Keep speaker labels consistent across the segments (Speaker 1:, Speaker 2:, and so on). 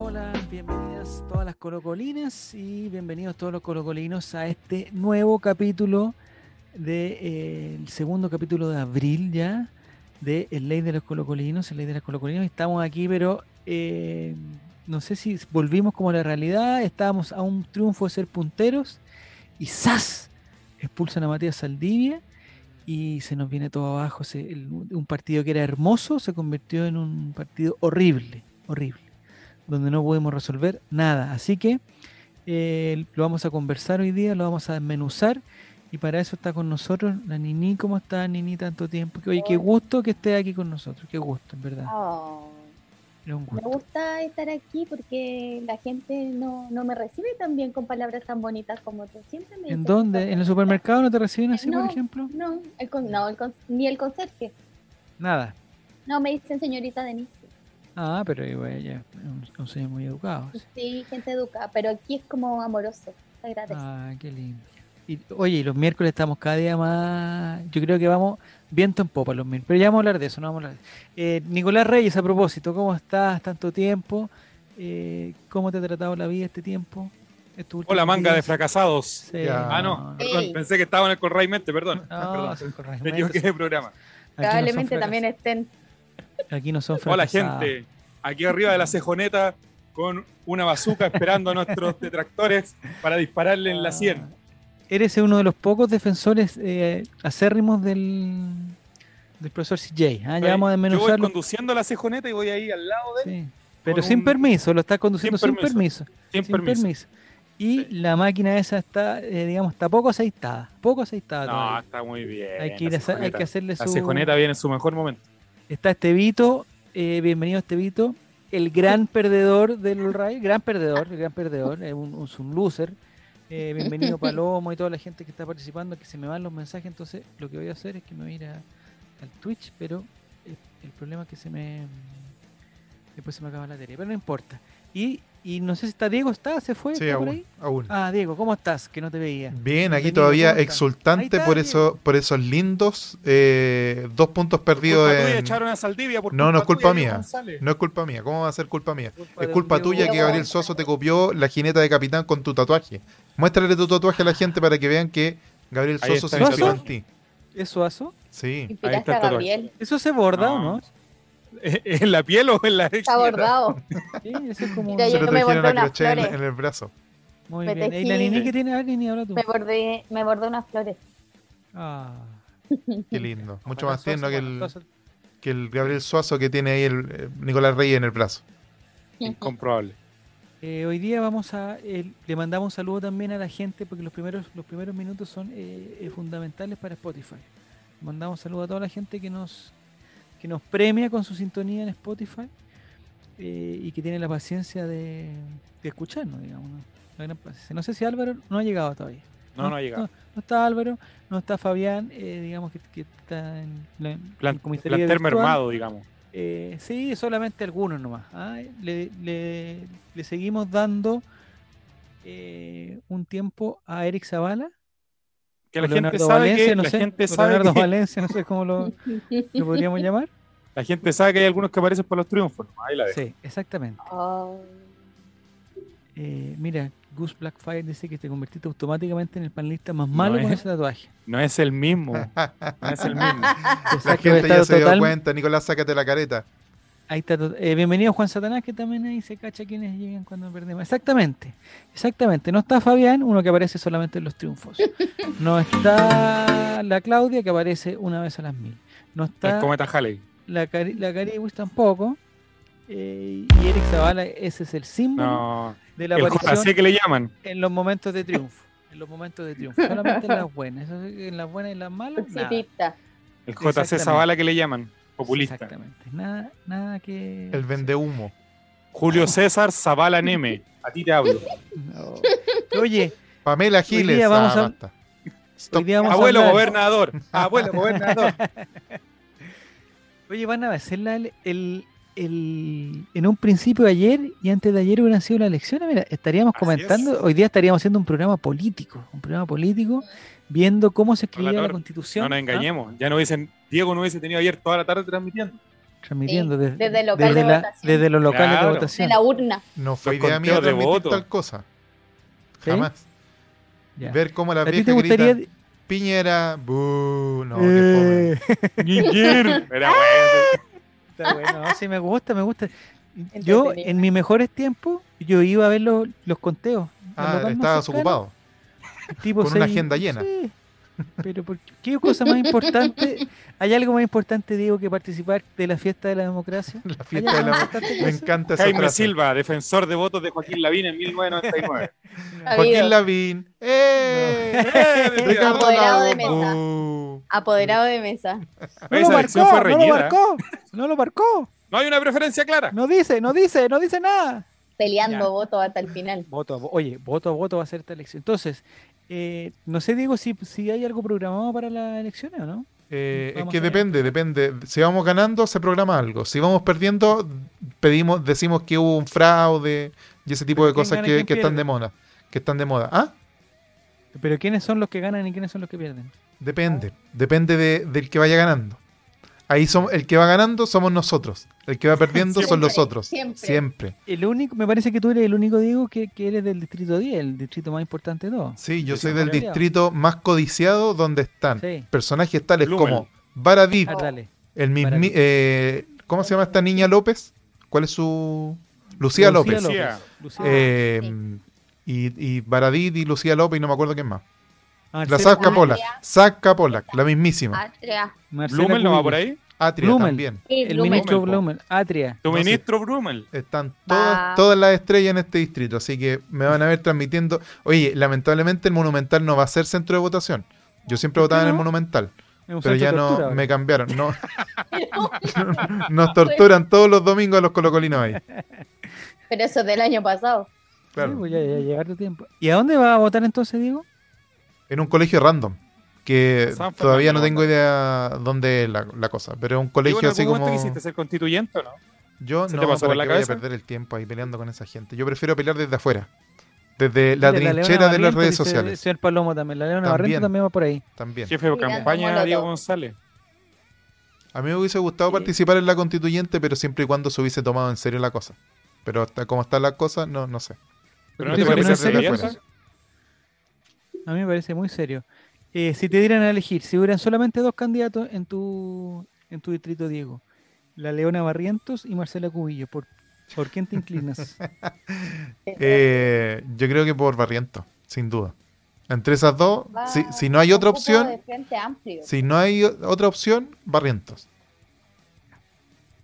Speaker 1: hola, bienvenidas todas las colocolines y bienvenidos todos los colocolinos a este nuevo capítulo de, eh, el segundo capítulo de abril ya de El Ley de los Colocolinos, El Ley de los Colocolinos. Estamos aquí, pero eh, no sé si volvimos como a la realidad, estábamos a un triunfo de ser punteros y ¡zas! expulsan a Matías Saldivia y se nos viene todo abajo. Se- el- un partido que era hermoso se convirtió en un partido horrible, horrible, donde no pudimos resolver nada. Así que eh, lo vamos a conversar hoy día, lo vamos a desmenuzar. Y para eso está con nosotros la Nini. ¿Cómo está Nini tanto tiempo? Que, oye, qué gusto que esté aquí con nosotros. Qué gusto, en verdad.
Speaker 2: Oh,
Speaker 1: Es un
Speaker 2: me
Speaker 1: gusto.
Speaker 2: gusta estar aquí porque la gente no, no me recibe tan bien con palabras tan bonitas como tú. Siempre me
Speaker 1: ¿En
Speaker 2: dicen
Speaker 1: dónde?
Speaker 2: cosas
Speaker 1: ¿En el
Speaker 2: bonitas.
Speaker 1: supermercado no te reciben así,
Speaker 2: No.
Speaker 1: por ejemplo?
Speaker 2: No, el con- no el con- ni el conserje.
Speaker 1: Nada.
Speaker 2: No, me dicen señorita Denise.
Speaker 1: Ah, pero igual ya, un, un señor muy educado. sí.
Speaker 2: Sí, gente educada, pero aquí es como amoroso. Te agradezco.
Speaker 1: Ah, qué lindo. Y, oye, y los miércoles estamos cada día más. Yo creo que vamos viento en popa los miércoles. Pero ya vamos a hablar de eso, no vamos a hablar. Eh, Nicolás Reyes, a propósito, ¿cómo estás? Tanto tiempo. Eh, ¿Cómo te ha tratado la vida este tiempo? Estos
Speaker 3: Hola,
Speaker 1: últimos
Speaker 3: manga de
Speaker 1: días.
Speaker 3: fracasados.
Speaker 1: Sí,
Speaker 4: Ya.
Speaker 3: Ah, no,
Speaker 1: no,
Speaker 3: perdón,
Speaker 2: Ey.
Speaker 3: pensé que estaba en el Colray Mente, perdón. Ah,
Speaker 1: no,
Speaker 3: perdón.
Speaker 1: son
Speaker 3: Me
Speaker 1: correctamente,
Speaker 3: equivoqué
Speaker 1: son-
Speaker 3: de programa.
Speaker 1: aquí no son
Speaker 2: Probablemente también
Speaker 1: fracas-
Speaker 2: estén.
Speaker 1: Aquí no son
Speaker 3: Hola,
Speaker 1: fracasados.
Speaker 3: gente. Aquí arriba de la cejoneta con una bazuca esperando a nuestros detractores para dispararle
Speaker 1: Ah,
Speaker 3: en la sien.
Speaker 1: Eres uno de los pocos defensores eh, acérrimos del, del profesor CJ. Ah, ya vamos a
Speaker 3: Yo voy
Speaker 1: desmenuzarlo.
Speaker 3: conduciendo la cejoneta y voy ahí al lado de él,
Speaker 1: Sí. Pero
Speaker 3: con
Speaker 1: sin
Speaker 3: un-
Speaker 1: permiso, lo estás conduciendo sin
Speaker 3: Sin
Speaker 1: permiso.
Speaker 3: sin
Speaker 1: sin
Speaker 3: permiso.
Speaker 1: permiso. Y la máquina esa está, eh, digamos, está poco aceitada. Poco aceitada.
Speaker 3: No,
Speaker 1: todavía.
Speaker 3: está muy bien.
Speaker 1: hay, que ir
Speaker 3: la
Speaker 1: a sa- hay
Speaker 3: cejoneta.
Speaker 1: que hacerle
Speaker 3: La
Speaker 1: su.
Speaker 3: cejoneta viene en su mejor momento.
Speaker 1: Está Estevito. eh, bienvenido, Estevito. El gran perdedor del All Ray. Gran perdedor, el gran perdedor. Es un, un- un loser. Eh, bienvenido, Palomo y toda la gente que está participando. Que se me van los mensajes. Entonces, lo que voy a hacer es que me voy a ir a- al Twitch. Pero el, el problema es que se me. Después se me acaba la batería. Pero no importa. Y, y no sé si está Diego. ¿Está? ¿Se fue?
Speaker 4: Sí,
Speaker 1: ¿Está por
Speaker 4: aún.
Speaker 1: ahí?
Speaker 4: aún.
Speaker 1: Ah, Diego, ¿cómo estás? Que no te veía.
Speaker 4: Bien, aquí
Speaker 1: Bienvenido,
Speaker 4: todavía
Speaker 1: ¿cómo está? Ahí
Speaker 4: exultante
Speaker 1: está,
Speaker 4: por
Speaker 1: bien.
Speaker 4: eso, por esos lindos eh, dos puntos perdidos.
Speaker 3: Culpa tuya,
Speaker 4: en-
Speaker 3: echaron a Saldivia por
Speaker 4: No, no es culpa
Speaker 3: tuya, Diego
Speaker 4: mía.
Speaker 3: González.
Speaker 4: No es culpa mía, ¿cómo va a ser culpa mía?
Speaker 1: Culpa
Speaker 4: Es
Speaker 1: de
Speaker 4: culpa
Speaker 1: un
Speaker 4: tuya
Speaker 1: Diego-
Speaker 4: que Gabriel Soso te copió la jineta de capitán con tu tatuaje. Muéstrale tu tatuaje a la gente para que vean que Gabriel
Speaker 3: Ahí
Speaker 4: Soso
Speaker 3: está
Speaker 4: se
Speaker 3: el
Speaker 4: inspiró en
Speaker 1: tatuaje.
Speaker 4: ti.
Speaker 1: ¿Eso aso?
Speaker 4: Sí.
Speaker 3: Ahí
Speaker 2: Inspiraste
Speaker 3: está
Speaker 2: a
Speaker 3: el tatuaje.
Speaker 2: Gabriel.
Speaker 1: ¿Eso se borda o no?
Speaker 3: ¿En la piel o en la
Speaker 2: Está bordado.
Speaker 1: Sí, eso es como.
Speaker 2: Mira,
Speaker 1: un-
Speaker 2: yo
Speaker 4: Se lo
Speaker 2: no me
Speaker 4: trajeron
Speaker 2: volteo
Speaker 4: a
Speaker 2: unas
Speaker 4: crochet en,
Speaker 2: flores.
Speaker 4: en el brazo.
Speaker 1: Muy
Speaker 2: me
Speaker 1: bien. ¿Y la
Speaker 2: tejí.
Speaker 1: Nini que tiene? A ver, Nini, habla tú.
Speaker 2: Me bordé, me bordé unas flores.
Speaker 1: Ah.
Speaker 4: Qué lindo. Mucho
Speaker 1: Ojalá
Speaker 4: más tierno
Speaker 1: Sosa,
Speaker 4: que
Speaker 1: bueno,
Speaker 4: el,
Speaker 1: Sosa-
Speaker 4: que el Gabriel Suazo que tiene ahí el eh, Nicolás Reyes en el brazo.
Speaker 3: Incomprobable.
Speaker 1: Eh, hoy día vamos a eh, le mandamos un saludo también a la gente porque los primeros los primeros minutos son eh, eh, fundamentales para Spotify. Mandamos un saludo a toda la gente que nos que nos premia con su sintonía en Spotify eh, y que tiene la paciencia de, de escucharnos, digamos. ¿no? La gran paciencia. No sé si Álvaro no ha llegado todavía.
Speaker 3: No, no ha llegado.
Speaker 1: No, no está Álvaro, no está Fabián, eh, digamos que, que está en, la, en
Speaker 3: Plan-
Speaker 1: comisaría
Speaker 3: plantel
Speaker 1: virtual.
Speaker 3: mermado, digamos.
Speaker 1: Eh, sí, solamente algunos nomás. ah, Le, le- le seguimos dando eh, un tiempo a Eric Zavala.
Speaker 3: Que
Speaker 1: o
Speaker 3: la gente
Speaker 1: Leonardo
Speaker 3: sabe
Speaker 1: Valencia,
Speaker 3: que
Speaker 1: no
Speaker 3: la
Speaker 1: sé,
Speaker 3: gente
Speaker 1: o
Speaker 3: sabe
Speaker 1: Leonardo
Speaker 3: que-
Speaker 1: Valencia, no sé cómo lo, lo podríamos llamar.
Speaker 3: La gente sabe que hay algunos que aparecen para los triunfos. ¿no? Ahí la dejo.
Speaker 1: Sí, exactamente.
Speaker 2: Oh,
Speaker 1: Eh, mira, Goose Blackfire dice que te convertiste automáticamente en el panelista más malo
Speaker 3: No
Speaker 1: con
Speaker 3: es.
Speaker 1: ese tatuaje.
Speaker 3: No es el mismo. No es el mismo.
Speaker 1: Exacto,
Speaker 4: La gente
Speaker 1: está
Speaker 4: ya se dio
Speaker 1: total-
Speaker 4: cuenta. Nicolás, sácate la careta.
Speaker 1: Ahí está. to- eh, bienvenido Juan Satanás, que también ahí se cacha quienes llegan cuando perdemos. Exactamente, exactamente. No está Fabián, uno que aparece solamente en los triunfos. No está la Claudia, que aparece una vez a las mil. No
Speaker 3: El
Speaker 1: está
Speaker 3: cometa Halley.
Speaker 1: la, Cari la Caribus tampoco. Eh, y Eric Zavala, ese es el símbolo
Speaker 3: No.
Speaker 1: de la
Speaker 3: El
Speaker 1: aparición
Speaker 3: JC que le llaman.
Speaker 1: en los momentos de triunfo. En los momentos de triunfo, solamente en las buenas. Eso sí, En las buenas y en las malas, nada.
Speaker 2: Chirita.
Speaker 3: El JC
Speaker 1: Exactamente.
Speaker 3: Zavala que le llaman. Populista.
Speaker 1: Exactamente. Nada, nada que.
Speaker 4: El vende humo.
Speaker 3: Julio César Zavala Neme. A ti te hablo.
Speaker 1: No. Oye,
Speaker 4: Pamela Giles.
Speaker 1: día vamos
Speaker 4: ah,
Speaker 1: a-
Speaker 4: basta.
Speaker 1: hoy día vamos a
Speaker 3: Abuelo
Speaker 1: hablar-
Speaker 3: gobernador. Abuelo gobernador.
Speaker 1: Oye, van a hacer la ele- el, el- en un principio de ayer y antes de ayer hubieran sido las elecciones. Mira, estaríamos
Speaker 3: Así
Speaker 1: comentando, hoy día estaríamos haciendo un programa político, un programa político, viendo cómo se escribía la
Speaker 3: Relator,
Speaker 1: constitución.
Speaker 3: No nos
Speaker 1: ¿ah?
Speaker 3: engañemos. Ya no hubiesen, Diego no hubiese tenido ayer toda la tarde transmitiendo.
Speaker 1: transmitiendo
Speaker 2: Sí,
Speaker 1: desde,
Speaker 2: desde el local de
Speaker 1: la-
Speaker 2: votación.
Speaker 1: desde los locales
Speaker 3: Claro.
Speaker 1: de
Speaker 2: de
Speaker 1: votación.
Speaker 2: la urna.
Speaker 4: No fue
Speaker 3: Los
Speaker 4: idea mía
Speaker 3: conteos de
Speaker 4: transmitir
Speaker 3: votos.
Speaker 4: tal cosa.
Speaker 1: ¿Sí?
Speaker 4: Jamás.
Speaker 1: Ya.
Speaker 4: Ver cómo la
Speaker 1: ¿A ti te
Speaker 4: vieja
Speaker 1: gustaría?
Speaker 4: grita, Piñera, bu, no, qué
Speaker 1: Eh,
Speaker 3: Ñiñir. Era bueno.
Speaker 1: está bueno, no, sí, me gusta, me gusta. Yo,
Speaker 2: Entretenido.
Speaker 1: en mis mejores tiempos, yo iba a ver los, los conteos.
Speaker 4: fome.
Speaker 1: El
Speaker 4: Ah,
Speaker 1: local más
Speaker 4: estabas
Speaker 1: cercano,
Speaker 4: ocupado.
Speaker 1: tipo
Speaker 4: con una
Speaker 1: seis-
Speaker 4: agenda llena.
Speaker 1: sí, Pero ¿por qué- qué cosa más importante? ¿Hay algo más importante, Diego, que participar de la fiesta de la democracia? Ah,
Speaker 4: La
Speaker 1: ¿Hay
Speaker 4: fiesta de
Speaker 1: algo más
Speaker 4: la...
Speaker 1: importante que
Speaker 4: Me
Speaker 1: eso?
Speaker 4: encanta esa
Speaker 3: Jaime
Speaker 4: frase.
Speaker 3: Silva, defensor de votos de Joaquín Lavín en 1999.
Speaker 4: Joaquín
Speaker 2: Habido.
Speaker 4: Lavín. ¡Eh!
Speaker 3: ¡Eh!
Speaker 4: Ricardo
Speaker 2: Apoderado de
Speaker 4: Lago,
Speaker 2: mesa.
Speaker 4: bu.
Speaker 2: Apoderado de mesa.
Speaker 1: No
Speaker 3: Esa
Speaker 1: lo
Speaker 3: elección
Speaker 1: marcó,
Speaker 3: fue
Speaker 1: no lo
Speaker 4: ¿eh?
Speaker 3: reñida. ¿eh?
Speaker 1: marcó, no lo marcó,
Speaker 3: No hay una preferencia clara.
Speaker 1: no dice, no dice, no dice nada.
Speaker 2: Peleando
Speaker 1: Ya.
Speaker 2: votos hasta el final.
Speaker 1: Voto a voto, oye, voto a voto va a ser esta elección. Entonces, eh, no sé, Diego, si, si hay algo programado para las elecciones o no.
Speaker 4: Eh, es
Speaker 1: Vamos
Speaker 4: que
Speaker 1: a ver.
Speaker 4: depende, depende. Si vamos ganando, se programa algo. Si vamos perdiendo, pedimos, decimos que hubo un fraude y ese tipo
Speaker 1: Pero
Speaker 4: de
Speaker 1: ¿quién
Speaker 4: cosas
Speaker 1: gana y
Speaker 4: que,
Speaker 1: quién
Speaker 4: que están
Speaker 1: pierde?
Speaker 4: de moda. Que están de moda. ¿Ah?
Speaker 1: Pero ¿quiénes son los que ganan y quiénes son los que pierden?
Speaker 4: Depende, depende de- del que vaya ganando. Ahí somos, el que va ganando somos nosotros. El que va perdiendo son los
Speaker 2: Siempre,
Speaker 4: otros. Siempre.
Speaker 2: siempre.
Speaker 1: El único, me parece que tú eres el único, Diego, que, que eres del distrito 10, el distrito más importante de todos.
Speaker 4: Sí, yo
Speaker 3: Sí,
Speaker 4: soy
Speaker 1: sí,
Speaker 4: del
Speaker 1: María.
Speaker 4: distrito más codiciado donde están
Speaker 1: Sí.
Speaker 4: personajes tales
Speaker 3: Blumen.
Speaker 4: como Baradí,
Speaker 1: Ah, dale.
Speaker 4: el mismi-
Speaker 1: Baradí.
Speaker 4: eh, ¿cómo se llama esta niña López? ¿Cuál es su
Speaker 1: Lucía
Speaker 4: Lucía, López?
Speaker 1: López.
Speaker 3: Decía,
Speaker 1: Lucía.
Speaker 4: Eh, y, y Baradí y Lucía López y no me acuerdo quién más.
Speaker 1: Ah,
Speaker 2: Ah,
Speaker 4: La Sac Capola,
Speaker 2: Andrea.
Speaker 4: Sac Capola, la mismísima.
Speaker 2: Atria.
Speaker 1: Marcela
Speaker 3: ¿Blumel no va por
Speaker 1: Cubillos.
Speaker 3: ahí?
Speaker 4: Atria
Speaker 1: Blumen.
Speaker 4: también.
Speaker 2: Sí,
Speaker 1: El
Speaker 2: Blumen.
Speaker 1: ministro Ah,
Speaker 3: Blumen, po.
Speaker 1: Blumen, Atria.
Speaker 3: Tu
Speaker 4: No sé.
Speaker 3: ministro Brumel.
Speaker 4: Están
Speaker 2: Va.
Speaker 4: todas, todas las estrellas en este distrito, así que me van a ver transmitiendo. Oye, lamentablemente el Monumental no va a ser centro de votación. Yo siempre
Speaker 1: ¿Por qué
Speaker 4: votaba en el
Speaker 1: no?
Speaker 4: Monumental,
Speaker 1: Es un
Speaker 4: pero
Speaker 1: centro
Speaker 4: ya
Speaker 1: de
Speaker 4: no
Speaker 1: tortura ahora.
Speaker 4: me cambiaron. No, nos torturan todos los domingos a los colocolinos ahí.
Speaker 2: Pero eso es del año pasado.
Speaker 1: Sí,
Speaker 4: Claro,
Speaker 1: pues ya, ya llegar tu tiempo. ¿Y a dónde va a votar entonces, Diego?
Speaker 4: en un colegio random, que
Speaker 3: San Fernando,
Speaker 4: todavía no tengo
Speaker 3: ¿no?
Speaker 4: idea dónde es la, la cosa, pero es un
Speaker 3: Digo,
Speaker 4: colegio
Speaker 3: ¿en algún
Speaker 4: así
Speaker 3: momento
Speaker 4: como.
Speaker 3: quisiste ser constituyente o no?
Speaker 4: Yo
Speaker 3: ¿Se
Speaker 4: no
Speaker 3: te pasó
Speaker 4: para
Speaker 3: por la
Speaker 4: que vaya a
Speaker 3: cabeza?
Speaker 4: perder el tiempo ahí peleando con esa gente. Yo prefiero pelear desde afuera, desde Eh, la
Speaker 1: Mira, Leona
Speaker 4: trinchera de
Speaker 1: Barrientos,
Speaker 4: las redes
Speaker 1: dice El
Speaker 4: sociales
Speaker 1: señor Palomo también. La Leona
Speaker 4: También.
Speaker 1: Barriento también va por ahí.
Speaker 4: también.
Speaker 3: Jefe de
Speaker 2: Mirando
Speaker 3: campaña,
Speaker 2: Molotov.
Speaker 3: Diego González.
Speaker 4: Ah. A mí me hubiese gustado
Speaker 1: Sí.
Speaker 4: participar en la constituyente, pero siempre y cuando se hubiese tomado en serio la cosa. Pero hasta como están las cosas, no, no sé.
Speaker 3: ¿Pero
Speaker 1: Pero
Speaker 3: no te
Speaker 1: tú dices,
Speaker 3: parece
Speaker 1: pero no
Speaker 4: serio
Speaker 1: es
Speaker 3: serio
Speaker 4: eso?
Speaker 1: A mí me parece muy serio. Eh, si te dieran a elegir, si hubieran solamente dos candidatos en tu, en tu distrito, Diego, la Leona Barrientos y Marcela Cubillo, ¿por, por quién te inclinas?
Speaker 4: Eh, yo creo que por Barriento, sin duda. Entre esas dos,
Speaker 2: Va
Speaker 4: si, si no hay otra
Speaker 2: un grupo
Speaker 4: opción,
Speaker 2: de Frente Amplio.
Speaker 4: si no hay o- otra opción, Barrientos.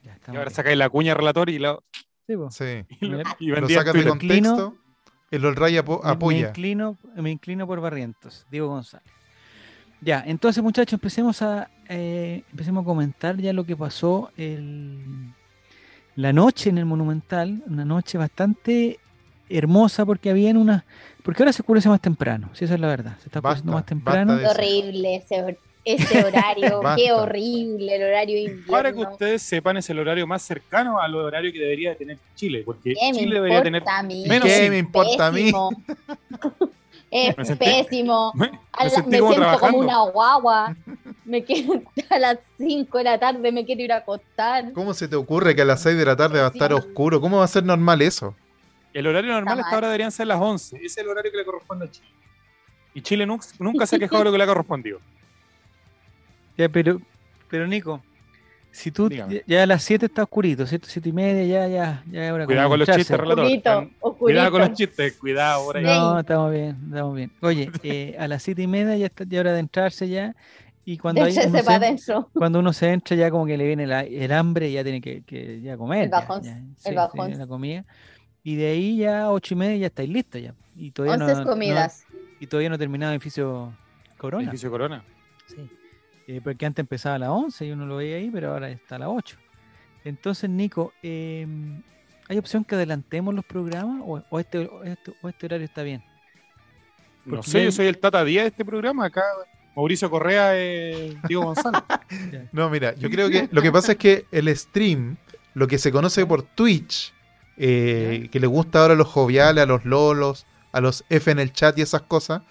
Speaker 1: Ya, estamos
Speaker 3: Y ahora
Speaker 1: bien.
Speaker 3: sacáis la cuña relator y, la,
Speaker 2: Ah.
Speaker 1: Sí, po.
Speaker 4: Sí.
Speaker 3: y, lo-
Speaker 1: Mira,
Speaker 3: y
Speaker 4: Lo
Speaker 3: vendías
Speaker 4: sacas de
Speaker 3: Twitter.
Speaker 1: con- Inclino.
Speaker 4: contexto. El Olray apo-
Speaker 1: Me- Me
Speaker 4: apoya.
Speaker 1: inclino, me inclino por Barrientos, Diego González. Ya, entonces muchachos, empecemos a eh, empecemos a comentar ya lo que pasó el- la noche en el Monumental, una noche bastante hermosa porque habían unas, porque ahora se oscurece más temprano, si eso es la verdad, se está oscureciendo
Speaker 4: Basta,
Speaker 1: más temprano.
Speaker 4: basta de-
Speaker 2: horrible ese, hor- ese horario. qué
Speaker 4: Basta.
Speaker 2: horrible el horario invierno.
Speaker 3: Para que ustedes sepan, es el horario más cercano al horario que debería tener Chile, porque
Speaker 2: ¿Qué me
Speaker 3: Chile debería
Speaker 2: importa
Speaker 3: tener
Speaker 2: a mí?
Speaker 4: ¿Y
Speaker 3: menos
Speaker 4: qué
Speaker 3: sí.
Speaker 4: me importa a mí?
Speaker 2: Pésimo.
Speaker 3: Me
Speaker 2: Es
Speaker 3: sentí-
Speaker 2: pésimo.
Speaker 3: Me, me
Speaker 2: A la-
Speaker 3: sentí
Speaker 2: me
Speaker 3: como
Speaker 2: siento
Speaker 3: trabajando.
Speaker 2: como una guagua. Me quedo a las 5 de la tarde, me quiero ir a acostar.
Speaker 4: ¿Cómo se te ocurre que a las 6 de la tarde va a estar
Speaker 2: Sí.
Speaker 4: oscuro? ¿Cómo va a ser normal eso?
Speaker 3: El horario normal
Speaker 2: Está
Speaker 3: hasta
Speaker 2: mal.
Speaker 3: ahora deberían ser las 11. Ese es el horario que le corresponde a Chile. Y Chile nunca, nunca se ha quejado de lo que le ha correspondido.
Speaker 1: Ya, pero, pero Nico, si tú
Speaker 3: Dígame.
Speaker 1: ya, ya a las 7 está oscurito, 7, 7 y media, ya, ya, ya es hora de
Speaker 3: Cuidado con los
Speaker 1: acostarse.
Speaker 3: chistes, relator.
Speaker 2: Oscurito,
Speaker 3: Tan- Cuidado con los
Speaker 2: oscurito.
Speaker 3: chistes, cuidado ahora.
Speaker 2: No.
Speaker 1: No, estamos bien, estamos bien. Oye, eh, a las siete y media ya está ya hora de entrarse ya. Y cuando, hay,
Speaker 2: Déjese
Speaker 1: uno
Speaker 2: para
Speaker 1: se,
Speaker 2: adentro.
Speaker 1: cuando uno se entra ya como que le viene la- el hambre y ya tiene que, que ya comer.
Speaker 2: El
Speaker 1: ya,
Speaker 2: bajón,
Speaker 1: ya,
Speaker 2: el
Speaker 1: sí, sí,
Speaker 2: bajón.
Speaker 1: la comida. Y de ahí ya ocho y media ya estáis listos ya. Y todavía no,
Speaker 2: 11
Speaker 1: no-
Speaker 2: comidas.
Speaker 1: y todavía no terminaba el edificio Corona.
Speaker 3: Edificio Corona.
Speaker 1: Sí. Eh, porque antes empezaba a las 11 y uno lo veía ahí, pero ahora está a las 8. Entonces, Nico, eh, ¿hay opción que adelantemos los programas o, o este, o este- o este horario está bien?
Speaker 3: No
Speaker 1: Porque
Speaker 3: sé,
Speaker 1: ya-
Speaker 3: yo soy el Tata Díaz de este programa. Acá Mauricio Correa es Diego González.
Speaker 4: No, mira, yo creo que lo que pasa es que el stream, lo que se conoce por Twitch, eh, que le gusta ahora a los joviales, a los lolos, a los F en el chat y esas cosas,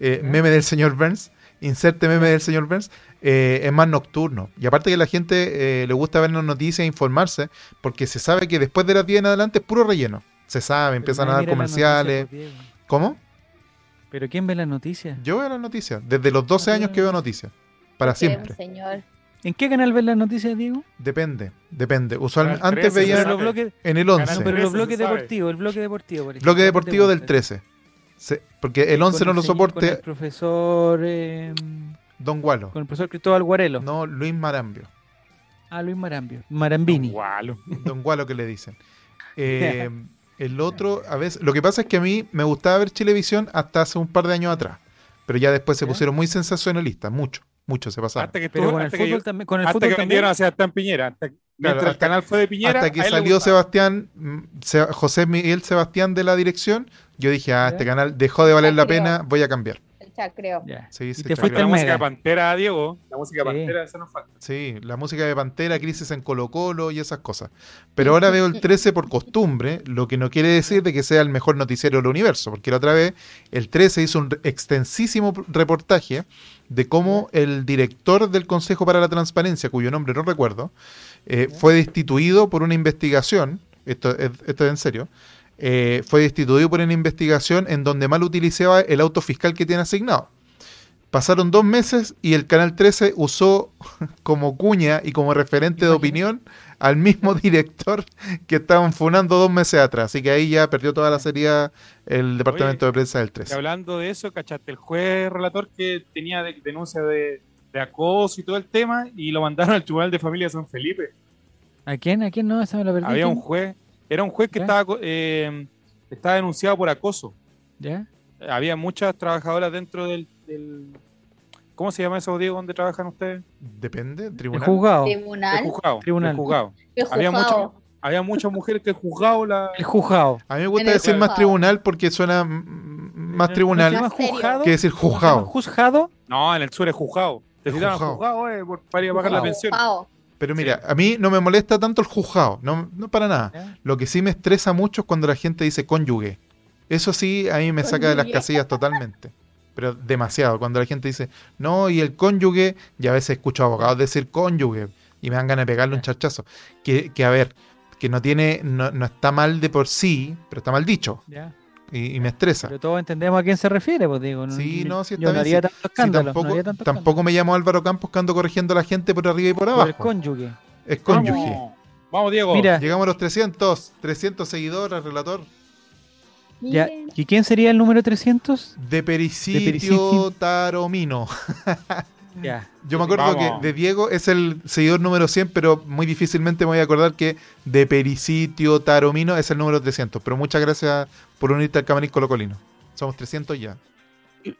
Speaker 4: eh,
Speaker 1: Ya.
Speaker 4: meme del señor Burns, inserte meme del señor Burns, eh, es más nocturno. Y aparte que la gente eh, le gusta ver las noticias e informarse, porque se sabe que después de las 10 en adelante es puro relleno. Se sabe, empiezan a dar comerciales. ¿Cómo?
Speaker 1: pues, ¿Pero quién ve las noticias?
Speaker 4: Yo veo las noticias. Desde los 12 años que veo noticias. Para
Speaker 2: Porque es un
Speaker 4: siempre.
Speaker 2: señor.
Speaker 1: ¿En qué canal ves las noticias, Diego?
Speaker 4: Depende, depende. Usualmente,
Speaker 3: Canal
Speaker 4: antes
Speaker 3: 13,
Speaker 4: veía
Speaker 1: Pero los bloques,
Speaker 4: en el
Speaker 1: no,
Speaker 4: 11.
Speaker 1: pero los
Speaker 3: se
Speaker 1: bloques
Speaker 3: sabe.
Speaker 1: deportivos, el bloque deportivo, por ejemplo.
Speaker 4: Bloque
Speaker 1: ¿qué te
Speaker 4: deportivo del
Speaker 1: gusta?
Speaker 4: 13. Se- porque el 11
Speaker 1: Con
Speaker 4: no lo
Speaker 1: el señor- Con el
Speaker 4: soporte
Speaker 1: profesor, eh,
Speaker 4: Don Gualo.
Speaker 1: con el profesor Cristóbal Guarelo.
Speaker 4: No, Luis Marambio.
Speaker 1: Ah, Luis Marambio. Marambini.
Speaker 3: Gualo.
Speaker 4: Don Gualo que le dicen. Eh, el otro, a veces, lo que pasa es que a mí me gustaba ver Chilevisión hasta hace un par de años atrás. Pero ya después se
Speaker 1: ¿Ya?
Speaker 4: pusieron muy sensacionalistas, mucho, mucho se pasaron.
Speaker 3: Hasta que,
Speaker 1: Pero con el
Speaker 3: hasta que,
Speaker 1: fútbol también. Con el
Speaker 3: hasta
Speaker 1: fútbol
Speaker 3: que
Speaker 1: también.
Speaker 3: vendieron a Sebastián Piñera. Hasta, mientras el
Speaker 4: hasta-
Speaker 3: canal fue de Piñera.
Speaker 4: Hasta que
Speaker 3: a él le
Speaker 4: salió
Speaker 3: gustaba.
Speaker 4: Sebastián, mm, Se- José Miguel Sebastián de la dirección, yo dije, ah,
Speaker 1: ¿Ya?
Speaker 4: este canal dejó de valer
Speaker 2: Ya
Speaker 4: la
Speaker 2: creo.
Speaker 4: pena, voy a cambiar.
Speaker 2: El chacreo.
Speaker 1: Ya.
Speaker 4: Sí,
Speaker 1: Y
Speaker 4: se
Speaker 1: te
Speaker 4: chacreó.
Speaker 3: Falta
Speaker 1: fuiste
Speaker 3: la
Speaker 1: al
Speaker 3: música
Speaker 1: Mega.
Speaker 3: de Pantera, Diego. La música de
Speaker 1: Sí.
Speaker 3: Pantera, esa nos falta.
Speaker 4: Sí, la música de Pantera, Crisis en Colo Colo y esas cosas. Pero ahora veo el 13 por costumbre, lo que no quiere decir de que sea el mejor noticiero del universo, porque la otra vez el 13 hizo un extensísimo reportaje de cómo el director del Consejo para la Transparencia, cuyo nombre no recuerdo, eh, fue destituido por una investigación, esto, es- esto es en serio, eh, fue destituido por una investigación en donde mal utilizaba el auto fiscal que tiene asignado. Pasaron dos meses y el Canal 13 usó como cuña y como referente de
Speaker 1: Imagínate.
Speaker 4: opinión al mismo director que estaban funando dos meses atrás. Así que ahí ya perdió toda la seriedad el departamento de prensa del
Speaker 1: Pues
Speaker 3: Y
Speaker 4: 13.
Speaker 3: hablando de eso, ¿cachaste? El juez relator que tenía de- denuncia de, de acoso y todo el tema y lo mandaron al Tribunal de Familia de San Felipe.
Speaker 1: ¿A quién? ¿A quién no? Esa me la perdí.
Speaker 3: Había un
Speaker 1: ¿Quién?
Speaker 3: juez, era un juez que
Speaker 1: ¿Ya?
Speaker 3: estaba, co- eh, estaba denunciado por acoso.
Speaker 1: ¿Ya?
Speaker 3: Eh, Había muchas trabajadoras dentro del... del- ¿Cómo se llama eso, Diego, donde trabajan ustedes?
Speaker 4: Depende,
Speaker 1: El
Speaker 4: tribunal.
Speaker 1: juzgado.
Speaker 3: El
Speaker 2: Tribunal.
Speaker 3: juzgado.
Speaker 1: Tribunal.
Speaker 3: El juzgado.
Speaker 2: El
Speaker 3: Había
Speaker 2: juzgado.
Speaker 3: Había muchas mujeres que el juzgado la...
Speaker 1: El juzgado.
Speaker 4: A mí me gusta
Speaker 2: En el
Speaker 4: decir más
Speaker 2: juzgado.
Speaker 4: tribunal porque suena mm, más
Speaker 1: ¿No se
Speaker 4: tribunal
Speaker 1: llama
Speaker 2: ¿En serio?
Speaker 1: juzgado?
Speaker 4: que decir
Speaker 1: ¿No se llama
Speaker 4: juzgado.
Speaker 1: ¿Juzgado?
Speaker 3: No, en el sur es juzgado. Te tiraban
Speaker 4: Juzgado.
Speaker 3: juzgado, eh, por- para ir a pagar la
Speaker 1: Juzgado.
Speaker 3: pensión.
Speaker 2: Juzgado.
Speaker 4: Pero mira, a mí no me molesta tanto el juzgado, no, no para nada.
Speaker 1: ¿Ya?
Speaker 4: Lo que sí me estresa mucho es cuando la gente dice cónyuge. Eso sí, a mí me saca de las
Speaker 2: Cónyuge.
Speaker 4: casillas totalmente. Pero demasiado. Cuando la gente dice, no, y el cónyuge, y a veces escucho abogados decir cónyuge, y me dan ganas de pegarle un charchazo. Que, que a ver, que no tiene, no, no está mal de por sí, pero está mal dicho,
Speaker 1: Ya.
Speaker 4: y, y me estresa.
Speaker 1: Pero todos entendemos a quién se refiere, pues digo.
Speaker 4: Sí, no, sí, está
Speaker 1: yo
Speaker 4: bien,
Speaker 1: no haría
Speaker 4: sí.
Speaker 1: tanto
Speaker 4: Sí,
Speaker 1: escándalo. no
Speaker 4: tampoco,
Speaker 1: haría tanto escándalo.
Speaker 4: tampoco me llamo Álvaro Campos que ando corrigiendo a la gente por arriba y por
Speaker 1: Por el
Speaker 4: abajo.
Speaker 1: cónyuge.
Speaker 4: Es
Speaker 3: Vamos.
Speaker 4: cónyuge.
Speaker 3: Vamos, Diego.
Speaker 1: Mira,
Speaker 4: Llegamos a los 300, 300 seguidores, relator.
Speaker 1: ya,
Speaker 2: Miren,
Speaker 1: ¿y quién sería el número 300?
Speaker 4: De Pericidio,
Speaker 1: Pericidio.
Speaker 4: Taromino.
Speaker 1: Ya.
Speaker 4: Yo me acuerdo
Speaker 3: Vamos.
Speaker 4: que de Diego es el seguidor número 100, pero muy difícilmente me voy a acordar que de Pericidio, Taromino es el número 300. Pero muchas gracias por unirte al camarín colocolino. Somos 300 ya.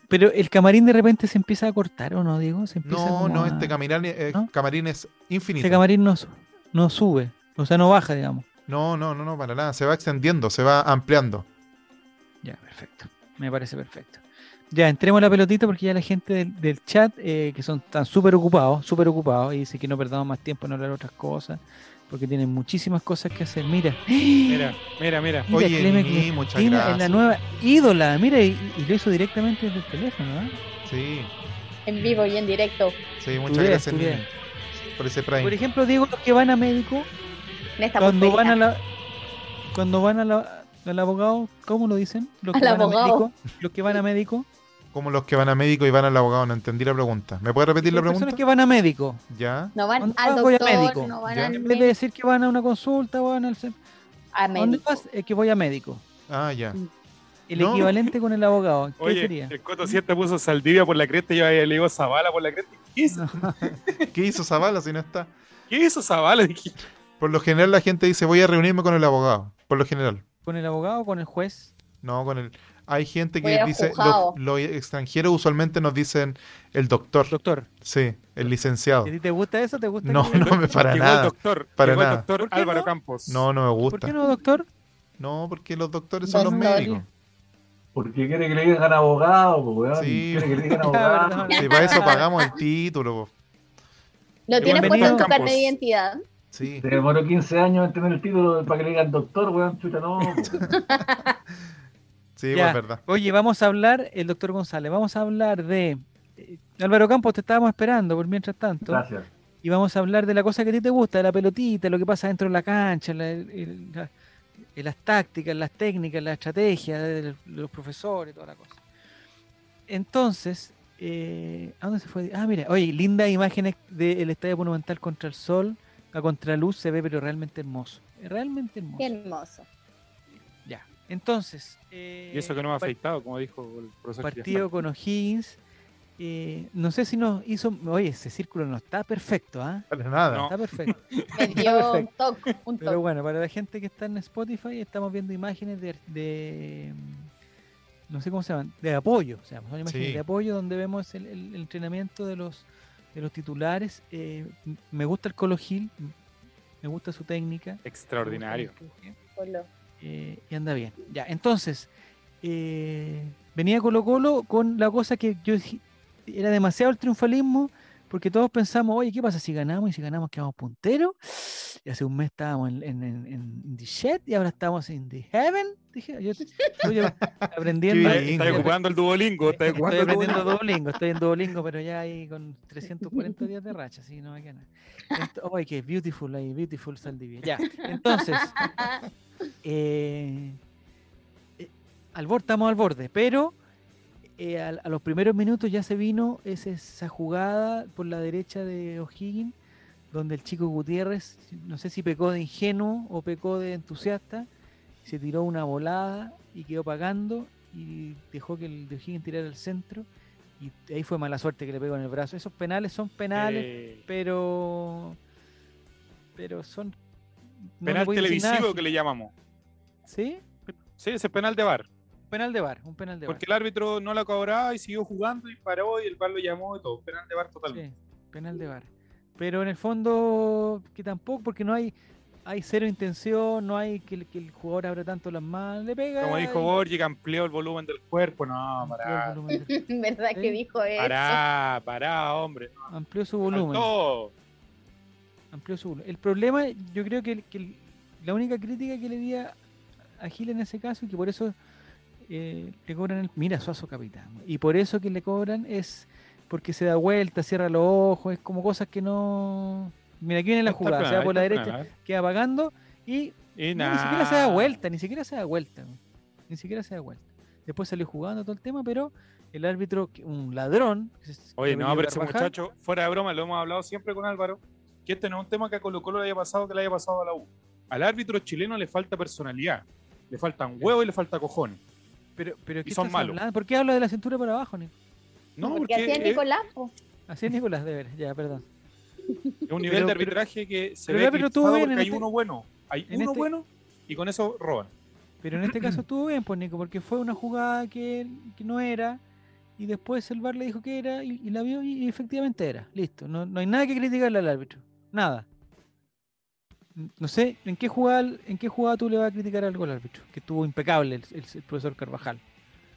Speaker 1: Pero el camarín de repente se empieza a cortar, ¿o no, Diego? Se empieza
Speaker 4: No,
Speaker 1: como
Speaker 4: no,
Speaker 1: a-
Speaker 4: este camarín, eh,
Speaker 1: ¿No?
Speaker 4: camarín es infinito.
Speaker 1: este camarín no, su- no sube. O sea, no baja, digamos.
Speaker 4: No, no, no, no, para nada. Se va extendiendo, se va ampliando.
Speaker 1: Ya, perfecto. Me parece perfecto. Ya, entremos a la pelotita porque ya la gente del, del chat, eh, que son tan súper ocupados, súper ocupados, y dice que no perdamos más tiempo en hablar otras cosas, porque tienen muchísimas cosas que hacer. Mira,
Speaker 3: Mira, mira, mira.
Speaker 1: mira,
Speaker 4: Oye,
Speaker 1: Clemen
Speaker 4: Nini,
Speaker 1: Clementina
Speaker 4: muchas
Speaker 1: es la
Speaker 4: gracias.
Speaker 1: nueva ídola. Mira, y, y lo hizo directamente desde el teléfono, ¿ah?
Speaker 4: Sí,
Speaker 2: En vivo y en directo.
Speaker 4: sí, muchas
Speaker 1: Estudia,
Speaker 4: gracias
Speaker 1: estudia.
Speaker 4: Nini, por ese prime.
Speaker 1: Por ejemplo, Diego, los que van a médico,
Speaker 2: En esta
Speaker 1: cuando van
Speaker 2: pulperita.
Speaker 1: a la cuando van a la- al abogado, ¿cómo lo dicen? Los que
Speaker 2: Al
Speaker 1: van a
Speaker 2: abogado.
Speaker 1: médico, los que van a médico,
Speaker 4: Como los que van a médico y van al abogado, no entendí la pregunta. ¿Me puede repetir la
Speaker 1: las
Speaker 4: pregunta?
Speaker 1: personas que van a médico.
Speaker 4: Ya.
Speaker 2: No van
Speaker 1: ¿Cuándo
Speaker 2: al
Speaker 1: voy a
Speaker 2: doctor,
Speaker 1: médico?
Speaker 2: no van
Speaker 4: Ya.
Speaker 2: al
Speaker 1: En vez de
Speaker 2: médico.
Speaker 1: decir que van a una consulta, van al centro.
Speaker 2: A
Speaker 1: ¿A dónde
Speaker 2: médico.
Speaker 1: vas? Es que voy a médico.
Speaker 4: Ah, ya.
Speaker 1: El
Speaker 4: No. eh.
Speaker 1: equivalente con el abogado. ¿Qué
Speaker 3: Oye,
Speaker 1: sería?
Speaker 3: el Coto 7 puso Saldivia por la cresta y yo le digo Zavala por la cresta. ¿Qué hizo,
Speaker 4: ¿Qué hizo Zavala si no está?
Speaker 3: ¿Qué hizo Zavala? Dije,
Speaker 4: Por lo general la gente dice voy a reunirme con el abogado. Por lo general.
Speaker 1: ¿Con el abogado o con el juez?
Speaker 4: No, con el... Hay gente
Speaker 2: Voy
Speaker 4: que
Speaker 2: al
Speaker 4: dice...
Speaker 2: juzgado.
Speaker 4: Los los extranjeros usualmente nos dicen el doctor.
Speaker 1: Doctor,
Speaker 4: Sí, el licenciado.
Speaker 1: ¿a ti te gusta eso? ¿Te gusta?
Speaker 4: No,
Speaker 1: que-
Speaker 4: no me para
Speaker 3: llegó el
Speaker 4: nada.
Speaker 3: doctor,
Speaker 4: Para
Speaker 3: llegó el
Speaker 4: nada.
Speaker 3: doctor
Speaker 1: ¿Por qué
Speaker 3: Álvaro
Speaker 1: no?
Speaker 3: Campos.
Speaker 4: No, no me
Speaker 1: ¿Por qué
Speaker 4: gusta.
Speaker 1: no, doctor?
Speaker 4: No, porque los doctores son los
Speaker 2: Doctor.
Speaker 4: médicos.
Speaker 5: Porque quiere que le digan abogado, po, weón.
Speaker 4: Sí.
Speaker 5: Quiere que le digan
Speaker 1: Ya,
Speaker 5: abogado.
Speaker 1: verdad.
Speaker 4: Si para eso pagamos el título. po.
Speaker 2: Lo tienes
Speaker 1: Igual
Speaker 2: puesto en tu
Speaker 3: Benito
Speaker 2: carta de
Speaker 3: Campos.
Speaker 2: identidad.
Speaker 4: Sí.
Speaker 5: Se demoró 15 años en tener el título para que le digan doctor, weón. Chuta, no. po.
Speaker 4: Sí,
Speaker 1: Ya.
Speaker 4: pues, es verdad.
Speaker 1: Oye, vamos a hablar, el doctor González, vamos a hablar de eh, Álvaro Campos, te estábamos esperando por mientras tanto.
Speaker 5: Gracias.
Speaker 1: Y vamos a hablar de la cosa que a ti te gusta, de la pelotita, lo que pasa dentro de la cancha, la- el- la- eh, las tácticas, las técnicas, la estrategia de de los profesores, toda la cosa. Entonces, eh, ¿a dónde se fue? Ah, mira, oye, lindas imágenes del Estadio Monumental contra el sol, a contraluz, se ve, pero realmente hermoso. Realmente hermoso.
Speaker 2: Qué hermoso.
Speaker 1: Ya. Entonces. eh,
Speaker 3: Y eso que no me ha
Speaker 1: par-
Speaker 3: afectado, como dijo el profesor.
Speaker 1: Partido con O'Higgins. eh, no sé si nos hizo. Oye, ese círculo no está perfecto, ¿ah?
Speaker 4: Para
Speaker 1: No
Speaker 4: nada.
Speaker 3: No.
Speaker 1: Está perfecto.
Speaker 2: Me dio un
Speaker 1: Perfecto.
Speaker 2: toque, un
Speaker 1: Pero
Speaker 2: toque.
Speaker 1: bueno, para la gente que está en Spotify, estamos viendo imágenes de. de, mm, no sé cómo se llaman. De apoyo. O sea, son imágenes
Speaker 4: Sí.
Speaker 1: de apoyo donde vemos el, el- el entrenamiento de los, de los titulares. eh, m- me gusta el Colo Gil. m- Me gusta su técnica. me gusta el
Speaker 3: Extraordinario.
Speaker 1: empuje.
Speaker 2: Colo.
Speaker 1: eh, y anda bien. Ya, entonces, eh, venía Colo Colo con la cosa que yo dije- era demasiado el triunfalismo, porque todos pensamos, oye, ¿qué pasa si ganamos? Y si ganamos quedamos punteros. Y hace un mes estábamos en, en, en- en the shed y ahora estamos en the heaven. Dije, yo estoy aprendiendo.
Speaker 4: Qué
Speaker 3: Está
Speaker 4: Bingo.
Speaker 3: ocupando el Duolingo, está
Speaker 1: Estoy
Speaker 3: ocupando el
Speaker 1: aprendiendo
Speaker 3: Duolingo.
Speaker 1: Duolingo, estoy en Duolingo, pero ya ahí con 340 días de racha, así que no me queda nada. Ent- Oye, qué beautiful ahí, beautiful Saldivia. Ya, entonces, eh, eh, al borde, estamos al borde, pero eh, al- a, los primeros minutos ya se vino ese- esa jugada por la derecha de O'Higgins, donde el chico Gutiérrez, no sé si pecó de ingenuo o pecó de entusiasta, se tiró una volada y quedó pagando y dejó que el de O'Higgins tirara el centro. Y ahí fue mala suerte que le pegó en el brazo. Esos penales son penales,
Speaker 3: Eh,
Speaker 1: pero. Pero son. no le
Speaker 3: penal
Speaker 1: puedo decir nada,
Speaker 3: televisivo
Speaker 1: sí.
Speaker 3: que le llamamos.
Speaker 1: ¿Sí?
Speaker 3: Sí, ese penal de bar.
Speaker 1: Penal de bar, un penal de
Speaker 3: Porque el árbitro no la cobraba y siguió jugando y paró y el bar lo llamó y todo. Penal de bar
Speaker 1: bar.
Speaker 3: totalmente.
Speaker 1: Sí, penal de bar. Pero en el fondo, que tampoco, porque no hay hay cero intención, no hay que, el- que el jugador abra tanto las manos, le pega.
Speaker 3: Como dijo
Speaker 1: y-
Speaker 3: Borgi, que amplió el volumen del cuerpo. No,
Speaker 1: amplió el
Speaker 3: pará.
Speaker 1: volumen del-
Speaker 2: ¿Verdad
Speaker 1: Sí.
Speaker 2: que dijo eso?
Speaker 3: Pará, pará, hombre.
Speaker 1: amplió su volumen.
Speaker 3: Faltó.
Speaker 1: amplió su bula. El problema, yo creo que, el- que el- la única crítica que le di a, a Gil en ese caso, y que por eso eh, le cobran el. Mira, Suazo Capitán. Y por eso que le cobran es porque se da vuelta, cierra los ojos, es como cosas que no. Mira, aquí viene la
Speaker 3: Ahí está el
Speaker 1: jugada,
Speaker 3: penal,
Speaker 1: se va
Speaker 3: ahí
Speaker 1: por la
Speaker 3: está el
Speaker 1: derecha,
Speaker 3: penal,
Speaker 1: queda apagando y
Speaker 3: ¿eh? Y
Speaker 1: no, ni
Speaker 3: nada.
Speaker 1: siquiera se da vuelta, ni siquiera se da vuelta. weón. Ni siquiera se da vuelta. Después salió jugando todo el tema, pero el árbitro, que- un ladrón. que se-
Speaker 3: Oye,
Speaker 1: que
Speaker 3: no,
Speaker 1: venía
Speaker 3: pero ese
Speaker 1: Carvajal,
Speaker 3: muchacho, fuera de broma, lo hemos hablado siempre con Álvaro, que este no es un tema que a Colo Colo le haya pasado, que le haya pasado a la U. Al árbitro chileno le falta personalidad, le faltan huevos y le falta cojones.
Speaker 1: Pero, pero ¿qué
Speaker 3: son
Speaker 1: estás
Speaker 3: malos.
Speaker 1: hablando? ¿Por qué habla de la cintura para abajo, Nico?
Speaker 3: No,
Speaker 2: porque
Speaker 3: porque
Speaker 2: hacía
Speaker 3: es
Speaker 2: Nicolás. pues, po.
Speaker 1: Así es Nicolás de veras, ya, perdón.
Speaker 3: es un nivel
Speaker 1: pero-
Speaker 3: de arbitraje que se
Speaker 1: pero
Speaker 3: ve
Speaker 1: el árbitro estuvo
Speaker 3: eclipsado
Speaker 1: bien
Speaker 3: porque
Speaker 1: en
Speaker 3: hay
Speaker 1: este-
Speaker 3: uno bueno, hay
Speaker 1: en
Speaker 3: uno
Speaker 1: este-
Speaker 3: bueno y con eso roban.
Speaker 1: Pero en este caso estuvo bien, pues Nico, porque fue una jugada que, que no era, y después el VAR le dijo que era, y, y la vio, y, y efectivamente era. Listo, no, no hay nada que criticarle al árbitro, nada. N- No sé, ¿en qué jugada, en qué jugada tú le vas a criticar algo al árbitro? Que estuvo impecable el, el- el profesor Carvajal.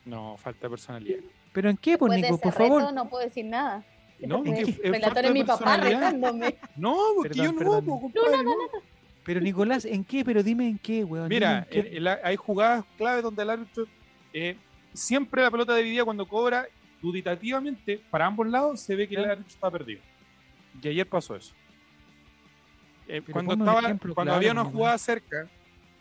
Speaker 3: No, falta personalidad.
Speaker 1: ¿Pero en qué, pues
Speaker 2: Después de
Speaker 1: Nico,
Speaker 2: ese
Speaker 1: por
Speaker 2: reto,
Speaker 1: favor?
Speaker 2: no puedo decir nada.
Speaker 3: No,
Speaker 2: Porque
Speaker 3: es que- es
Speaker 2: relator
Speaker 3: falta
Speaker 2: es
Speaker 3: de
Speaker 2: mi papá
Speaker 3: personalidad.
Speaker 2: retándome.
Speaker 3: No, porque
Speaker 1: Perdón,
Speaker 3: yo
Speaker 1: perdón.
Speaker 3: no, po,
Speaker 2: No,
Speaker 3: compadre, no.
Speaker 1: Pero Nicolás, ¿en qué? Pero dime en qué, weón. dime
Speaker 3: Mira,
Speaker 1: en qué.
Speaker 3: el- el- hay jugadas clave donde el árbitro eh, siempre la pelota dividida cuando cobra duditativamente para ambos lados se ve que el
Speaker 1: Claro.
Speaker 3: árbitro está perdido. Y ayer pasó eso. Eh,
Speaker 1: Pero
Speaker 3: cuando
Speaker 1: ponme un
Speaker 3: estaba,
Speaker 1: ejemplo ¿eh?
Speaker 3: cuando
Speaker 1: claro,
Speaker 3: había una
Speaker 1: Nicolás.
Speaker 3: jugada cerca,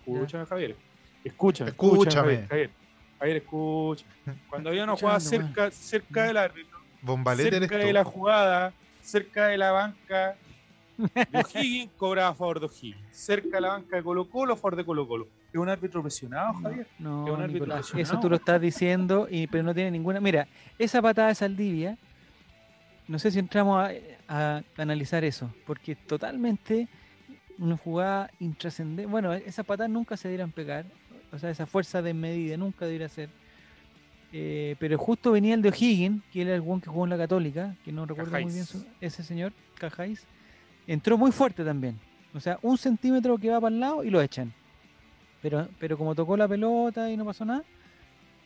Speaker 3: escúchame Javier, escúchame,
Speaker 4: Escúchame.
Speaker 3: Javier, Javier, Javier, escucha. Cuando había una jugada
Speaker 1: Escuchando,
Speaker 3: cerca,
Speaker 1: Mm.
Speaker 3: cerca del árbitro
Speaker 4: Bombalete eres
Speaker 3: cerca de
Speaker 4: tú.
Speaker 3: la jugada, cerca de la banca de O'Higgins, cobraba a favor de O'Higgins. Cerca de la banca de Colo Colo, a favor de Colo Colo. Es un árbitro presionado, Javier.
Speaker 1: No,
Speaker 3: que un árbitro
Speaker 1: Nicolás,
Speaker 3: lesionado.
Speaker 1: eso tú lo estás diciendo, y, pero no tiene ninguna. Mira, esa patada de Saldivia, no sé si entramos a, a analizar eso, porque totalmente una jugada intrascendente. Bueno, esas patadas nunca se debieran pegar, o sea, esa fuerza desmedida nunca debiera ser. Eh, pero justo venía el de O'Higgins, que era el buen que jugó en la Católica, que no recuerdo muy
Speaker 3: Cajáis.
Speaker 1: bien su- ese señor, Cajáis, entró muy fuerte también. O sea, un centímetro que va para el lado y lo echan. Pero, pero como tocó la pelota y no pasó nada,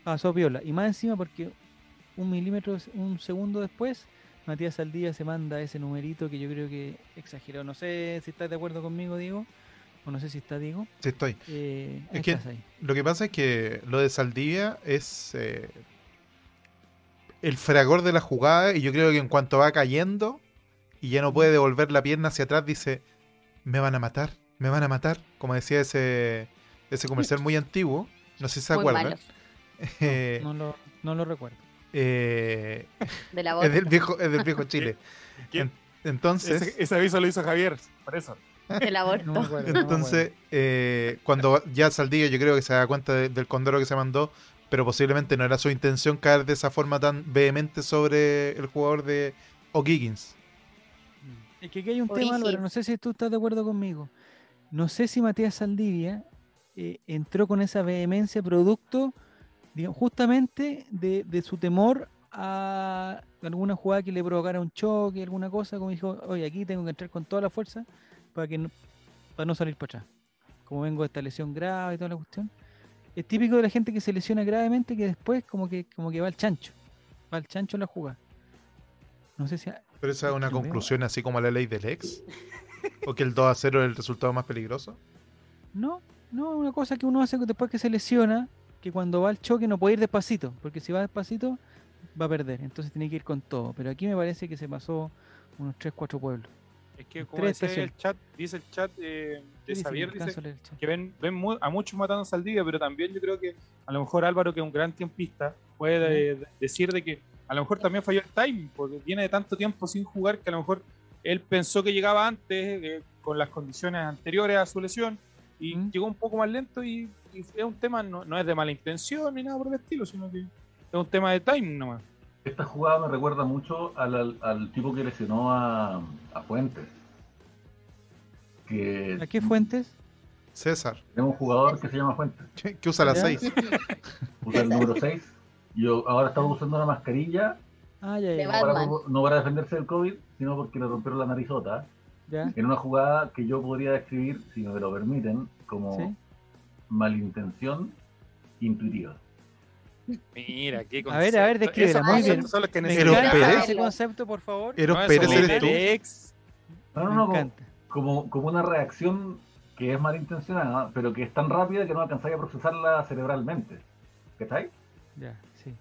Speaker 1: pasó viola. Y más encima porque un milímetro, un segundo después, Matías Saldivia se manda ese numerito que yo creo que exageró. No sé si estás de acuerdo conmigo, Diego, o no sé si está Diego.
Speaker 4: Sí, estoy.
Speaker 1: Eh, ahí
Speaker 4: Es que-
Speaker 1: estás ahí.
Speaker 4: Lo que pasa es que lo de Saldivia es. eh, el fragor de la jugada y yo creo que en cuanto va cayendo y ya no puede devolver la pierna hacia atrás, dice, me van a matar, me van a matar, como decía ese, ese comercial muy antiguo, no sé si se
Speaker 6: Muy
Speaker 4: acuerdan.
Speaker 6: malo.
Speaker 4: Eh,
Speaker 1: No lo, no lo recuerdo.
Speaker 4: eh,
Speaker 6: De la voz.
Speaker 4: es, del viejo, es del viejo Chile.
Speaker 3: ¿Quién?
Speaker 4: En- Entonces...
Speaker 3: Ese, ese aviso lo hizo Javier, por eso.
Speaker 6: Del
Speaker 1: No me
Speaker 6: aborto.
Speaker 1: acuerdo, no me
Speaker 4: Entonces, eh, cuando ya Saldillo yo creo que se da cuenta de- del condoro que se mandó, pero posiblemente no era su intención caer de esa forma tan vehemente sobre el jugador de O'Higgins.
Speaker 1: acuerdo. Es que aquí hay un
Speaker 6: Origin.
Speaker 1: tema, Álvaro, no sé si tú estás de acuerdo conmigo. No sé si Matías Saldivia eh, entró con esa vehemencia producto, digamos, justamente de, de su temor a alguna jugada que le provocara un choque, alguna cosa, como dijo, oye, aquí tengo que entrar con toda la fuerza para que no, para no salir para atrás. Como vengo de esta lesión grave y toda la cuestión. Es típico de la gente que se lesiona gravemente que después como que, como que va al chancho. Va al chancho en la jugada. No sé si a-
Speaker 4: Pero esa es una
Speaker 1: Lo veo.
Speaker 4: conclusión así como la ley del ex. O que el 2 a 0 es el resultado más peligroso.
Speaker 1: No, no, una cosa que uno hace después que se lesiona, que cuando va al choque no puede ir despacito, porque si va despacito va a perder, entonces tiene que ir con todo. Pero aquí me parece que se pasó unos 3, 4 pueblos.
Speaker 3: Es que como
Speaker 1: Tres
Speaker 3: dice el
Speaker 1: estaciones.
Speaker 3: chat, dice el chat eh, de
Speaker 1: Sí, sí,
Speaker 3: Javier,
Speaker 1: alcanzo
Speaker 3: dice
Speaker 1: a leer el chat.
Speaker 3: que ven, ven mu- a muchos matando a Saldivia, pero también yo creo que a lo mejor Álvaro, que es un gran tiempista, puede eh, decir de que a lo mejor también falló el timing, porque viene de tanto tiempo sin jugar que a lo mejor él pensó que llegaba antes eh, con las condiciones anteriores a su lesión y
Speaker 1: Mm.
Speaker 3: llegó un poco más lento y, y es un tema, no, no es de mala intención ni nada por el estilo, sino que es un tema de timing nomás.
Speaker 5: Esta jugada me recuerda mucho al, al, al tipo que lesionó a, a Fuentes. Que
Speaker 1: ¿A qué fuentes?
Speaker 4: César,
Speaker 5: tenemos un jugador que se llama Fuentes.
Speaker 4: que que usa la
Speaker 1: Ya.
Speaker 4: 6.
Speaker 5: Usa el número 6. Yo ahora estaba usando una mascarilla,
Speaker 1: Ah, ya,
Speaker 6: Se
Speaker 1: ya,
Speaker 5: no para,
Speaker 6: Batman.
Speaker 5: no para defenderse del COVID, sino porque le rompieron la narizota.
Speaker 1: ya,
Speaker 5: En una jugada que yo podría describir, si me lo permiten, como
Speaker 1: sí.
Speaker 5: malintención intuitiva.
Speaker 3: Mira, qué
Speaker 1: A ver, a ver, descríbela,
Speaker 3: Esos
Speaker 1: muy bien.
Speaker 3: conceptos Son los que
Speaker 1: Me
Speaker 4: Pero
Speaker 3: necesitamos.
Speaker 1: encanta
Speaker 4: Pérez-
Speaker 1: ese concepto, por favor.
Speaker 4: Eros
Speaker 3: No, eso
Speaker 4: Pérez
Speaker 3: es
Speaker 4: eres tú.
Speaker 3: Lex.
Speaker 5: Eh, No, no,
Speaker 1: Me
Speaker 5: no, como-
Speaker 1: encanta.
Speaker 5: como, como una reacción que es malintencionada, pero que es tan rápida que no alcanzáis a procesarla cerebralmente. ¿Cachai?
Speaker 1: Ya, sí.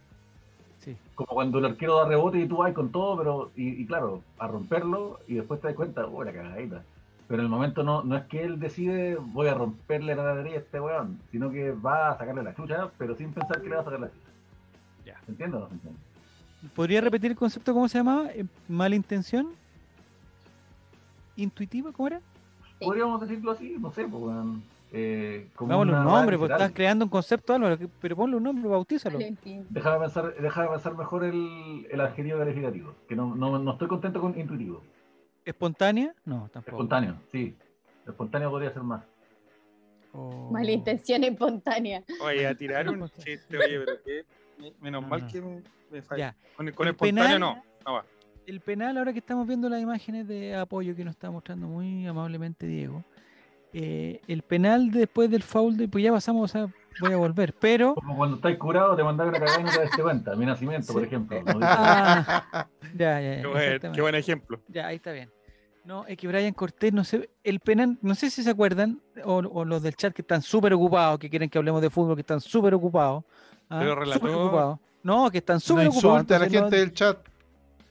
Speaker 1: Sí.
Speaker 5: Como cuando el arquero da rebote y tú vas con todo, pero y, y claro, a romperlo y después te das cuenta, oh, la cagadita. Pero en el momento no, no es que él decide, voy a romperle la nariz a este weón, sino que va a sacarle la chucha, pero sin pensar que le va a sacar la chucha.
Speaker 3: Ya.
Speaker 5: ¿Se entiende o no se entiende?
Speaker 1: ¿Podría repetir el concepto cómo se llamaba? Eh, ¿Malintención? ¿Intuitiva? ¿Cómo era?
Speaker 6: Sí.
Speaker 5: Podríamos decirlo así, no sé, pues, weón. Eh, como
Speaker 1: Dámosle un
Speaker 5: una
Speaker 1: nombre,
Speaker 5: weá
Speaker 1: porque
Speaker 5: visceral.
Speaker 1: pues, estás creando un concepto, Álvaro, que- pero ponle un nombre, bautízalo.
Speaker 5: Déjame pensar, déjame pensar mejor el, el adjetivo calificativo, que no, no, no estoy contento con intuitivo.
Speaker 1: Oh. ¿Espontánea? No, tampoco.
Speaker 5: Espontáneo, sí. Espontáneo podría ser más.
Speaker 1: O-
Speaker 6: Malintención espontánea.
Speaker 3: Oye, a tirar un
Speaker 1: Espontáneo.
Speaker 3: chiste, oye, pero qué. me- Menos
Speaker 1: No,
Speaker 3: mal
Speaker 1: no.
Speaker 3: que me, me falló.
Speaker 1: Ah. Ya.
Speaker 3: Con, el- con
Speaker 1: El
Speaker 3: espontáneo
Speaker 1: penal-
Speaker 3: no. No va.
Speaker 1: El penal, ahora que estamos viendo las imágenes de apoyo que nos está mostrando muy amablemente Diego, eh, el penal después del foul, de, pues ya pasamos, o sea, voy a volver, pero...
Speaker 5: Como cuando estás curado, te mandan una cagada y no te das cuenta. Mi nacimiento, por ejemplo. como dice.
Speaker 1: Ah, ya, ya, ya,
Speaker 3: Qué buen,
Speaker 1: exactamente.
Speaker 3: qué buen ejemplo.
Speaker 1: Ya, ahí está bien. No, es que Brian Cortés, no sé, el penal, no sé si se acuerdan, o, o los del chat que están súper ocupados, que quieren que hablemos de fútbol, que están súper ocupados. ¿ah?
Speaker 3: Pero relator.
Speaker 1: Superocupados. No, que están
Speaker 4: No
Speaker 1: súper ocupados.
Speaker 4: insulta a la
Speaker 1: entonces no-
Speaker 4: gente del chat.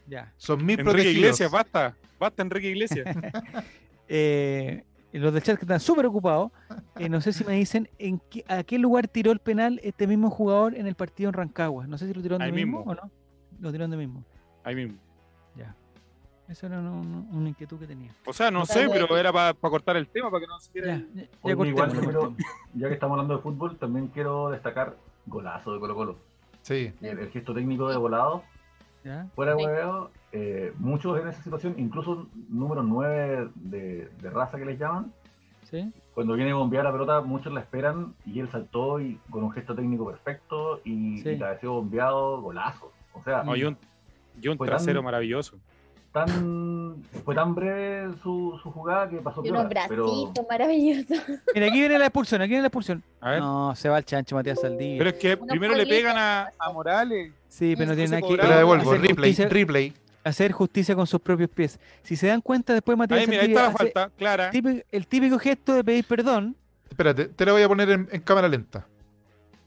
Speaker 1: Ya.
Speaker 4: Son mis
Speaker 3: Enrique
Speaker 4: protegidos.
Speaker 3: Iglesias, basta. Basta, Enrique Iglesias.
Speaker 1: eh, los del chat que están súper ocupados, eh, no sé si me dicen en qué, a qué lugar tiró el penal este mismo jugador en el partido en Rancagua. No sé si lo tiró donde
Speaker 3: Ahí
Speaker 1: mismo,
Speaker 3: mismo.
Speaker 1: o no. Lo tiró donde mismo.
Speaker 3: Ahí mismo.
Speaker 1: Ya. Esa era una, una- una inquietud que tenía.
Speaker 3: O sea, no sé, pero era para cortar el tema, para que no se quiera.
Speaker 1: Ya,
Speaker 3: el-
Speaker 1: ya, ya
Speaker 5: Oye,
Speaker 1: cortemos,
Speaker 5: igual
Speaker 1: ya
Speaker 5: yo creo-
Speaker 1: cortemos.
Speaker 5: Ya que estamos hablando de fútbol, también quiero destacar golazo de Colo Colo.
Speaker 4: Sí.
Speaker 5: El, el gesto técnico de volado,
Speaker 1: Ya.
Speaker 5: fuera de
Speaker 6: Sí.
Speaker 5: hueveo, eh, muchos en esa situación, incluso número 9 de, de raza que les llaman,
Speaker 1: ¿Sí?
Speaker 5: cuando viene a bombear la pelota, muchos la esperan y él saltó y con un gesto técnico perfecto y,
Speaker 1: Sí.
Speaker 5: y la deseó bombeado, golazo. O sea,
Speaker 3: No, y un, y un
Speaker 1: Pues
Speaker 5: Fue tan-
Speaker 3: trasero maravilloso.
Speaker 5: tan, fue tan breve su, su jugada que pasó
Speaker 6: Y unos
Speaker 5: piola, pero
Speaker 6: bracitos maravillosos.
Speaker 1: Mira, aquí viene la expulsión, aquí viene la expulsión.
Speaker 3: A ver.
Speaker 1: No, se va el chancho Matías Saldí.
Speaker 3: Pero es que
Speaker 6: Unos
Speaker 3: primero le
Speaker 6: palitos.
Speaker 3: pegan a, a Morales.
Speaker 1: sí, pero no tiene
Speaker 3: se
Speaker 1: nada que
Speaker 4: Te
Speaker 3: cobraba.
Speaker 4: la devuelvo.
Speaker 1: hacer
Speaker 4: Replay,
Speaker 1: justicia-
Speaker 4: replay.
Speaker 1: hacer justicia con sus propios pies. Si se dan cuenta, después Matías
Speaker 3: Ahí, mira, ahí
Speaker 1: Saldivia
Speaker 3: está la
Speaker 1: hace
Speaker 3: falta, clara.
Speaker 1: típico- el típico gesto de pedir perdón.
Speaker 4: Espérate, te la voy a poner en, en cámara lenta.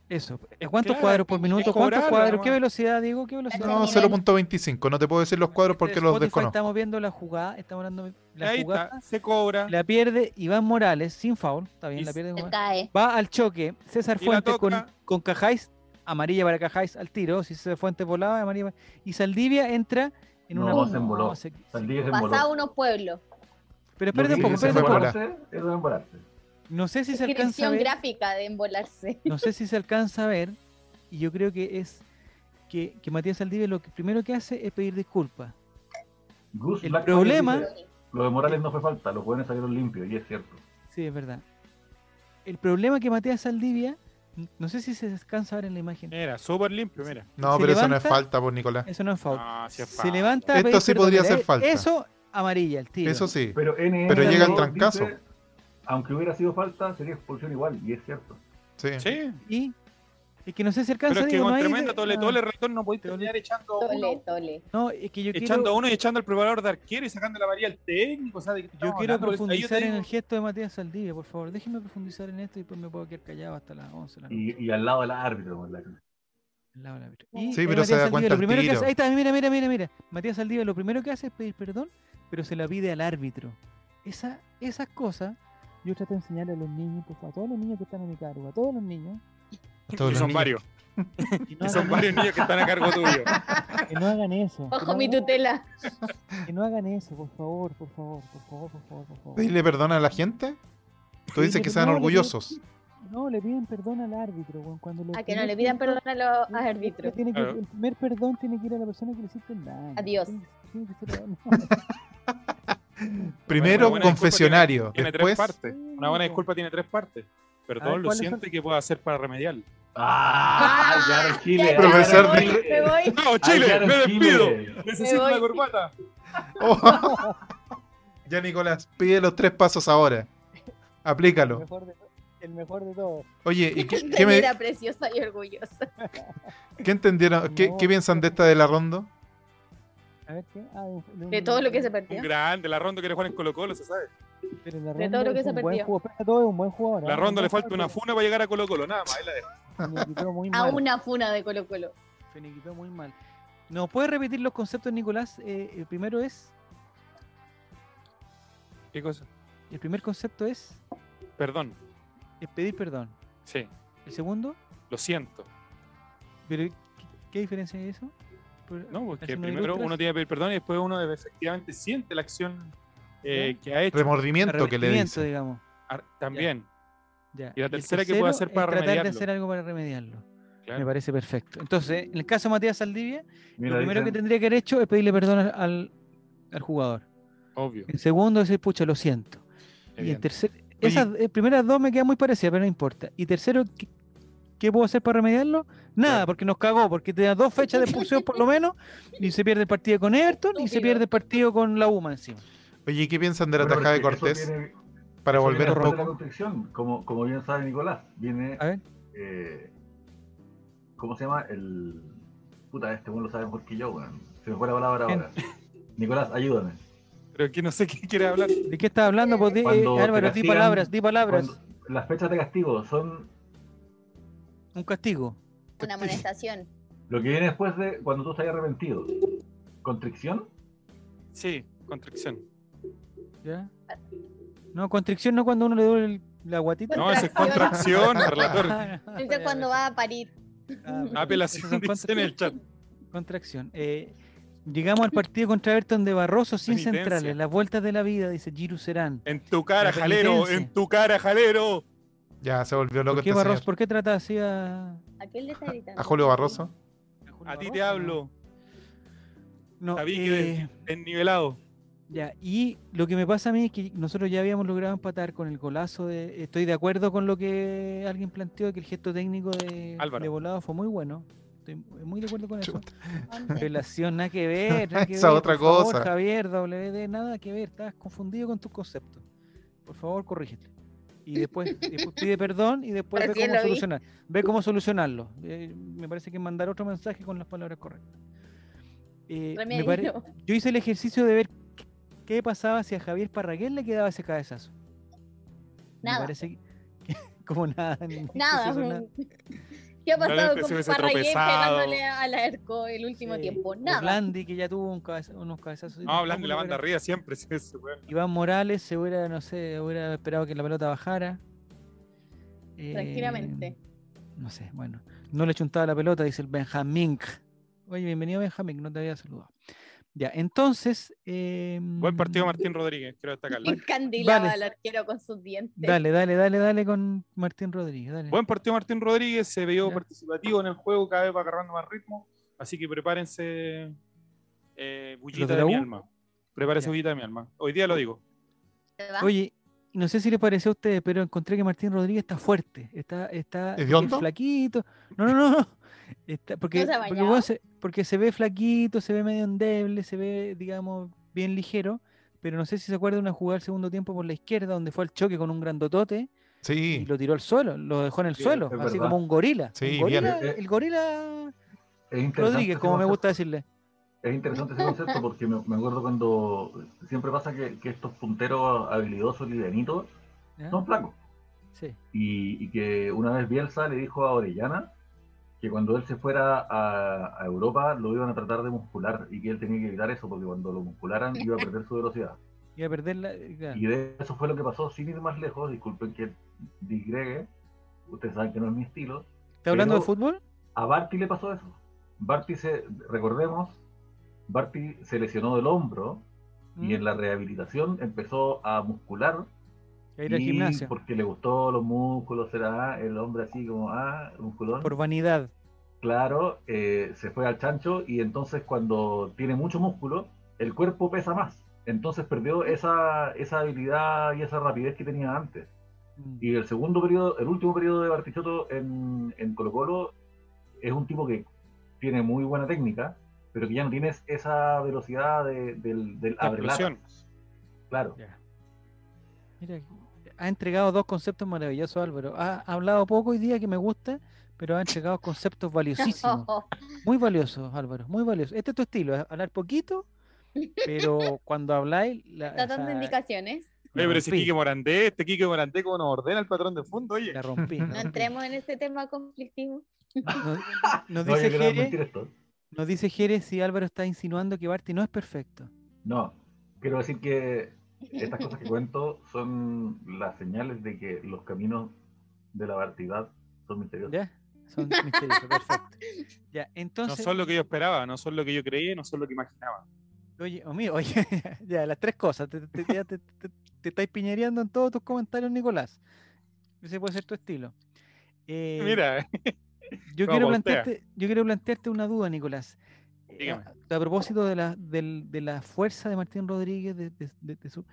Speaker 1: Eso. Eh, ¿Cuántos
Speaker 3: claro,
Speaker 1: cuadros por
Speaker 3: es
Speaker 1: minuto? ¿Cuántos
Speaker 3: cobrarlo
Speaker 1: cuadros?
Speaker 3: nomás.
Speaker 1: ¿Qué velocidad, digo? ¿Qué velocidad?
Speaker 4: No, 0.25. No te puedo decir los cuadros porque los
Speaker 1: eh, Spotify
Speaker 4: desconozco.
Speaker 1: Estamos viendo la jugada, estamos hablando de la
Speaker 3: Ahí
Speaker 1: jugada.
Speaker 3: está, se cobra.
Speaker 1: La pierde Iván Morales sin foul. Está bien,
Speaker 3: Y
Speaker 1: la pierde.
Speaker 6: Se
Speaker 1: Iván.
Speaker 6: cae.
Speaker 1: Va al choque. César
Speaker 3: Y la
Speaker 1: Fuentes con,
Speaker 3: toca.
Speaker 1: con Cajáis. Amarilla para Cajáis al tiro. Si César Fuentes volaba, amarilla. para- Y Saldivia entra en
Speaker 5: No,
Speaker 1: una.
Speaker 5: se emboló.
Speaker 1: se- se-
Speaker 5: Saldivia se emboló.
Speaker 6: Pasaba unos pueblos.
Speaker 1: Pero
Speaker 5: Lo que
Speaker 1: espérate un poco,
Speaker 5: dice
Speaker 1: espérate un poco.
Speaker 4: emboló.
Speaker 5: embolarse es embolarse.
Speaker 1: No sé si se alcanza a
Speaker 6: Descripción
Speaker 1: ver.
Speaker 6: gráfica de embolarse.
Speaker 1: No sé si se alcanza a ver. Y yo creo que es que, que Matías Saldivia lo que primero que hace es pedir disculpas.
Speaker 5: Gus
Speaker 1: El
Speaker 5: Blackman
Speaker 1: problema-
Speaker 5: dice, Lo de Morales no fue falta, los jóvenes salieron limpios, y es cierto.
Speaker 1: Sí, es verdad. El problema que Matías Saldivia, n- no sé si se alcanza a ver en la imagen.
Speaker 3: Mira, súper limpio, mira.
Speaker 4: No,
Speaker 1: se
Speaker 4: pero eso no es
Speaker 1: levanta-
Speaker 4: falta por Nicolás.
Speaker 1: Eso no es foul.
Speaker 3: Ah, sí es
Speaker 1: se
Speaker 3: falta.
Speaker 1: levanta. a
Speaker 4: Esto
Speaker 1: pedir
Speaker 4: sí
Speaker 1: perdón.
Speaker 4: podría ser
Speaker 1: Eh,
Speaker 4: falta.
Speaker 1: Eso, amarilla, el tiro.
Speaker 4: Eso sí.
Speaker 5: Pero, NN
Speaker 4: Pero
Speaker 1: llega el
Speaker 5: dice,
Speaker 4: trancazo.
Speaker 5: aunque hubiera sido falta, sería expulsión igual, y es cierto.
Speaker 4: Sí.
Speaker 3: Sí,
Speaker 1: Y es que no sé si alcanza.
Speaker 3: pero es que
Speaker 1: digo, no
Speaker 3: con
Speaker 1: hay-
Speaker 3: tremenda tole,
Speaker 1: ah,
Speaker 3: tole ratón no podéis terminar echando a
Speaker 6: Tole,
Speaker 3: uno,
Speaker 6: tole.
Speaker 1: No, es que yo
Speaker 3: echando a
Speaker 1: quiero,
Speaker 3: uno y echando al preparador de arquero y sacando la varilla al técnico. o sea, ¿de qué
Speaker 1: yo
Speaker 3: estamos
Speaker 1: quiero
Speaker 3: hablando? Porque ahí yo te
Speaker 1: profundizar en
Speaker 3: digo,
Speaker 1: el gesto de Matías Saldivia, por favor. Déjeme profundizar en esto y después me puedo quedar callado hasta las 11. de la noche.
Speaker 5: Y, y al lado del árbitro. con la-
Speaker 1: al lado del árbitro. Y
Speaker 4: Sí,
Speaker 1: ahí
Speaker 4: pero se
Speaker 1: Matías
Speaker 4: da
Speaker 1: Saldivia,
Speaker 4: cuenta
Speaker 1: lo
Speaker 4: al
Speaker 1: primero que
Speaker 4: tiro.
Speaker 1: hace- ahí está, mira, mira, mira, mira. Matías Saldivia lo primero que hace es pedir perdón, pero se la pide al árbitro. Esa, esas cosas yo trato de enseñarle a los niños, por favor, a todos los niños que están a mi cargo, a todos los niños.
Speaker 4: A todos
Speaker 3: que
Speaker 4: los
Speaker 3: son
Speaker 4: niños.
Speaker 3: varios,
Speaker 1: Que no
Speaker 3: que son
Speaker 1: hagan
Speaker 3: varios niños que están a cargo tuyo.
Speaker 1: eso, que no hagan eso. que
Speaker 6: Bajo
Speaker 1: no
Speaker 6: mi
Speaker 1: hagan-
Speaker 6: tutela.
Speaker 1: Que no hagan eso, por favor, por favor, por favor, por favor, por favor.
Speaker 4: ¿Pedirle perdón a la gente? Tú
Speaker 1: Pedirle
Speaker 4: dices que sean
Speaker 1: perdón, le piden-
Speaker 4: orgullosos.
Speaker 1: No, le piden perdón al árbitro, weón, cuando lo
Speaker 6: A Ah, que no le
Speaker 1: primer
Speaker 6: pidan
Speaker 1: punto-
Speaker 6: perdón a los
Speaker 1: tiene-
Speaker 6: árbitros.
Speaker 1: tiene que-
Speaker 3: Claro.
Speaker 1: El primer perdón tiene que ir a la persona que le hiciste el daño.
Speaker 6: Adiós.
Speaker 1: Tiene- tiene que ser- no.
Speaker 4: Primero,
Speaker 3: buena disculpa
Speaker 4: confesionario.
Speaker 3: Tiene tres
Speaker 4: Después,
Speaker 3: partes. Una buena disculpa tiene tres partes.
Speaker 1: A ver,
Speaker 3: Perdón, lo
Speaker 1: ¿cuáles
Speaker 3: siente que puedo hacer para remediarlo.
Speaker 5: ¡Ah! Claro, Chile.
Speaker 4: claro, Profesor
Speaker 5: claro,
Speaker 4: de-
Speaker 5: Chile.
Speaker 6: Me voy.
Speaker 3: ¡No,
Speaker 5: Ay,
Speaker 3: Chile!
Speaker 5: claro,
Speaker 3: ¡Me
Speaker 5: Chile.
Speaker 3: despido! ¡Necesito
Speaker 6: voy.
Speaker 3: una corbata!
Speaker 4: Oh. ya, Nicolás, pide los tres pasos ahora.
Speaker 1: El
Speaker 4: Aplícalo.
Speaker 1: mejor de, el mejor de todos.
Speaker 4: Oye, ¿y qué, qué
Speaker 6: Qué
Speaker 4: me-
Speaker 6: preciosa y orgullosa.
Speaker 4: qué entendieron? ¿Qué,
Speaker 1: No.
Speaker 4: qué piensan de esta de la rondo?
Speaker 1: A ver qué. Ah, de, un-
Speaker 6: De
Speaker 1: un-
Speaker 6: todo lo que se
Speaker 3: Un
Speaker 6: perdió.
Speaker 3: grande, la ronda quiere jugar en Colo Colo, se sabe.
Speaker 1: pero la
Speaker 6: de
Speaker 1: Rondo
Speaker 6: todo lo
Speaker 1: es
Speaker 6: que se
Speaker 1: un buen
Speaker 6: perdió.
Speaker 1: jugador, pero todo es un buen jugador. ¿ah?
Speaker 3: La
Speaker 1: Un
Speaker 3: ronda
Speaker 1: buen
Speaker 3: le falta una
Speaker 1: jugador,
Speaker 3: funa para llegar a Colo Colo, nada más. ahí la dejo.
Speaker 1: pero finiquitó muy
Speaker 6: A
Speaker 1: mal,
Speaker 6: una funa de Colo Colo.
Speaker 1: finiquitó muy mal. ¿Nos puedes repetir los conceptos, Nicolás? Eh, el primero es.
Speaker 3: ¿Qué cosa?
Speaker 1: El primer concepto es,
Speaker 3: Perdón.
Speaker 1: es pedir perdón.
Speaker 3: Sí,
Speaker 1: El segundo,
Speaker 3: lo siento.
Speaker 1: pero ¿qué, qué diferencia hay eso? Por-
Speaker 3: No,
Speaker 1: a ver
Speaker 3: porque
Speaker 1: si nos
Speaker 3: primero
Speaker 1: ilustras.
Speaker 3: uno tiene que pedir perdón y después uno debe- efectivamente siente la acción eh, que ha hecho
Speaker 4: Remordimiento que le
Speaker 1: Arrepentimiento,
Speaker 4: dice.
Speaker 1: digamos.
Speaker 3: Ar- también.
Speaker 1: Ya.
Speaker 3: Y la
Speaker 1: el
Speaker 3: tercera que puede
Speaker 1: tercero
Speaker 3: hacer
Speaker 1: es
Speaker 3: para
Speaker 1: tratar de
Speaker 3: remediarlo.
Speaker 1: hacer algo para remediarlo.
Speaker 3: Claro.
Speaker 1: Me parece perfecto. Entonces, en el caso de Matías Saldivia,
Speaker 5: Mira,
Speaker 1: lo primero que
Speaker 5: dicen,
Speaker 1: tendría que haber hecho es pedirle perdón al, al- al jugador.
Speaker 3: Obvio.
Speaker 1: El segundo es decir, pucha, lo siento. Y el
Speaker 3: evidente.
Speaker 1: tercer, esas eh, primeras dos me quedan muy parecidas, pero no importa. Y tercero, ¿qué, qué puedo hacer para remediarlo? Nada, porque nos cagó, porque te da dos fechas de expulsión por lo menos, y se pierde el partido con Everton, y se
Speaker 6: Estúpido.
Speaker 1: pierde el partido con la UMA encima.
Speaker 4: Oye, ¿y ¿qué piensan de la
Speaker 5: bueno, pero
Speaker 4: tajada de
Speaker 5: es que
Speaker 4: Cortés?
Speaker 5: eso viene-
Speaker 4: Para
Speaker 5: eso
Speaker 4: volver
Speaker 5: viene
Speaker 4: un
Speaker 5: después de la
Speaker 4: poco.
Speaker 5: constricción, como, como bien sabe Nicolás, viene.
Speaker 1: A ver.
Speaker 5: eh, ¿Cómo se llama? El. Puta, este bueno lo sabe mejor que yo, weón. Se me fue la palabra
Speaker 1: ¿Quién?
Speaker 5: ahora. Nicolás, ayúdame.
Speaker 3: Pero que no sé qué quiere hablar.
Speaker 1: ¿De qué estás hablando? Pues, di, eh,
Speaker 5: Cuando te
Speaker 1: Álvaro, di
Speaker 5: castigan-
Speaker 1: palabras, di palabras.
Speaker 5: Cuando- las fechas de castigo son
Speaker 1: Un castigo.
Speaker 6: Una amonestación.
Speaker 5: lo que viene después de cuando tú estás arrepentido. Constricción,
Speaker 3: Sí, constricción.
Speaker 1: ¿ya? No, constricción no cuando uno le duele el- la guatita.
Speaker 3: No, eso es contracción, relator.
Speaker 1: Ah,
Speaker 3: Ah,
Speaker 6: Dice cuando va a parir.
Speaker 1: Esas son
Speaker 3: Apelación, dice en el chat.
Speaker 1: Contracción. Eh, llegamos al partido contra Everton de Barroso sin
Speaker 3: Penitencia.
Speaker 1: centrales. Las vueltas de la vida, dice Giru Serán.
Speaker 3: En tu cara,
Speaker 1: La
Speaker 3: jalero,
Speaker 1: penitencia.
Speaker 3: en tu cara, jalero.
Speaker 4: Ya se volvió loco
Speaker 1: ¿Por qué,
Speaker 4: este
Speaker 1: Barroso,
Speaker 4: señor.
Speaker 1: ¿Por qué trata así a,
Speaker 6: ¿A quién le está gritando?
Speaker 4: A Julio Barroso.
Speaker 3: A ti te hablo.
Speaker 1: No,
Speaker 3: Sabí
Speaker 1: eh,
Speaker 3: que desnivelado.
Speaker 1: ya. Y lo que me pasa a mí es que nosotros ya habíamos logrado empatar con el golazo de. Estoy de acuerdo con lo que alguien planteó, que el gesto técnico de,
Speaker 3: Álvaro.
Speaker 1: de volado fue muy bueno. Estoy muy de acuerdo con eso.
Speaker 4: Chuta.
Speaker 6: ¿Dónde?
Speaker 1: Relación, nada que ver. nada que
Speaker 4: Esa
Speaker 1: ver,
Speaker 4: otra
Speaker 1: por favor,
Speaker 4: cosa.
Speaker 1: Javier, WD, nada que ver. Estás confundido con tus conceptos. Por favor, corrígete. Y después, después pide perdón y después ve
Speaker 6: Recién
Speaker 1: cómo,
Speaker 6: lo vi.
Speaker 1: solucionar, ve cómo solucionarlo. Eh, me parece que mandar otro mensaje con las palabras correctas. Eh, me
Speaker 6: Remedio.
Speaker 1: pare- Yo hice el ejercicio de ver qué- qué pasaba si a Javier Parragués le quedaba ese cabezazo. Me
Speaker 6: Nada.
Speaker 1: parece que- como nada. ni- ni que se hizo
Speaker 6: Nada. ¿Qué ha pasado
Speaker 3: Dale, que se
Speaker 4: pues,
Speaker 6: con
Speaker 3: hubiese
Speaker 6: Parragués
Speaker 3: tropezado.
Speaker 6: pegándole a la ERCO el último
Speaker 1: Sí. Pues
Speaker 6: tiempo?
Speaker 1: O
Speaker 6: Nada.
Speaker 1: Blandi, que ya tuvo un cabezazo- unos cabezazos.
Speaker 3: No, hablando de la banda
Speaker 1: Tampoco
Speaker 3: arriba siempre, sí, ese weón.
Speaker 1: lo- Iván Morales se hubiera, no sé, hubiera esperado que la pelota bajara. Eh,
Speaker 6: Tranquilamente.
Speaker 1: no sé, bueno. No le chuntaba la pelota, dice el Benjamín. Oye, bienvenido Benjamín, no te había saludado. Ya, entonces. em,
Speaker 3: Buen partido
Speaker 1: Martín.
Speaker 3: Martín Rodríguez, quiero destacarlo.
Speaker 6: Encandilaba
Speaker 1: Vale.
Speaker 6: al arquero con sus dientes.
Speaker 1: Dale, dale, dale, dale con Martín Rodríguez. Dale.
Speaker 3: Buen partido Martín Rodríguez, se vio
Speaker 1: Ya.
Speaker 3: participativo en el juego, cada vez va agarrando más ritmo, así que prepárense eh,
Speaker 1: ¿Los
Speaker 3: bullita
Speaker 1: de
Speaker 3: de,
Speaker 1: la
Speaker 3: mi
Speaker 1: U?
Speaker 3: alma. Prepárense
Speaker 1: Ya.
Speaker 3: bullita de mi alma. Hoy día lo digo.
Speaker 6: Se va.
Speaker 1: Oye, no sé si les pareció a ustedes, pero encontré que Martín Rodríguez está fuerte. Está, está porque es
Speaker 4: ¿Hediondo?
Speaker 1: flaquito. No, no, no. no. Está, porque,
Speaker 6: se ha
Speaker 1: porque,
Speaker 6: bañado?
Speaker 1: bueno, se, porque se ve flaquito, se ve medio endeble, se ve, digamos, bien ligero. Pero no sé si se acuerdan de una jugada al segundo tiempo por la izquierda, donde fue al choque con un grandotote y
Speaker 4: Sí,
Speaker 1: lo tiró al suelo, lo dejó en el
Speaker 5: Sí,
Speaker 1: suelo,
Speaker 5: es
Speaker 1: así
Speaker 5: verdad.
Speaker 1: como un gorila.
Speaker 4: Sí,
Speaker 1: Un
Speaker 4: bien.
Speaker 1: gorila-
Speaker 5: Eh, eh.
Speaker 1: el gorila
Speaker 5: Es interesante
Speaker 1: Rodríguez,
Speaker 5: ese
Speaker 1: como me
Speaker 5: concepto.
Speaker 1: gusta decirle.
Speaker 5: Es interesante ese concepto porque me, me acuerdo cuando siempre pasa que, que estos punteros habilidosos livianitos
Speaker 1: ¿ya?
Speaker 5: son flacos.
Speaker 1: Sí.
Speaker 5: Y, y que una vez Bielsa le dijo a Orellana que cuando él se fuera a, a Europa lo iban a tratar de muscular y que él tenía que evitar eso porque cuando lo muscularan iba a perder su velocidad.
Speaker 1: Iba a perder la. claro.
Speaker 5: Y de eso fue lo que pasó sin ir más lejos. Disculpen que digregue, ustedes saben que no es mi estilo.
Speaker 1: ¿Está hablando de
Speaker 5: pero-
Speaker 1: fútbol?
Speaker 5: A Barty le pasó eso. Barty se, recordemos, Barty se lesionó del hombro
Speaker 1: ¿Mm?
Speaker 5: y en la rehabilitación empezó a muscular
Speaker 1: Mm, A ir al
Speaker 5: y
Speaker 1: gimnasio. Por,
Speaker 5: porque le gustó los músculos era el hombre así como ah musculón
Speaker 1: vanidad.
Speaker 5: claro eh, se fue al chancho y entonces cuando tiene mucho músculo el cuerpo pesa más entonces perdió esa, esa habilidad y esa rapidez que tenía antes
Speaker 1: Mm.
Speaker 5: y el segundo periodo el último periodo de Bartichotto en, en Colo Colo es un tipo que tiene muy buena técnica pero que ya no tienes esa velocidad de- del, del
Speaker 3: La
Speaker 5: abrelatas,
Speaker 3: explosión.
Speaker 5: claro
Speaker 1: Ya. Mira, ha entregado dos conceptos maravillosos, Álvaro. Ha hablado poco hoy día que me gusta, pero ha entregado conceptos
Speaker 6: Oh,
Speaker 1: valiosísimos. Muy valiosos, Álvaro, muy valiosos. Este es tu estilo, es hablar poquito, pero cuando habláis. La,
Speaker 6: Está
Speaker 1: o sea,
Speaker 6: dando indicaciones.
Speaker 1: la
Speaker 3: Oye, pero si
Speaker 1: rompí,
Speaker 3: Quique Morandé, este Quique Morandé, ¿cómo nos ordena el patrón de fondo? Oye,
Speaker 1: la rompí.
Speaker 6: No entremos en este tema conflictivo.
Speaker 1: Nos, nos
Speaker 5: no, yo
Speaker 1: dice
Speaker 5: quiero
Speaker 1: Jerez-
Speaker 5: admitir esto
Speaker 1: nos dice Jerez si Álvaro está insinuando que Barty no es perfecto.
Speaker 5: No, quiero decir que estas cosas que cuento son las señales de que los caminos de la vertidad son misteriosos.
Speaker 1: ¿Ya? Son misteriosos, perfecto. Ya,
Speaker 3: no
Speaker 1: entonces.
Speaker 3: son lo que yo esperaba, no son lo que yo creía, no son lo que imaginaba.
Speaker 1: Oye, oh, mira, oye, ya, las tres cosas. Te, te, ya te- te- te estáis piñereando en todos tus comentarios, Nicolás. Ese puede ser tu estilo. Eh,
Speaker 3: Mira,
Speaker 1: yo
Speaker 3: ¿cómo
Speaker 1: quiero,
Speaker 3: voltea?
Speaker 1: plantearte, yo quiero plantearte una duda, Nicolás. Eh,
Speaker 3: Dígame.
Speaker 1: A, a propósito de la, del- de la fuerza de Martín Rodríguez, de, de- de- de su-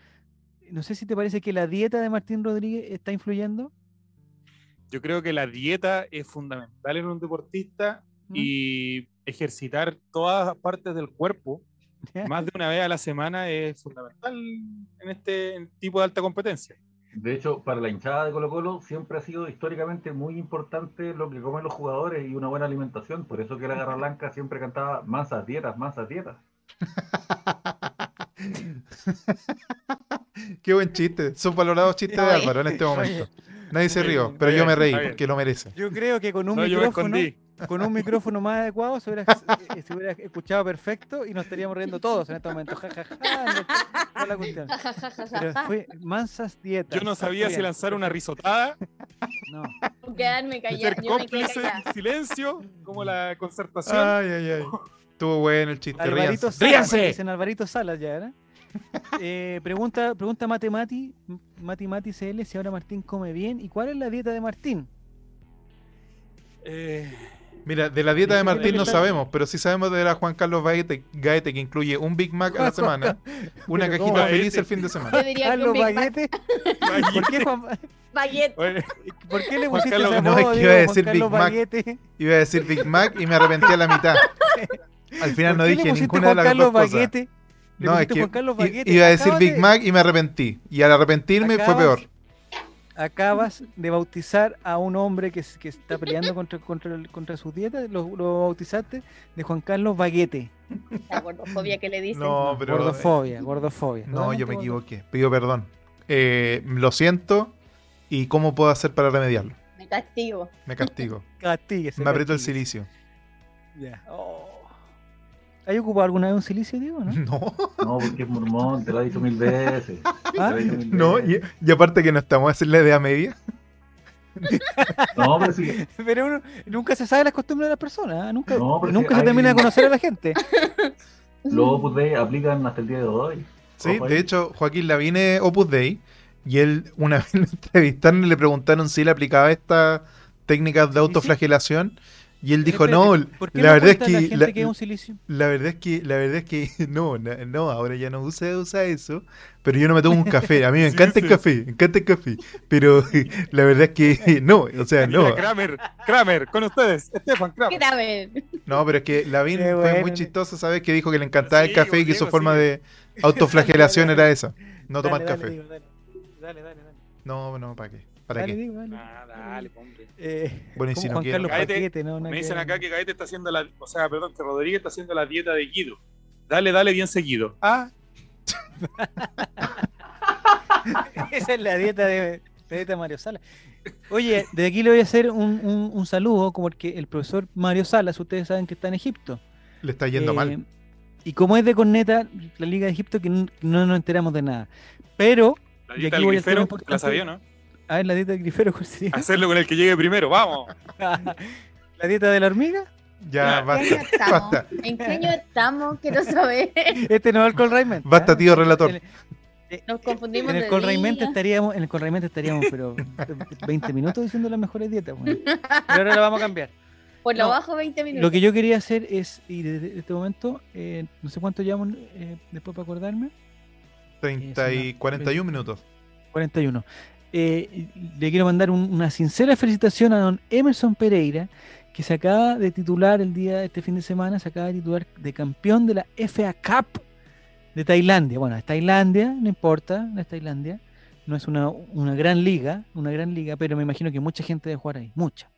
Speaker 1: no sé si te parece que la dieta de Martín Rodríguez está influyendo.
Speaker 3: yo creo que la dieta es fundamental en un deportista
Speaker 1: ¿Mm?
Speaker 3: y ejercitar todas las partes del cuerpo
Speaker 1: ¿Ya?
Speaker 3: más de una vez a la semana es fundamental en este tipo de alta competencia.
Speaker 5: De hecho, para la hinchada de Colo Colo siempre ha sido históricamente muy importante lo que comen los jugadores y una buena alimentación. Por eso que la Garra Blanca siempre cantaba masas, dietas, masas, dietas.
Speaker 4: qué buen chiste. Son valorados chistes de
Speaker 6: Oye.
Speaker 4: Álvaro en este momento. Nadie se
Speaker 3: Oye,
Speaker 4: rió, pero
Speaker 3: está
Speaker 4: yo me
Speaker 3: bien,
Speaker 4: reí
Speaker 3: está bien.
Speaker 4: porque lo merece.
Speaker 1: Yo creo que con un
Speaker 3: No, yo me
Speaker 1: micrófono.
Speaker 3: escondí.
Speaker 1: con un micrófono más adecuado se hubiera, eh, se hubiera escuchado perfecto y nos estaríamos riendo todos en este momento. Ja, ja, ja, no- toda la cuestión.
Speaker 6: Ja, ja, ja, ja,
Speaker 1: Pero
Speaker 6: ja.
Speaker 1: fue mansas dietas.
Speaker 3: Yo no sabía si
Speaker 1: Bien,
Speaker 3: lanzar una risotada,
Speaker 1: No.
Speaker 6: O Quedarme callada.
Speaker 3: ser
Speaker 6: Yo me quedé
Speaker 3: cómplice
Speaker 6: callada.
Speaker 3: en silencio, como la concertación.
Speaker 1: Ah.
Speaker 4: Ay, ay, ay. Estuvo bueno el chiste.
Speaker 1: Alvarito
Speaker 4: ríanse.
Speaker 1: Salas,
Speaker 4: ¡Ríanse!
Speaker 1: dicen Alvarito Salas ya, ¿verdad? Eh, pregunta, pregunta Mate Mati, Mati Mati CL, si ahora Martín come bien y cuál es la dieta de Martín.
Speaker 3: Eh,
Speaker 4: Mira, de la dieta de
Speaker 1: Dice que
Speaker 4: Martín
Speaker 1: la
Speaker 4: no
Speaker 1: dieta-
Speaker 4: sabemos, pero sí sabemos de la Juan Carlos Gaete, Gaete que incluye un Big Mac a la semana, una
Speaker 1: Pero
Speaker 4: cajita
Speaker 1: ¿cómo?
Speaker 4: feliz el fin de semana.
Speaker 6: Yo diría que
Speaker 1: Carlos
Speaker 6: un Big Mac-
Speaker 1: Baguete. ¿Por qué, Juan-
Speaker 6: baguette.
Speaker 3: oye,
Speaker 1: por qué le pusiste
Speaker 3: Carlos-
Speaker 1: ese
Speaker 4: no, es
Speaker 1: apodo,
Speaker 4: que
Speaker 1: Diego,
Speaker 4: iba a
Speaker 1: Juan
Speaker 4: decir Big
Speaker 1: Carlos
Speaker 4: Mac.
Speaker 1: Baguete?
Speaker 4: Iba a decir Big Mac y me arrepentí a la mitad. Al final
Speaker 1: ¿Por
Speaker 4: no
Speaker 1: qué le
Speaker 4: dije
Speaker 1: pusiste
Speaker 4: ninguna de
Speaker 1: Juan
Speaker 4: las
Speaker 1: Carlos
Speaker 4: dos cosas.
Speaker 1: Baguete? Le
Speaker 4: No, es
Speaker 1: pusiste
Speaker 4: que
Speaker 1: Juan Carlos
Speaker 4: i-
Speaker 1: Baguete.
Speaker 4: iba a decir
Speaker 1: Acabas
Speaker 4: Big
Speaker 1: de-
Speaker 4: Mac y me arrepentí. Y al arrepentirme fue
Speaker 1: Acabas-
Speaker 4: peor.
Speaker 1: Acabas de bautizar a un hombre que, s- que está peleando contra, contra, el- contra su dieta, lo, lo bautizaste de Juan Carlos Baguete.
Speaker 6: La gordofobia que le dicen.
Speaker 4: No, pero. eh,
Speaker 1: gordofobia, gordofobia.
Speaker 4: No, yo me
Speaker 1: Totalmente gordo-
Speaker 4: equivoqué. Pido perdón. Eh, lo siento. ¿Y cómo puedo hacer para remediarlo?
Speaker 6: Me castigo.
Speaker 4: Me castigo.
Speaker 1: Castíguese.
Speaker 4: Me aprieto el
Speaker 1: castíguese.
Speaker 4: silicio.
Speaker 1: Ya. Oh. ¿Hay ocupado alguna vez un silicio, Diego, no?
Speaker 4: No,
Speaker 5: No, porque es mormón, te lo he dicho mil veces. Te
Speaker 1: Ah,
Speaker 5: lo he dicho mil
Speaker 4: no,
Speaker 5: veces.
Speaker 4: y, y aparte que no estamos a hacerle de a media.
Speaker 5: No, pero sí.
Speaker 1: Pero uno nunca se sabe las costumbres de las personas, ¿ah? nunca,
Speaker 5: No, porque
Speaker 1: nunca se
Speaker 5: hay-
Speaker 1: termina de conocer a la gente.
Speaker 5: Los Opus Dei aplican hasta el día de hoy.
Speaker 4: Sí,
Speaker 5: Ojo ahí.
Speaker 4: de hecho, Joaquín Lavín es Opus Dei y él una vez lo entrevistaron y le preguntaron si él aplicaba estas técnicas de autoflagelación y él dijo, no,
Speaker 1: Espérate, ¿por qué
Speaker 4: la
Speaker 1: no
Speaker 4: verdad es
Speaker 1: cuenta la
Speaker 4: que
Speaker 1: gente
Speaker 4: la-
Speaker 1: que es un silicio?
Speaker 4: La verdad es que, la verdad es que no, na- no, ahora ya no usa, usa eso, pero yo no me tomo un café. A mí me
Speaker 3: Sí,
Speaker 4: encanta el
Speaker 3: sí.
Speaker 4: café, me encanta el café, pero la verdad es que no, o sea, no,
Speaker 3: Mira, Kramer, Kramer, con ustedes, Stefan Kramer.
Speaker 6: Grave.
Speaker 4: no, pero es que Lavín
Speaker 1: Qué
Speaker 4: fue muy
Speaker 1: bueno.
Speaker 4: chistoso, ¿sabes? Que dijo que le encantaba el
Speaker 3: Sigo,
Speaker 4: café y que su
Speaker 3: sigo,
Speaker 4: forma
Speaker 3: sigo.
Speaker 4: de autoflagelación era esa, no tomar
Speaker 1: Dale, dale,
Speaker 4: café.
Speaker 1: Diego, dale, dale, dale, dale.
Speaker 4: No, no, ¿para qué? ¿Para
Speaker 1: Dale,
Speaker 4: qué?
Speaker 1: Diego, dale.
Speaker 3: Ah, dale, hombre.
Speaker 1: Eh,
Speaker 4: Bueno, y
Speaker 1: como
Speaker 4: si no
Speaker 1: Juan
Speaker 4: quiero-
Speaker 1: Carlos
Speaker 3: Cállate.
Speaker 1: Paquete, no, nada
Speaker 3: Me
Speaker 1: que
Speaker 3: dicen
Speaker 1: ver.
Speaker 3: acá que Gaete está haciendo la, o sea, perdón, que Rodríguez está haciendo la dieta de Guido. Dale, dale bien seguido. Ah,
Speaker 1: Esa es la dieta de, la dieta de Mario Sala. Oye, desde aquí le voy a hacer un, un, un saludo, como el que el profesor Mario Salas, ustedes saben que está en Egipto.
Speaker 4: Le está yendo
Speaker 1: Eh,
Speaker 4: mal.
Speaker 1: Y como es de corneta, la Liga de Egipto, que n- no nos enteramos de nada. Pero,
Speaker 3: la
Speaker 1: Y
Speaker 3: dieta
Speaker 1: aquí
Speaker 3: del
Speaker 1: voy a hacer un
Speaker 3: grifero, la
Speaker 1: importante-
Speaker 3: sabía, ¿no?
Speaker 1: a ver, la dieta del grifero, ¿cuál sería?
Speaker 3: Hacerlo con el que llegue primero, vamos.
Speaker 1: ¿La dieta de la hormiga?
Speaker 2: Ah,
Speaker 4: Ya,
Speaker 3: ¿en
Speaker 6: ¿En qué
Speaker 4: basta,
Speaker 6: año estamos?
Speaker 4: basta,
Speaker 6: ¿En qué año estamos? Quiero saber.
Speaker 1: Este no es el Colraimente.
Speaker 4: basta, tío relator.
Speaker 6: Nos confundimos
Speaker 1: En el
Speaker 6: de
Speaker 1: Colraimente
Speaker 6: día.
Speaker 1: estaríamos, en el Colraimente estaríamos, pero 20 minutos diciendo las mejores dietas. bueno. Pero ahora la vamos a cambiar.
Speaker 6: Por lo
Speaker 1: No.
Speaker 6: bajo 20 minutos.
Speaker 1: Lo que yo quería hacer es, y desde este momento, eh, no sé cuánto llevamos eh, después para acordarme,
Speaker 4: 30 y 41 minutos.
Speaker 1: 41. Eh, le quiero mandar un- una sincera felicitación a don Emerson Pereira, que se acaba de titular el día, este fin de semana, se acaba de titular de campeón de la FA Cup de Tailandia. Bueno, es Tailandia, no importa, no es Tailandia. No es una, una gran liga, una gran liga, pero me imagino que mucha gente debe jugar ahí, mucha.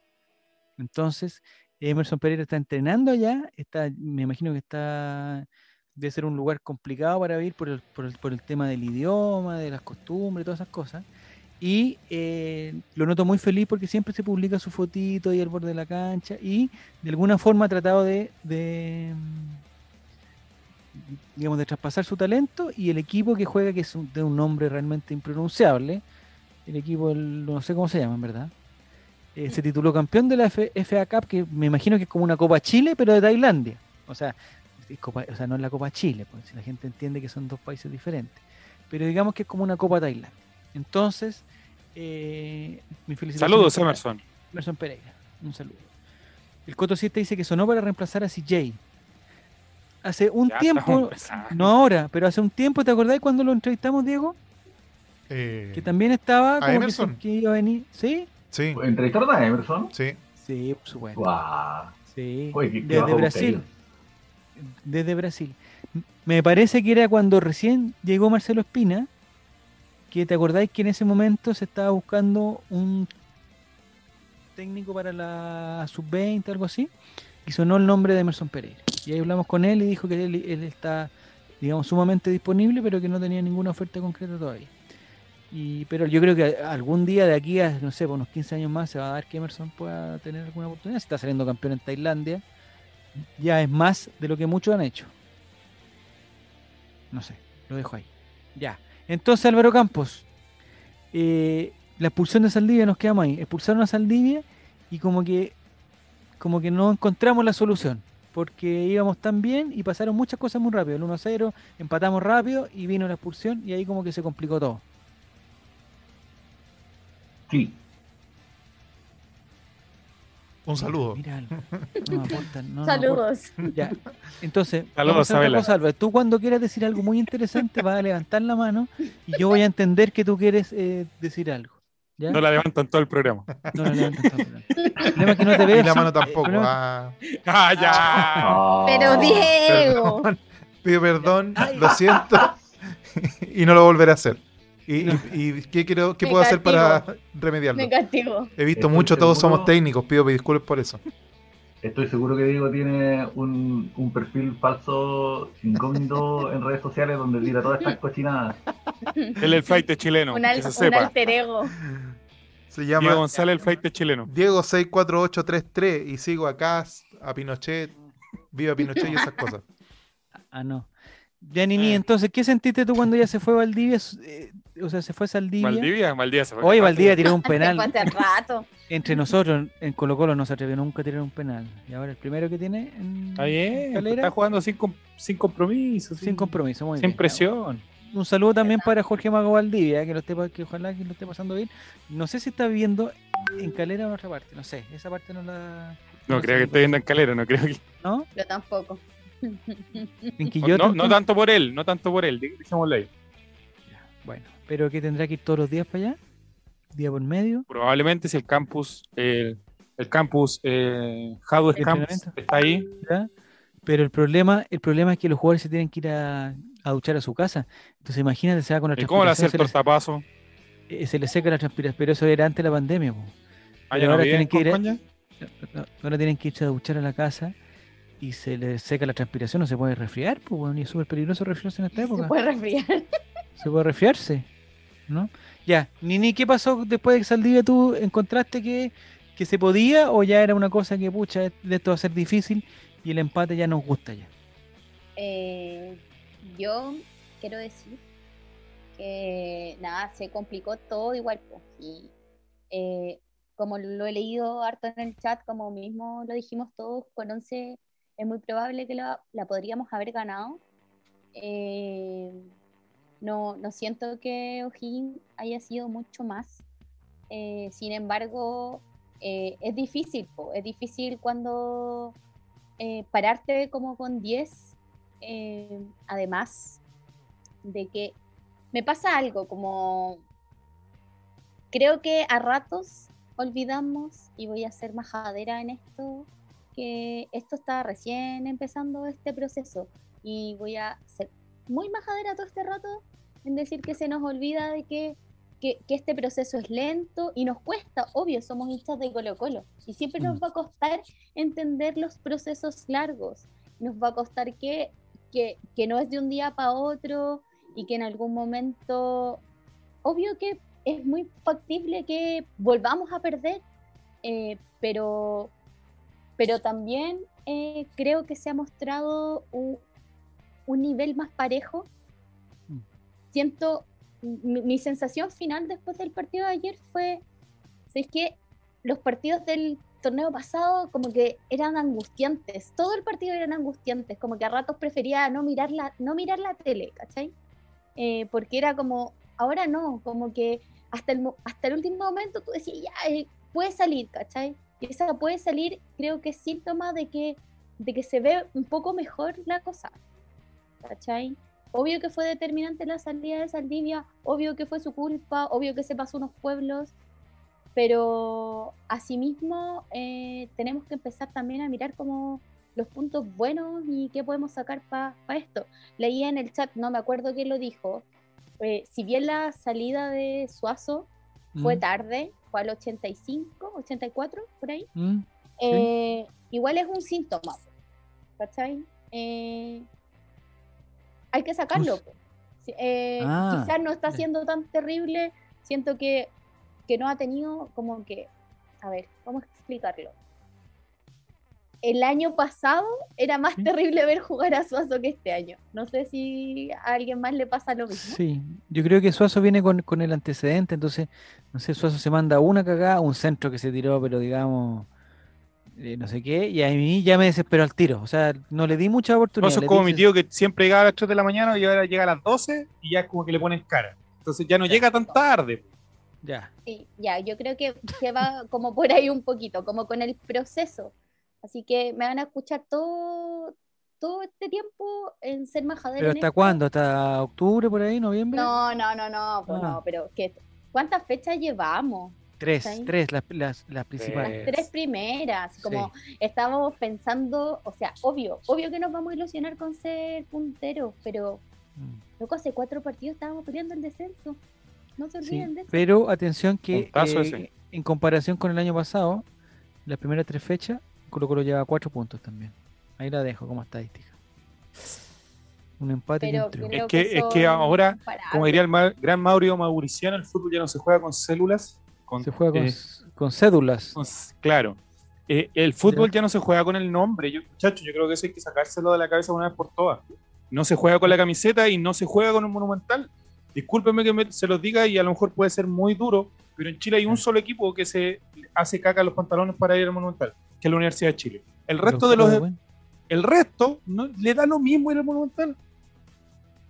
Speaker 1: Entonces, Emerson Pereira está entrenando allá, está, me imagino que está, debe ser un lugar complicado para vivir por el, por el, por el tema del idioma, de las costumbres, todas esas cosas. Y eh, lo noto muy feliz porque siempre se publica su fotito ahí al borde de la cancha y de alguna forma ha tratado de, de, mm, digamos, de traspasar su talento y el equipo que juega, que es un- de un nombre realmente impronunciable, el equipo, el- no sé cómo se llama, en verdad, eh, se tituló campeón de la F- FA Cup, que me imagino que es como una Copa Chile, pero de Tailandia. O sea, es Copa- o sea no es la Copa Chile, porque si la gente entiende que son dos países diferentes. Pero digamos que es como una Copa Tailandia. Entonces, eh, mi felicitaciones
Speaker 3: Saludos,
Speaker 1: para-
Speaker 3: Emerson.
Speaker 1: Emerson Pereira. Un saludo. El Coto 7 dice que sonó para reemplazar a CJ. Hace un
Speaker 3: Ya
Speaker 1: tiempo,
Speaker 3: estamos empezando.
Speaker 1: no ahora, pero hace un tiempo, ¿te acordás cuando lo entrevistamos, Diego?
Speaker 4: Eh,
Speaker 1: Que también estaba como que
Speaker 4: Emerson?
Speaker 1: se- que iba a venir. ¿Sí?
Speaker 4: sí,
Speaker 5: ¿Entrevistaron a Emerson?
Speaker 4: sí.
Speaker 1: Sí, por supuesto.
Speaker 5: ¡Guau!
Speaker 1: Sí.
Speaker 5: Oye, qué- qué
Speaker 1: Desde
Speaker 5: bajo
Speaker 1: Brasil.
Speaker 5: contenido.
Speaker 1: Desde Brasil. M- Me parece que era cuando recién llegó Marcelo Espina, que te acordáis que en ese momento se estaba buscando un técnico para la sub-20, algo así, y sonó el nombre de Emerson Pereira. Y ahí hablamos con él y dijo que él, él está, digamos, sumamente disponible, pero que no tenía ninguna oferta concreta todavía. Y, pero yo creo que a- algún día de aquí a, no sé, por unos 15 años más, se va a dar que Emerson pueda tener alguna oportunidad. Si está saliendo campeón en Tailandia, ya es más de lo que muchos han hecho. No sé, lo dejo ahí. Ya. Entonces, Álvaro Campos, eh, la expulsión de Saldivia nos quedamos ahí. Expulsaron a Saldivia y como que, como que no encontramos la solución. Porque íbamos tan bien y pasaron muchas cosas muy rápido. El 1-0, empatamos rápido y vino la expulsión y ahí como que se complicó todo.
Speaker 5: Sí.
Speaker 4: Un saludo.
Speaker 1: Mira, algo. no me aportan, no, no aportan.
Speaker 6: Saludos.
Speaker 1: Ya. Entonces,
Speaker 3: Saludos,
Speaker 1: vamos a hacer una
Speaker 3: Sabela.
Speaker 1: cosa, Álvaro. Tú cuando quieras decir algo muy interesante vas a levantar la mano y yo voy a entender que tú quieres eh, decir algo. ¿ya?
Speaker 3: No la levantan todo el programa.
Speaker 1: No la levantas tanto, Álvaro. El problema es que no te
Speaker 4: Y
Speaker 1: veo.
Speaker 4: la
Speaker 1: sí.
Speaker 4: mano tampoco.
Speaker 1: Pero-
Speaker 4: ah.
Speaker 3: ¡Ah, ya!
Speaker 5: Ah.
Speaker 6: Pero Diego.
Speaker 4: Pido perdón,
Speaker 1: Ay.
Speaker 4: lo siento. y no lo volveré a hacer. ¿Y, y- y qué, quiero, qué
Speaker 6: Me
Speaker 4: puedo hacer para
Speaker 6: castigo.
Speaker 4: remediarlo?
Speaker 6: Me castigo.
Speaker 4: He visto
Speaker 5: Estoy
Speaker 4: mucho, todos
Speaker 5: seguro.
Speaker 4: somos técnicos, pido disculpas por eso.
Speaker 5: Estoy seguro que Diego tiene un, un perfil falso incógnito en redes sociales donde tira todas estas cochinadas.
Speaker 3: Él es el fight chileno.
Speaker 6: Un,
Speaker 3: que
Speaker 6: al-
Speaker 3: se
Speaker 6: un
Speaker 3: sepa.
Speaker 6: alter ego.
Speaker 4: Se llama
Speaker 3: Diego González, el flight chileno.
Speaker 4: Diego 64833 y sigo a Cast, a Pinochet, viva Pinochet y esas cosas.
Speaker 1: Ah, no. Yanini,
Speaker 3: Ah.
Speaker 1: entonces, ¿qué sentiste tú cuando ya se fue Valdivia? Eh, o sea, se fue Saldivia.
Speaker 3: Valdivia, Valdivia se fue.
Speaker 1: Hoy Valdivia tiró un
Speaker 6: Penal.
Speaker 1: penal.
Speaker 6: Hace rato.
Speaker 1: Entre nosotros, en Colo Colo no se atrevió nunca a tirar un penal. Y ahora el primero que tiene en
Speaker 3: Está bien,
Speaker 1: Calera,
Speaker 3: está jugando sin, com- sin compromiso, sin,
Speaker 1: sin compromiso. Muy
Speaker 3: sin
Speaker 1: bien.
Speaker 3: presión.
Speaker 1: Un saludo también para Jorge Mago Valdivia, que, lo esté, pa- que ojalá que lo esté pasando bien. No sé si está viviendo en Calera o en otra parte. No sé, esa parte no la...
Speaker 3: No creo que esté viendo en calera, no creo que.
Speaker 1: ¿No?
Speaker 6: Yo tampoco.
Speaker 1: En
Speaker 3: No,
Speaker 1: Quillota,
Speaker 3: no
Speaker 1: entonces.
Speaker 3: tanto por él, no tanto por él, dej- dejémoslo ahí.
Speaker 1: Bueno, pero que tendrá que ir todos los días para allá, día por medio.
Speaker 3: Probablemente si el campus, el, el campus, eh, Hardware
Speaker 1: El
Speaker 3: Campus
Speaker 1: entrenamiento.
Speaker 3: está ahí.
Speaker 1: ¿ya? Pero el problema, el problema es que los jugadores se tienen que ir a, a duchar a su casa. Entonces imagínate, se va con la
Speaker 3: ¿Y cómo le hace
Speaker 1: transpiración, se
Speaker 3: el
Speaker 1: les-
Speaker 3: tortapazo?
Speaker 1: eh, se le seca la transpiración, pero eso era antes de la pandemia. po.
Speaker 3: Ah,
Speaker 1: Pero
Speaker 3: ya no
Speaker 1: ahora tienen
Speaker 3: viven
Speaker 1: que
Speaker 3: con
Speaker 1: ir eh, a-
Speaker 3: Coña.
Speaker 1: No- Ahora tienen que irse a duchar a la casa y se le seca la transpiración, no se puede resfriar, pues y es súper peligroso resfriarse en esta
Speaker 6: Se
Speaker 1: época.
Speaker 6: puede resfriar.
Speaker 1: Se puede resfriarse, ¿no? Ya, Nini, ¿qué pasó después de que Saldivia tú encontraste que, que se podía o ya era una cosa que, pucha, de esto va a ser difícil y el empate ya nos gusta ya?
Speaker 6: Eh,
Speaker 2: Yo quiero decir que nada, se complicó todo igual. po. Y, eh, como lo he leído harto en el chat, como mismo lo dijimos todos, con 11 es muy probable que la, la podríamos haber ganado. Eh, no, no siento que O'Higgins haya sido mucho más. Eh, sin embargo, eh, es difícil, po. es difícil cuando eh, pararte como con 10 eh, además de que me pasa algo como creo que a ratos olvidamos y voy a ser majadera en esto que esto está recién empezando este proceso y voy a ser muy majadera todo este rato en decir que se nos olvida de que que, que este proceso es lento y nos cuesta, obvio, somos hinchas de Colo Colo y siempre nos
Speaker 1: Mm.
Speaker 2: va a costar entender los procesos largos, nos va a costar que que, que no es de un día para otro y que en algún momento, obvio que es muy factible que volvamos a perder, eh, pero, pero también eh, creo que se ha mostrado un, un nivel más parejo.
Speaker 1: Mm.
Speaker 2: Siento, mi, mi sensación final después del partido de ayer fue, es que los partidos del torneo pasado como que eran angustiantes, todo el partido eran angustiantes, como que a ratos prefería no mirar la, no mirar la tele, ¿cachai? Eh, porque era como, ahora no, como que hasta el, mo- hasta el último momento tú decías, ya, eh, puede salir, ¿cachai? Y esa puede salir creo que es síntoma de que, de que se ve un poco mejor la cosa, ¿cachai? Obvio que fue determinante la salida de Saldivia, obvio que fue su culpa, obvio que se pasó unos pueblos, pero asimismo eh, tenemos que empezar también a mirar como los puntos buenos y qué podemos sacar para esto. Leía en el chat, no me acuerdo quién lo dijo, eh, si bien la salida de Suazo fue
Speaker 1: ¿Mm?
Speaker 2: tarde, fue al 85, 84, por ahí,
Speaker 1: ¿Mm? Sí.
Speaker 2: eh, igual es un síntoma, po, ¿cachai? Eh, hay que sacarlo. po. Si- eh,
Speaker 1: Ah,
Speaker 2: quizás no está
Speaker 1: ya.
Speaker 2: siendo tan terrible, siento que, que no ha tenido como que, a ver, ¿cómo explicarlo? El año pasado era más
Speaker 1: Sí.
Speaker 2: terrible ver jugar a Suazo que este año. No sé si a alguien más le pasa lo mismo.
Speaker 1: Sí, yo creo que Suazo viene con, con el antecedente, entonces, no sé, Suazo se manda una cagada, un centro que se tiró, pero digamos, eh, no sé qué, y a mí ya me desesperó al tiro, o sea, no le di mucha oportunidad.
Speaker 3: Eso es
Speaker 1: le
Speaker 3: como
Speaker 1: di-
Speaker 3: mi tío que siempre llegaba a las 3 de la mañana y ahora llega a las 12 y ya es como que le ponen cara. Entonces ya no llega tan tarde.
Speaker 1: Ya,
Speaker 2: Sí, ya, yo creo que, que va como por ahí un poquito, como con el proceso. Así que me van a escuchar todo, todo este tiempo en ser majadero.
Speaker 1: pero
Speaker 2: en
Speaker 1: ¿hasta
Speaker 2: esto.
Speaker 1: cuándo? ¿Hasta octubre por ahí, noviembre?
Speaker 2: No, no, no, no, pues
Speaker 1: Ah.
Speaker 2: no, pero ¿qué? ¿cuántas fechas llevamos?
Speaker 1: Tres,
Speaker 2: ¿cachai?
Speaker 1: tres, las, las, las principales.
Speaker 3: Eh,
Speaker 2: Las tres primeras, como estábamos pensando, o sea, obvio, obvio que nos vamos a ilusionar con ser punteros, pero
Speaker 1: Mm,
Speaker 2: loco, hace cuatro partidos estábamos peleando el descenso. No se
Speaker 1: sí,
Speaker 2: olviden de eso.
Speaker 1: Pero atención que
Speaker 3: Puntazo
Speaker 1: eh,
Speaker 3: ese.
Speaker 1: en comparación con el año pasado, las primeras tres fechas, Colo Colo lleva cuatro puntos también. Ahí la dejo como estadística. Un empate y
Speaker 2: Pero
Speaker 1: un triunfo.
Speaker 2: creo
Speaker 3: Es que- es que
Speaker 2: son
Speaker 3: ahora,
Speaker 2: comparables.
Speaker 3: Como diría el ma- gran Mauricio Mauriciano, el fútbol ya no se juega con células, con-
Speaker 1: Se juega con,
Speaker 3: eh,
Speaker 1: con cédulas.
Speaker 3: con- claro. Eh, el fútbol ya no se juega con el nombre, yo, muchachos. Yo creo que eso hay que sacárselo de la cabeza una vez por todas. No se juega con la camiseta y no se juega con un monumental. Discúlpenme que me- se los diga y a lo mejor puede ser muy duro, pero en Chile hay un solo equipo que se hace caca en los pantalones para ir al monumental, que es la Universidad de Chile. El resto de los,
Speaker 1: bueno,
Speaker 3: el resto no, le da lo mismo ir al Monumental.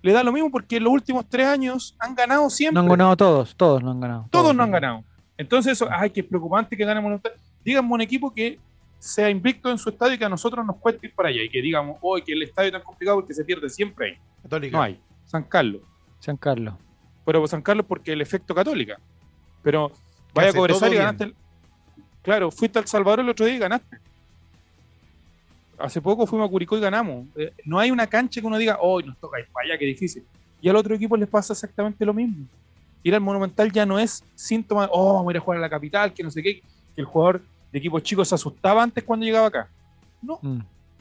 Speaker 3: Le da lo mismo porque en los últimos tres años han ganado siempre.
Speaker 1: No han ganado todos, todos no han ganado.
Speaker 3: Todos no han ganado. Entonces, eso, ay, qué preocupante que gane el Monumental. Díganme un equipo que sea invicto en su estadio y que a nosotros nos cueste ir para allá. Y que digamos, hoy que el estadio es tan complicado porque se pierde siempre ahí.
Speaker 4: Católica.
Speaker 3: No hay. San Carlos.
Speaker 1: San Carlos.
Speaker 3: Pero San Carlos porque el efecto católica. Pero
Speaker 4: hace
Speaker 3: vaya a
Speaker 4: todo
Speaker 3: Cobresal y
Speaker 4: bien.
Speaker 3: ganaste. el- Claro, fuiste al Salvador el otro día y ganaste. Hace poco fuimos a Curicó y ganamos. Eh, no hay una cancha que uno diga, hoy nos toca ir para allá, qué difícil. Y al otro equipo les pasa exactamente lo mismo. Ir al Monumental ya no es síntoma de, oh, vamos a ir a jugar a la capital, que no sé qué, que el jugador de equipos chicos se asustaba antes cuando llegaba acá. No,
Speaker 1: Mm.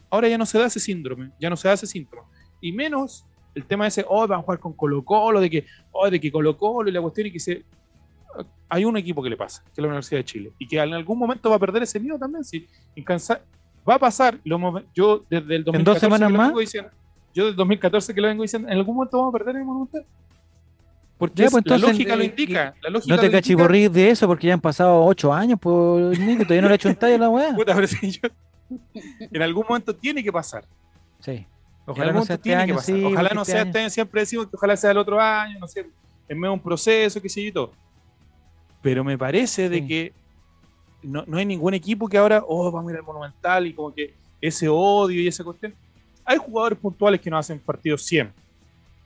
Speaker 3: ahora ya no se da ese síndrome, ya no se da ese síntoma. Y menos el tema ese, oh, van a jugar con Colo Colo, de que, oh, de que Colo Colo y la cuestión y que se... Hay un equipo que le pasa, que es la Universidad de Chile, y que en algún momento va a perder ese miedo también. Si en cansa- va a pasar, lo hemos- yo desde el 2014
Speaker 1: ¿En dos semanas
Speaker 3: que lo
Speaker 1: más?
Speaker 3: vengo diciendo, yo desde 2014 que lo vengo diciendo, en algún momento vamos a perder el Monumental. Porque
Speaker 1: Ya,
Speaker 3: es-
Speaker 1: pues,
Speaker 3: la
Speaker 1: entonces,
Speaker 3: lógica lo
Speaker 1: eh,
Speaker 3: indica. La lógica
Speaker 1: No
Speaker 3: lo
Speaker 1: te
Speaker 3: indica.
Speaker 1: cachiborrís de eso porque ya han pasado ocho años, pues, Nico, todavía no le he hecho un tallo a la weá.
Speaker 3: Puta, pero si yo- en algún momento tiene que pasar.
Speaker 1: Sí.
Speaker 3: En
Speaker 1: Ojalá
Speaker 3: algún
Speaker 1: no sea
Speaker 3: momento
Speaker 1: este
Speaker 3: tiene que
Speaker 1: año,
Speaker 3: pasar.
Speaker 1: sí,
Speaker 3: ojalá
Speaker 1: porque
Speaker 3: no
Speaker 1: este
Speaker 3: sea
Speaker 1: año-
Speaker 3: este año, siempre decimos que ojalá sea el otro año, no sé, en medio de un proceso, qué sé yo y todo. Pero me parece de
Speaker 1: Sí.
Speaker 3: que no, no hay ningún equipo que ahora, oh, vamos a ir al Monumental y como que ese odio y esa cuestión. Hay jugadores puntuales que no hacen partidos siempre,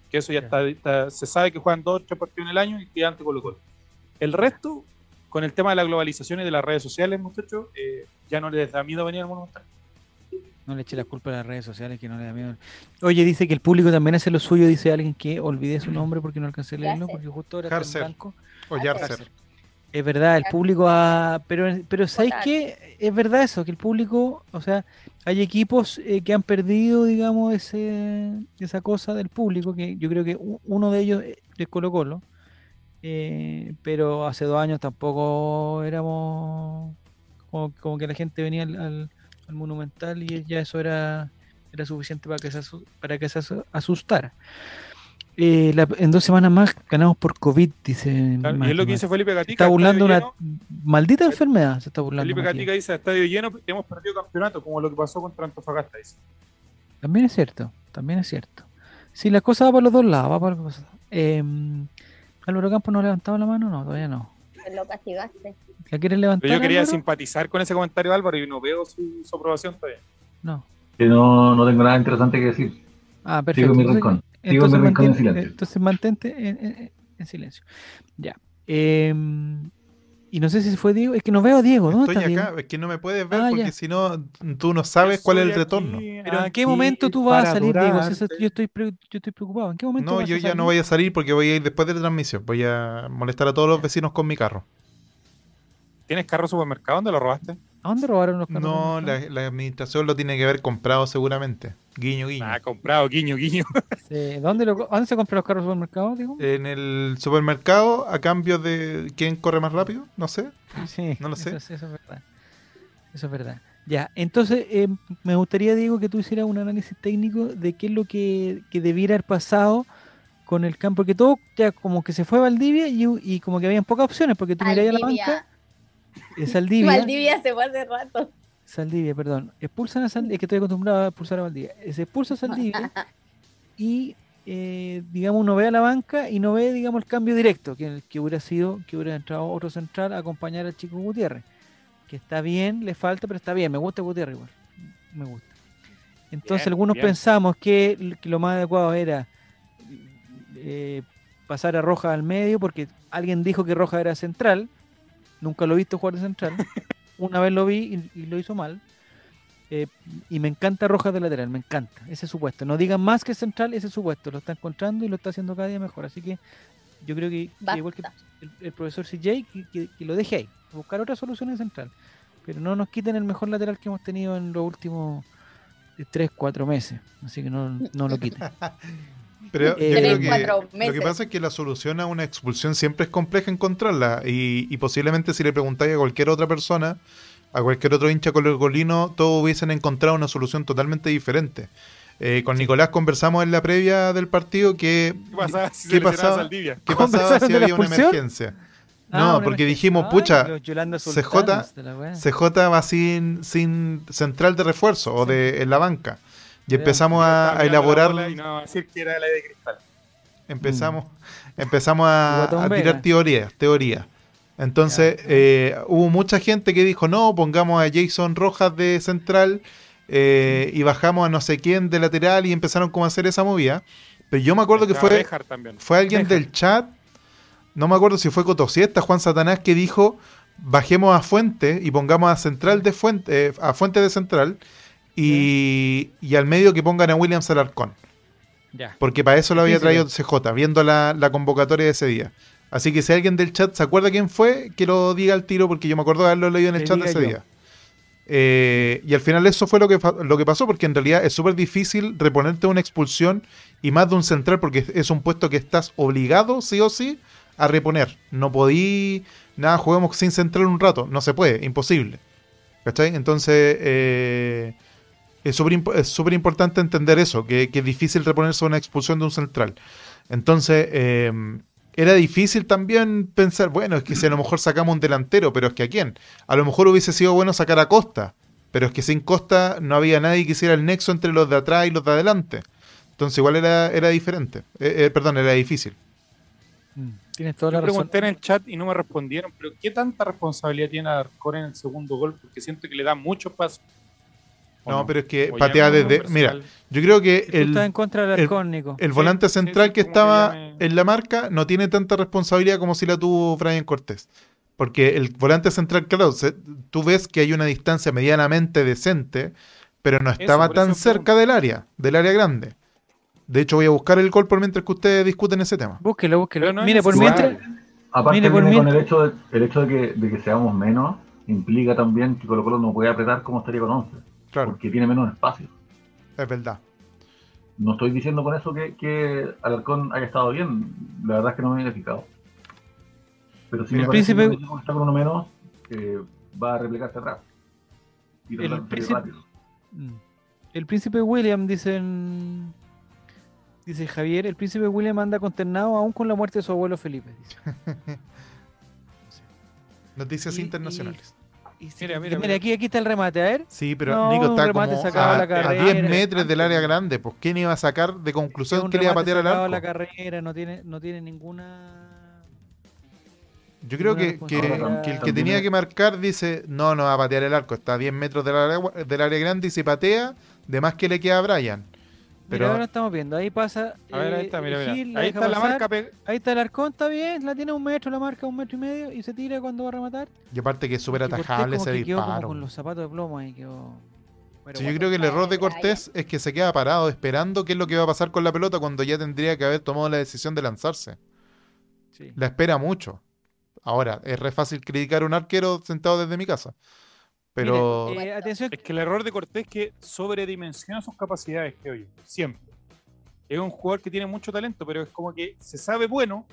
Speaker 3: que eso ya
Speaker 1: Ya.
Speaker 3: está, está- se sabe que juegan dos o tres partidos en el año y que antes Colo Colo. El resto, con el tema de la globalización y de las redes sociales, muchachos, eh, ya no les da miedo venir al Monumental.
Speaker 1: No le eche la culpa a las redes sociales que no le da miedo. Oye, dice que el público también hace lo suyo, dice alguien que olvidé su nombre porque no alcancé a leerlo,
Speaker 2: Yarser.
Speaker 1: porque justo ahora está en
Speaker 4: Harser.
Speaker 1: blanco.
Speaker 4: O Yarcer.
Speaker 1: Es verdad, el
Speaker 2: Claro.
Speaker 1: público ha... Pero, pero ¿sabes
Speaker 2: Total.
Speaker 1: qué? Es verdad eso, que el público, o sea, hay equipos eh, que han perdido, digamos, ese, esa cosa del público, que yo creo que u- uno de ellos eh, es Colo Colo, eh, pero hace dos años tampoco éramos como, como que la gente venía al, al- al Monumental y ya eso era, era suficiente para que se, asu- para que se asu- asustara. Eh, la- en dos semanas más ganamos por COVID, dice.
Speaker 3: Claro, y
Speaker 1: Mati
Speaker 3: es lo
Speaker 1: Mati.
Speaker 3: que dice Felipe Gatica.
Speaker 1: Está burlando
Speaker 3: estadio
Speaker 1: una
Speaker 3: lleno.
Speaker 1: maldita enfermedad. Se está burlando.
Speaker 3: Felipe
Speaker 1: Matías.
Speaker 3: Gatica dice, estadio lleno, hemos perdido campeonato, como lo que pasó contra Antofagasta. Dice.
Speaker 1: También es cierto, también es cierto. Si la cosa va para los dos lados, va para los dos. Eh, Álvaro Campos no ha levantado la mano, no, todavía no.
Speaker 2: Lo castigaste.
Speaker 1: ¿La quieres levantar?
Speaker 3: Pero yo quería
Speaker 1: Álvaro?
Speaker 3: simpatizar con ese comentario de Álvaro y no veo su, su aprobación todavía.
Speaker 1: No.
Speaker 5: Que no, no tengo nada interesante que decir.
Speaker 1: Ah,
Speaker 5: Sigo
Speaker 1: perfecto.
Speaker 5: en mi
Speaker 1: Entonces-
Speaker 5: rincón. Sigo en mi
Speaker 1: Entonces,
Speaker 5: rincón en
Speaker 1: mantén- eh,
Speaker 5: silencio.
Speaker 1: entonces mantente en, en- en silencio. Ya. Eh, y no sé si se fue Diego. Es que no veo a Diego. ¿Dónde
Speaker 4: Estoy
Speaker 1: está
Speaker 4: acá,
Speaker 1: Diego?
Speaker 4: es que no me puedes ver
Speaker 1: Ah,
Speaker 4: porque
Speaker 1: ya.
Speaker 4: si no, tú no sabes cuál es el retorno.
Speaker 1: Pero ¿en qué momento tú vas a salir, Diego? Si eso- yo, estoy pre- yo estoy preocupado. ¿En qué momento
Speaker 4: No,
Speaker 1: vas
Speaker 4: yo
Speaker 1: a
Speaker 4: ya
Speaker 1: salir?
Speaker 4: no voy a salir porque voy a ir después de la transmisión. Voy a molestar a todos los vecinos con mi carro.
Speaker 3: ¿Tienes carro supermercado? ¿Dónde lo robaste?
Speaker 1: ¿A dónde robaron los carros?
Speaker 4: No, la, la administración lo tiene que haber comprado seguramente. Guiño, guiño.
Speaker 3: Ah, comprado, guiño, guiño.
Speaker 1: Sí, Eh, ¿Dónde, lo, co- ¿Dónde se compran los carros supermercados, digo?
Speaker 4: En el supermercado, a cambio de quién corre más rápido, no sé.
Speaker 1: Sí,
Speaker 4: no lo
Speaker 1: eso
Speaker 4: sé.
Speaker 1: es- Eso, es verdad. Eso es verdad. Ya, entonces eh, me gustaría, Diego, que tú hicieras un análisis técnico de qué es lo que, que debiera haber pasado con el campo, porque todo ya como que se fue a Valdivia y, y como que habían pocas opciones, porque tú miráis a la banca,
Speaker 2: Valdivia.
Speaker 1: es Saldivia,
Speaker 2: Valdivia se fue hace rato.
Speaker 1: Saldivia, perdón, expulsan a Saldivia, es que estoy acostumbrado a expulsar a Valdivia, Eh, se expulsa a Saldivia y eh, digamos uno ve a la banca y no ve digamos el cambio directo que, que hubiera sido que hubiera entrado otro central a acompañar al chico Gutiérrez que está bien le falta pero está bien me gusta Gutiérrez igual me gusta entonces
Speaker 3: Bien,
Speaker 1: algunos
Speaker 3: bien.
Speaker 1: pensamos que, l- que lo más adecuado era eh, pasar a Roja al medio porque alguien dijo que Roja era central nunca lo he visto jugar de central una vez lo vi y, y lo hizo mal Eh, y me encanta Rojas de lateral, me encanta ese supuesto. No digan más que central, ese supuesto. Lo está encontrando y lo está haciendo cada día mejor. Así que yo creo que, que igual que
Speaker 2: Basta.
Speaker 1: el, el profesor CJ, que, que- que lo deje ahí. Buscar otra solución en central. Pero no nos quiten el mejor lateral que hemos tenido Ah, en los últimos 3, 4 meses. Así que no, no lo quiten.
Speaker 4: Pero
Speaker 1: Eh,
Speaker 4: yo creo
Speaker 1: Tres,
Speaker 4: que
Speaker 6: cuatro
Speaker 4: lo que
Speaker 6: meses.
Speaker 4: pasa es que la solución a una expulsión siempre es compleja encontrarla. Y, y posiblemente si le preguntáis a cualquier otra persona, a cualquier otro hincha colorgolino, todos hubiesen encontrado una solución totalmente diferente. Eh, con Nicolás conversamos en la previa del partido que
Speaker 3: ¿Qué pasaba si
Speaker 4: ¿Qué
Speaker 3: se lesionaba
Speaker 4: pasaba?
Speaker 3: Saldivia?
Speaker 4: ¿Qué pasaba
Speaker 1: ¿Conversaron
Speaker 4: si
Speaker 1: de la
Speaker 4: había una
Speaker 1: expulsión?
Speaker 4: emergencia?
Speaker 1: Ah,
Speaker 4: no,
Speaker 1: una
Speaker 4: porque
Speaker 1: emergencia.
Speaker 4: dijimos,
Speaker 1: Ay,
Speaker 4: pucha,
Speaker 1: los Yolanda
Speaker 4: CJ,
Speaker 1: Sultanas de la weá.
Speaker 4: CJ va sin, sin central de refuerzo o de en la banca. Y
Speaker 1: Vean,
Speaker 4: empezamos
Speaker 3: Estaba
Speaker 4: a, a
Speaker 3: mirando la
Speaker 4: elaborar,
Speaker 3: bola Y no, va a decir que era la de cristal.
Speaker 4: empezamos,
Speaker 3: Mm.
Speaker 4: empezamos a,
Speaker 1: Guatón
Speaker 4: a
Speaker 1: Vega.
Speaker 4: tirar teorías, teorías. Entonces eh, hubo mucha gente que dijo, no, pongamos a Jason Rojas de central eh,
Speaker 3: Mm.
Speaker 4: y bajamos a no sé quién de lateral y empezaron como a hacer esa movida. Pero yo me acuerdo que
Speaker 3: Estaba
Speaker 4: fue...
Speaker 3: Bejar también.
Speaker 4: Fue alguien del chat, no me acuerdo si fue Cotosiesta, Juan Satanás, que dijo, bajemos a Fuente y pongamos a Central de Fuente, eh, a Fuente de Central y, y al medio que pongan a Williams Alarcón.
Speaker 1: Ya.
Speaker 4: Porque para eso lo había
Speaker 1: Difícil.
Speaker 4: traído CJ, viendo la, la convocatoria de ese día. Así que si alguien del chat se acuerda quién fue, que lo diga al tiro, porque yo me acuerdo de haberlo leído en el
Speaker 1: Que
Speaker 4: chat de
Speaker 1: diga
Speaker 4: ese
Speaker 1: yo.
Speaker 4: día. Eh, y al final eso fue lo que, fa- lo que pasó, porque en realidad es súper difícil reponerte una expulsión y más de un central, porque es- es un puesto que estás obligado, sí o sí, a reponer. No podí, nada, juguemos sin central un rato. No se puede, imposible. ¿Cachai? Entonces, eh, es súper imp- es súper importante entender eso, que, que es difícil reponerse una expulsión de un central. Entonces, eh, era difícil también pensar, bueno, es que si a lo mejor sacamos un delantero, pero es que a quién? A lo mejor hubiese sido bueno sacar a Costa, pero es que sin Costa no había nadie que hiciera el nexo entre los de atrás y los de adelante. Entonces igual era, era diferente, Eh, eh, perdón, era difícil.
Speaker 1: Mm, Tienes toda la
Speaker 3: Yo
Speaker 1: razón.
Speaker 3: pregunté en el chat y no me respondieron, pero ¿qué tanta responsabilidad tiene Alarcón en el segundo gol? Porque siento que le da muchos pasos. ¿O
Speaker 4: No, pero es que
Speaker 3: O ya
Speaker 4: patea
Speaker 3: no,
Speaker 4: desde...
Speaker 3: Universal.
Speaker 4: Mira, yo creo que
Speaker 1: Tú
Speaker 4: el...
Speaker 1: estás en contra del
Speaker 4: el-
Speaker 1: arcón, Nico.
Speaker 4: El
Speaker 3: Sí,
Speaker 4: volante
Speaker 3: sí,
Speaker 4: central
Speaker 3: sí,
Speaker 4: que
Speaker 3: como que
Speaker 4: estaba
Speaker 3: ya me-
Speaker 4: en la marca no tiene tanta responsabilidad como si la tuvo Brian Cortés. Porque el volante central, claro, se- tú ves que hay una distancia medianamente decente, pero no estaba
Speaker 3: por
Speaker 4: tan
Speaker 3: eso
Speaker 4: cerca del área, del área grande. De hecho, voy a buscar el gol por mientras que ustedes discuten ese tema.
Speaker 1: Búsquelo, búsquelo.
Speaker 3: Pero no es
Speaker 1: Mira, por
Speaker 3: necesario.
Speaker 1: mientras.
Speaker 5: Aparte
Speaker 1: Mire, por
Speaker 5: viene con
Speaker 1: mientras-
Speaker 5: el hecho, de, el hecho de, que, de que seamos menos, implica también que Colo Colo no puede apretar como estaría con 11,
Speaker 4: Claro,
Speaker 5: porque tiene menos espacio.
Speaker 4: es verdad.
Speaker 5: No estoy diciendo con eso que, que Alarcón haya estado bien, la verdad es que no me he fijado. Pero sí me
Speaker 4: Mira,
Speaker 5: parece
Speaker 1: Príncipe-
Speaker 5: que cuando está con uno menos, eh, va a replegarse atrás. Y
Speaker 1: El
Speaker 5: tratar de salir
Speaker 1: príncipe-
Speaker 5: rápido.
Speaker 1: Mm. El príncipe William, dicen. Dice Javier, el príncipe William anda consternado aún con la muerte de su abuelo Felipe. dice.
Speaker 4: Noticias
Speaker 1: Y- y-
Speaker 4: internacionales.
Speaker 1: Y sí,
Speaker 3: Mira,
Speaker 1: mira,
Speaker 3: mira, mira.
Speaker 1: aquí, aquí está el remate, a ver.
Speaker 4: Sí, pero
Speaker 1: No,
Speaker 4: Nico
Speaker 1: un
Speaker 4: está
Speaker 1: remate
Speaker 4: como
Speaker 1: sacado a
Speaker 4: a,
Speaker 1: la
Speaker 4: a
Speaker 1: carrera,
Speaker 4: 10 metros del
Speaker 1: antes.
Speaker 4: área grande. Pues, ¿quién iba a sacar de
Speaker 1: Es
Speaker 4: conclusión
Speaker 1: un
Speaker 4: que le iba a
Speaker 1: remate
Speaker 4: patear al
Speaker 1: sacado a
Speaker 4: arco?
Speaker 1: la carrera, no tiene, no tiene ninguna.
Speaker 4: Yo creo que,
Speaker 1: Ninguna
Speaker 4: que-
Speaker 1: responsabilidad.
Speaker 4: que el que
Speaker 5: También
Speaker 4: tenía
Speaker 5: es-
Speaker 4: que marcar dice, no, no va a patear el arco, está a 10 metros del área, gua- del área grande y si patea, de más que le queda a Brian.
Speaker 1: Pero
Speaker 4: Pero
Speaker 1: ahora estamos viendo, ahí pasa.
Speaker 3: A ver,
Speaker 1: eh,
Speaker 3: ahí está, mira, mira.
Speaker 1: Gil,
Speaker 3: Ahí
Speaker 1: deja
Speaker 3: está la
Speaker 1: pasar,
Speaker 3: marca. pe-
Speaker 1: Ahí está el arcón, está bien, la tiene a un metro, la marca a un metro y medio y se tira cuando va a rematar.
Speaker 4: y aparte que es
Speaker 1: Y
Speaker 4: súper
Speaker 1: Cortés
Speaker 4: atajable
Speaker 1: como
Speaker 4: ese
Speaker 1: que quedó como
Speaker 4: disparo.
Speaker 1: con los zapatos de plomo ahí quedó. Pero
Speaker 4: Sí, yo
Speaker 1: bueno,
Speaker 4: creo que el error de
Speaker 6: Brian.
Speaker 4: Cortés es que se queda parado esperando qué es lo que va a pasar con la pelota cuando ya tendría que haber tomado la decisión de lanzarse.
Speaker 1: sí.
Speaker 4: La espera mucho. Ahora, es re fácil criticar a un arquero sentado desde mi casa. Pero...
Speaker 1: Mire, eh, atención,
Speaker 3: Es que el error de Cortés es que sobredimensiona sus capacidades, creo yo, siempre. Es un jugador que tiene mucho talento, pero es como que se sabe bueno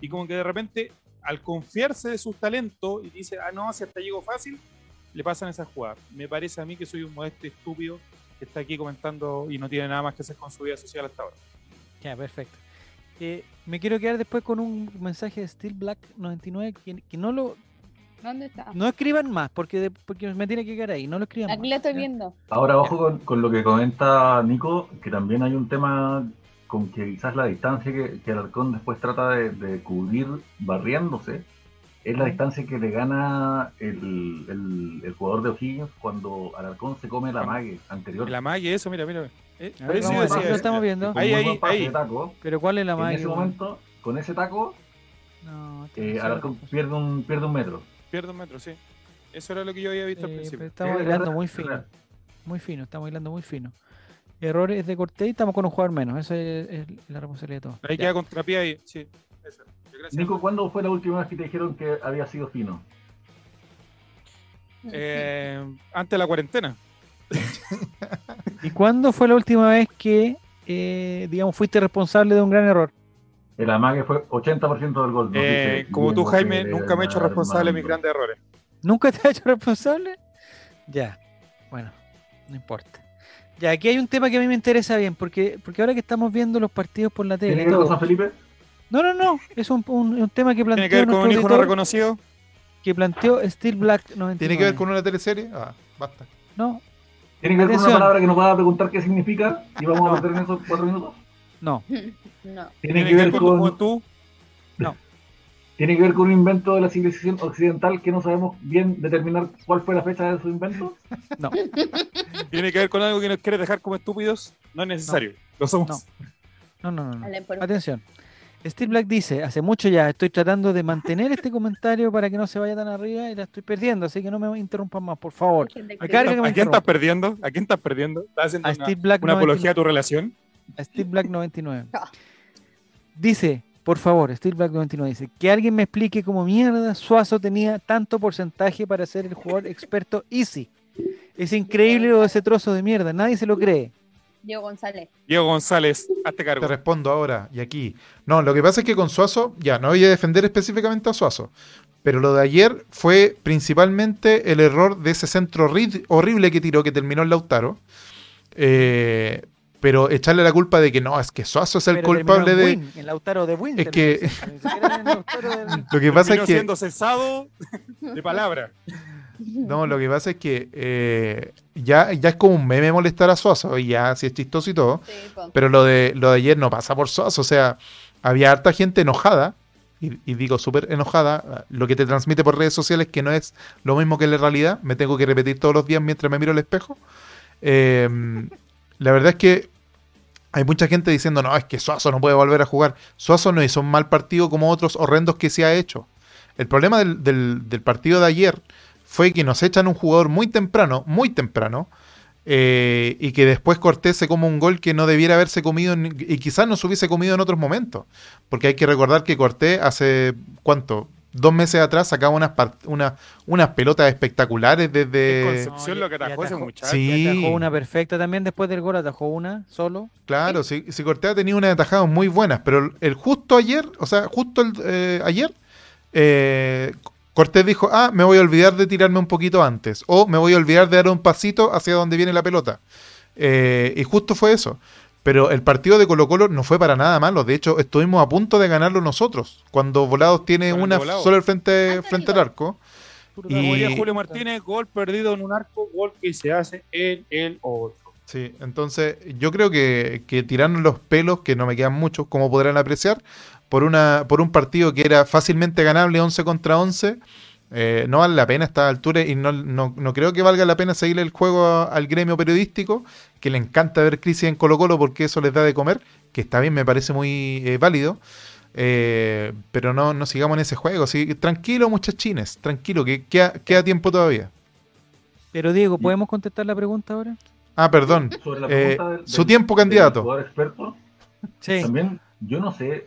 Speaker 3: y como que de repente, al confiarse de sus talentos y dice, ah, no, si hasta llego fácil, le pasan esas jugadas. Me parece a mí que soy un modesto estúpido que está aquí comentando y no tiene nada más que hacer con su vida social hasta ahora.
Speaker 1: Ya, perfecto. Eh, me quiero quedar después con un mensaje de Steel Black 99 que, que no lo
Speaker 6: ¿Dónde está?
Speaker 1: no escriban más porque de- porque me tiene que quedar ahí, no lo escriban.
Speaker 2: Aquí
Speaker 1: más,
Speaker 2: Ah. la estoy
Speaker 1: ¿ya?
Speaker 2: viendo.
Speaker 5: Ahora, ojo con, con lo que comenta Nico, que también hay un tema con que quizás la distancia que, que Alarcón después trata de, de cubrir barriéndose es la distancia que le gana el, el- el jugador de O'Higgins cuando Alarcón se come la mague anterior.
Speaker 3: La magia, eso, mira, mira. eh,
Speaker 1: A ver,
Speaker 3: por
Speaker 1: vamos
Speaker 3: eso yo
Speaker 1: a ver,
Speaker 3: decía,
Speaker 1: lo
Speaker 3: eh,
Speaker 1: estamos viendo.
Speaker 5: Con
Speaker 3: Ahí,
Speaker 5: muy
Speaker 3: ahí,
Speaker 5: buen pase
Speaker 3: ahí.
Speaker 5: de taco,
Speaker 1: Pero ¿cuál es la
Speaker 5: en
Speaker 1: magia?
Speaker 5: ese momento, con ese taco,
Speaker 1: No,
Speaker 5: eh,
Speaker 1: tiene razón,
Speaker 5: Alarcón
Speaker 1: pues.
Speaker 5: pierde un, pierde un metro.
Speaker 3: pierde eh, un metro, sí. Eso era lo que yo había visto al
Speaker 1: Eh, pero
Speaker 3: principio.
Speaker 1: estamos
Speaker 5: Eh,
Speaker 1: hilando
Speaker 5: eh,
Speaker 1: muy fino. Muy fino, estamos hilando muy fino. Errores de Cortés y estamos con un jugador menos. Esa es, es la responsabilidad de todos.
Speaker 3: Ahí
Speaker 1: Ya.
Speaker 3: queda contrapié ahí, sí. Eso. Gracias.
Speaker 5: Nico, ¿cuándo fue la última vez que te dijeron que había sido fino?
Speaker 3: Eh, antes de la cuarentena.
Speaker 1: ¿Y cuándo fue la última vez que eh, digamos, fuiste responsable de un gran error.
Speaker 5: El amague fue 80% del gol. nos
Speaker 3: Eh,
Speaker 5: dice
Speaker 3: como tú,
Speaker 5: Guillermo
Speaker 3: Jaime,
Speaker 5: Figueredo,
Speaker 3: nunca me he hecho
Speaker 5: hermano.
Speaker 3: responsable de mis grandes errores.
Speaker 1: ¿Nunca te has hecho responsable? Ya, bueno, no importa. Ya, aquí hay un tema que a mí me interesa bien, porque, porque ahora que estamos viendo los partidos por la tele.
Speaker 5: ¿Tiene que ver
Speaker 1: todo-
Speaker 5: con San Felipe?
Speaker 1: No, no, no, es un, un- un tema que planteó
Speaker 3: Tiene que ver con un
Speaker 1: nuestro
Speaker 3: hijo no
Speaker 1: auditor,
Speaker 3: reconocido.
Speaker 1: que planteó Steel Black 99.
Speaker 4: ¿Tiene que ver con una teleserie? Ah, basta.
Speaker 1: No,
Speaker 5: ¿Tiene que ver con
Speaker 1: Atención.
Speaker 5: una palabra que nos va a preguntar qué significa? Y vamos a meter en esos cuatro minutos.
Speaker 1: no,
Speaker 2: No.
Speaker 5: ¿Tiene que ver
Speaker 3: tu
Speaker 5: con,
Speaker 3: juventud.
Speaker 5: ¿Tiene que ver con un invento de la civilización occidental que no sabemos bien determinar cuál fue la fecha de su invento?
Speaker 1: no,
Speaker 3: Tiene que ver con algo que nos quieres dejar como estúpidos. No es necesario. Lo somos.
Speaker 1: No. no, no, no. no.
Speaker 2: a la inform-
Speaker 1: Atención. Steve Black dice, hace mucho ya estoy tratando de mantener este comentario para que no se vaya tan arriba y la estoy perdiendo, así que no me interrumpan más, por favor.
Speaker 2: gente
Speaker 1: acá
Speaker 2: que-
Speaker 1: Carga que me
Speaker 3: ¿A quién estás
Speaker 1: interrumpa.
Speaker 3: perdiendo? ¿A quién estás perdiendo? ¿Estás haciendo
Speaker 1: A
Speaker 3: una,
Speaker 1: Steve Black
Speaker 3: una
Speaker 1: 99.
Speaker 3: apología a tu relación?
Speaker 1: a Steve Black 99.
Speaker 2: Ah.
Speaker 1: Dice, por favor, Steve Black 99 dice, que alguien me explique cómo mierda Suazo tenía tanto porcentaje para ser el jugador experto Easy. Es increíble lo de ese trozo de mierda, nadie se lo cree.
Speaker 2: Diego González.
Speaker 3: Diego González, hazte cargo.
Speaker 4: Te respondo ahora y aquí. No, lo que pasa es que con Suazo, ya, no voy a defender específicamente a Suazo, pero lo de ayer fue principalmente el error de ese centro horri- horrible que tiró, que terminó en Lautaro. Eh, pero echarle la culpa de que no, es que Suazo es el
Speaker 1: Pero
Speaker 4: culpable
Speaker 1: terminó
Speaker 4: de...
Speaker 1: en Win, en Lautaro de Win.
Speaker 4: Es
Speaker 1: terminó,
Speaker 4: que-
Speaker 1: sí, ni siquiera en Lautaro de-
Speaker 4: Lo que pasa
Speaker 3: Terminó
Speaker 4: es que...
Speaker 3: siendo cesado de palabra.
Speaker 4: No, lo que pasa es que eh, ya, ya es como un meme molestar a Suazo, y ya si es chistoso y todo,
Speaker 2: Sí, po.
Speaker 4: pero lo de, lo de ayer no pasa por Suazo, o sea, había harta gente enojada, y, y digo súper enojada, lo que te transmite por redes sociales que no es lo mismo que la realidad, me tengo que repetir todos los días mientras me miro al espejo. Eh, la verdad es que hay mucha gente diciendo, no, es que Suazo no puede volver a jugar. Suazo no hizo un mal partido como otros horrendos que se ha hecho. El problema del, del- del partido de ayer fue que nos echan un jugador muy temprano, muy temprano, eh, y que después Cortés se come un gol que no debiera haberse comido en- y quizás no se hubiese comido en otros momentos. Porque hay que recordar que Cortés hace, ¿cuánto? Dos meses atrás sacaba unas, par- una- unas pelotas espectaculares desde...
Speaker 1: no,
Speaker 3: Concepción
Speaker 1: y-
Speaker 3: lo que atajó
Speaker 1: y
Speaker 3: ese
Speaker 1: atajó-
Speaker 3: muchacho.
Speaker 4: Eh, Sí.
Speaker 1: Y atajó una perfecta también después del gol, atajó una solo.
Speaker 4: Claro, si, si Cortés ha tenido unas atajadas muy buenas, pero el, el justo ayer, o sea, justo el, eh, ayer, eh, Cortés dijo, ah, me voy a olvidar de tirarme un poquito antes, o me voy a olvidar de dar un pasito hacia donde viene la pelota. Eh, y justo fue eso. Pero el partido de Colo Colo no fue para nada malo, de hecho estuvimos a punto de ganarlo nosotros, cuando Volados tiene
Speaker 3: Con el
Speaker 4: una
Speaker 3: Volados.
Speaker 4: solo al frente,
Speaker 2: Ah,
Speaker 4: frente al
Speaker 2: claro.
Speaker 4: arco. Y-
Speaker 3: Como diría Julio Martínez, gol perdido en un arco, gol que se hace en el otro.
Speaker 4: Sí, entonces yo creo que, que tiraron los pelos, que no me quedan muchos, como podrán apreciar, por, una, por un partido que era fácilmente ganable 11 contra 11. Eh, no vale la pena a estas alturas y no, no, no creo que valga la pena seguirle el juego a- al gremio periodístico, que le encanta ver crisis en Colo Colo porque eso les da de comer, que está bien, me parece muy eh, válido. Eh, pero no, no sigamos en ese juego. sí, tranquilo, muchachines, tranquilo, que queda, queda tiempo todavía.
Speaker 1: Pero Diego, ¿podemos contestar la pregunta ahora?
Speaker 4: Ah, perdón.
Speaker 5: Sobre la
Speaker 4: Eh,
Speaker 5: pregunta del-
Speaker 4: su
Speaker 5: del-
Speaker 4: tiempo,
Speaker 5: del
Speaker 4: candidato.
Speaker 5: jugador experto,
Speaker 1: Sí.
Speaker 5: También, yo no sé,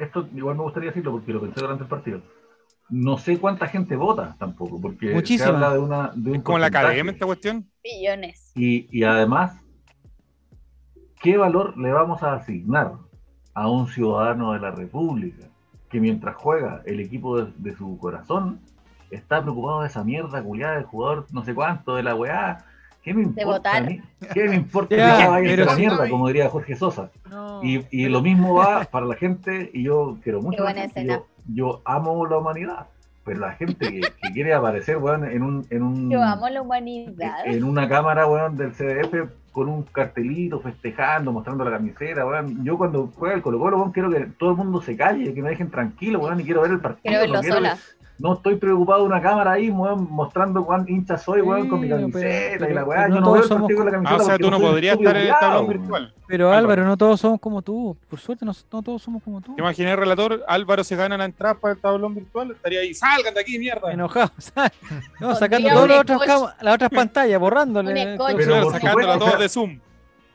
Speaker 5: esto igual me gustaría decirlo porque lo pensé durante el partido. No sé cuánta gente vota tampoco, porque
Speaker 1: Muchísima.
Speaker 5: se habla de una. De un
Speaker 3: Es como la
Speaker 5: porcentaje.
Speaker 3: academia esta cuestión.
Speaker 2: Billones.
Speaker 5: Y, y además, ¿qué valor le vamos a asignar a un ciudadano de la República que mientras juega el equipo de, de su corazón está preocupado de esa mierda culiada del jugador no sé cuánto, de la weá? ¿Qué me importa?
Speaker 2: votar.
Speaker 5: a mí? ¿Qué me importa?
Speaker 1: Ya,
Speaker 5: que vaya a
Speaker 1: pero
Speaker 5: esa
Speaker 1: sí.
Speaker 5: mierda, como diría Jorge Sosa.
Speaker 1: No.
Speaker 5: Y, y lo mismo va para la gente, y yo quiero mucho.
Speaker 2: Qué buena
Speaker 5: la gente,
Speaker 2: escena.
Speaker 5: yo, yo amo la humanidad, pero la gente que, que quiere aparecer, weón, en un, en
Speaker 1: Mm.
Speaker 5: un
Speaker 2: Yo amo la humanidad.
Speaker 5: en una cámara, weón, del CDF con un cartelito festejando, mostrando la camiseta, weón. Yo cuando juega el Colo Colo, weón, quiero que todo el mundo se calle, que me dejen tranquilo, weón, y quiero ver el partido.
Speaker 2: Quiero verlo
Speaker 5: no, quiero-
Speaker 2: sola.
Speaker 5: no estoy preocupado de una cámara ahí, weón, mostrando cuán hincha soy, weón, con mi
Speaker 1: Sí,
Speaker 5: camiseta
Speaker 1: pero-
Speaker 5: y la
Speaker 1: pero
Speaker 5: weá.
Speaker 1: no
Speaker 5: Yo no
Speaker 1: todos
Speaker 5: veo el partido
Speaker 1: somos-
Speaker 5: con la camiseta.
Speaker 3: Ah, o sea,
Speaker 5: porque
Speaker 3: tú no
Speaker 5: soy
Speaker 3: podrías
Speaker 5: estúpido
Speaker 3: estar en el tablón
Speaker 5: culiao, weón.
Speaker 3: virtual.
Speaker 1: Pero Álvaro, no todos somos como tú. Por suerte, no, no todos somos como tú.
Speaker 3: ¿Te imaginé, relator? Álvaro se gana la entrada para el tablón virtual. Estaría ahí, salgan de aquí, mierda.
Speaker 1: Enojado, ¿sabes? No,
Speaker 2: Pondría
Speaker 1: sacando
Speaker 2: un
Speaker 1: todas las otras,
Speaker 2: scotch.
Speaker 1: cam- las otras pantallas,
Speaker 2: Un
Speaker 1: borrándole. eh,
Speaker 2: scotch.
Speaker 5: Pero
Speaker 3: Claro,
Speaker 5: por
Speaker 3: sacándolo a
Speaker 5: supuesto,
Speaker 3: todos
Speaker 5: o sea-
Speaker 3: de Zoom.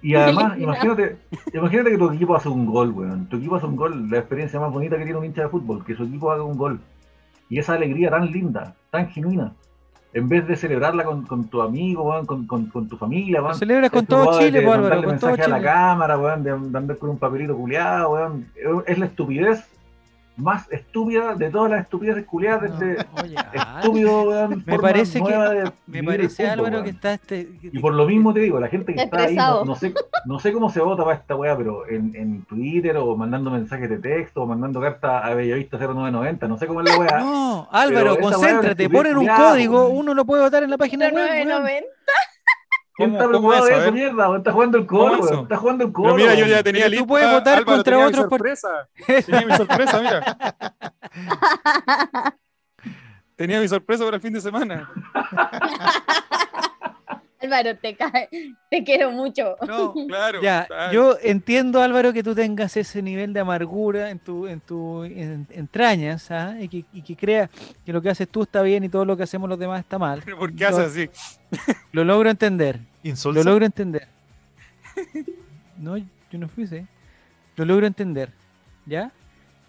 Speaker 5: Y además, imagínate, imagínate que tu equipo hace un gol, weón. Tu equipo hace un gol, la experiencia más bonita que tiene un hincha de fútbol, que su equipo haga un gol. Y esa alegría tan linda, tan genuina, en vez de celebrarla con, con tu amigo, weón, con, con, con tu familia,
Speaker 1: Lo
Speaker 5: weón.
Speaker 1: celebras con
Speaker 5: Es
Speaker 1: todo
Speaker 5: tu
Speaker 1: Chile,
Speaker 5: de
Speaker 1: po, Álvaro,
Speaker 5: mandarle
Speaker 1: con todo
Speaker 5: mensaje a la
Speaker 1: Chile.
Speaker 5: cámara, weón, de, de andar con un papelito culiado, weón. Es la estupidez más estúpida de todas las estupideces culiadas de este
Speaker 1: Oye,
Speaker 5: estúpido, weón.
Speaker 1: Me
Speaker 5: forma
Speaker 1: parece que-
Speaker 5: nueva de
Speaker 1: Me
Speaker 5: vivir el
Speaker 1: parece,
Speaker 5: fútbol,
Speaker 1: Álvaro,
Speaker 5: weón.
Speaker 1: que está este.
Speaker 5: Y por lo mismo te digo, la gente que está ahí,
Speaker 2: Estresado.
Speaker 5: no, no sé, no sé cómo se vota para esta weá, pero en, en Twitter o mandando mensajes de texto o mandando carta a Bellavista 0990, no sé cómo es la weá.
Speaker 1: No, Álvaro,
Speaker 5: esa
Speaker 1: concéntrate,
Speaker 5: weá me
Speaker 1: ponen un
Speaker 5: estudiaba,
Speaker 1: código,
Speaker 5: weón.
Speaker 1: uno lo puede votar en la página web. weón.
Speaker 6: 990.
Speaker 5: ¿Quién
Speaker 3: ¿Cómo-
Speaker 5: está
Speaker 3: cómo
Speaker 5: preocupado
Speaker 3: eso?
Speaker 5: de
Speaker 3: A
Speaker 5: eso,
Speaker 3: ver.
Speaker 5: mierda? weón? Está jugando el
Speaker 3: ¿Cómo
Speaker 5: coro,
Speaker 3: eso?
Speaker 5: weón, Está jugando el
Speaker 3: Pero
Speaker 5: coro.
Speaker 3: mira, yo
Speaker 5: weón.
Speaker 3: ya tenía
Speaker 1: Pero tú
Speaker 3: lista.
Speaker 1: puedes votar
Speaker 3: Álvaro,
Speaker 1: contra
Speaker 3: tenía mi
Speaker 1: otros por-
Speaker 3: sorpresa. Tenía mi sorpresa, mira. Tenía mi sorpresa para el fin de semana.
Speaker 2: Álvaro, te, ca- te quiero mucho.
Speaker 1: No,
Speaker 3: Claro.
Speaker 1: Ya,
Speaker 3: claro.
Speaker 1: yo entiendo, Álvaro, que tú tengas ese nivel de amargura en tu, en tu en- entrañas, ¿ah? y, que, y que creas que lo que haces tú está bien y todo lo que hacemos los demás está mal.
Speaker 3: Pero ¿Por qué haces así?
Speaker 1: Lo logro entender,
Speaker 4: Insulsa.
Speaker 1: lo logro entender. No, yo no fui ese. Lo logro entender, ¿ya?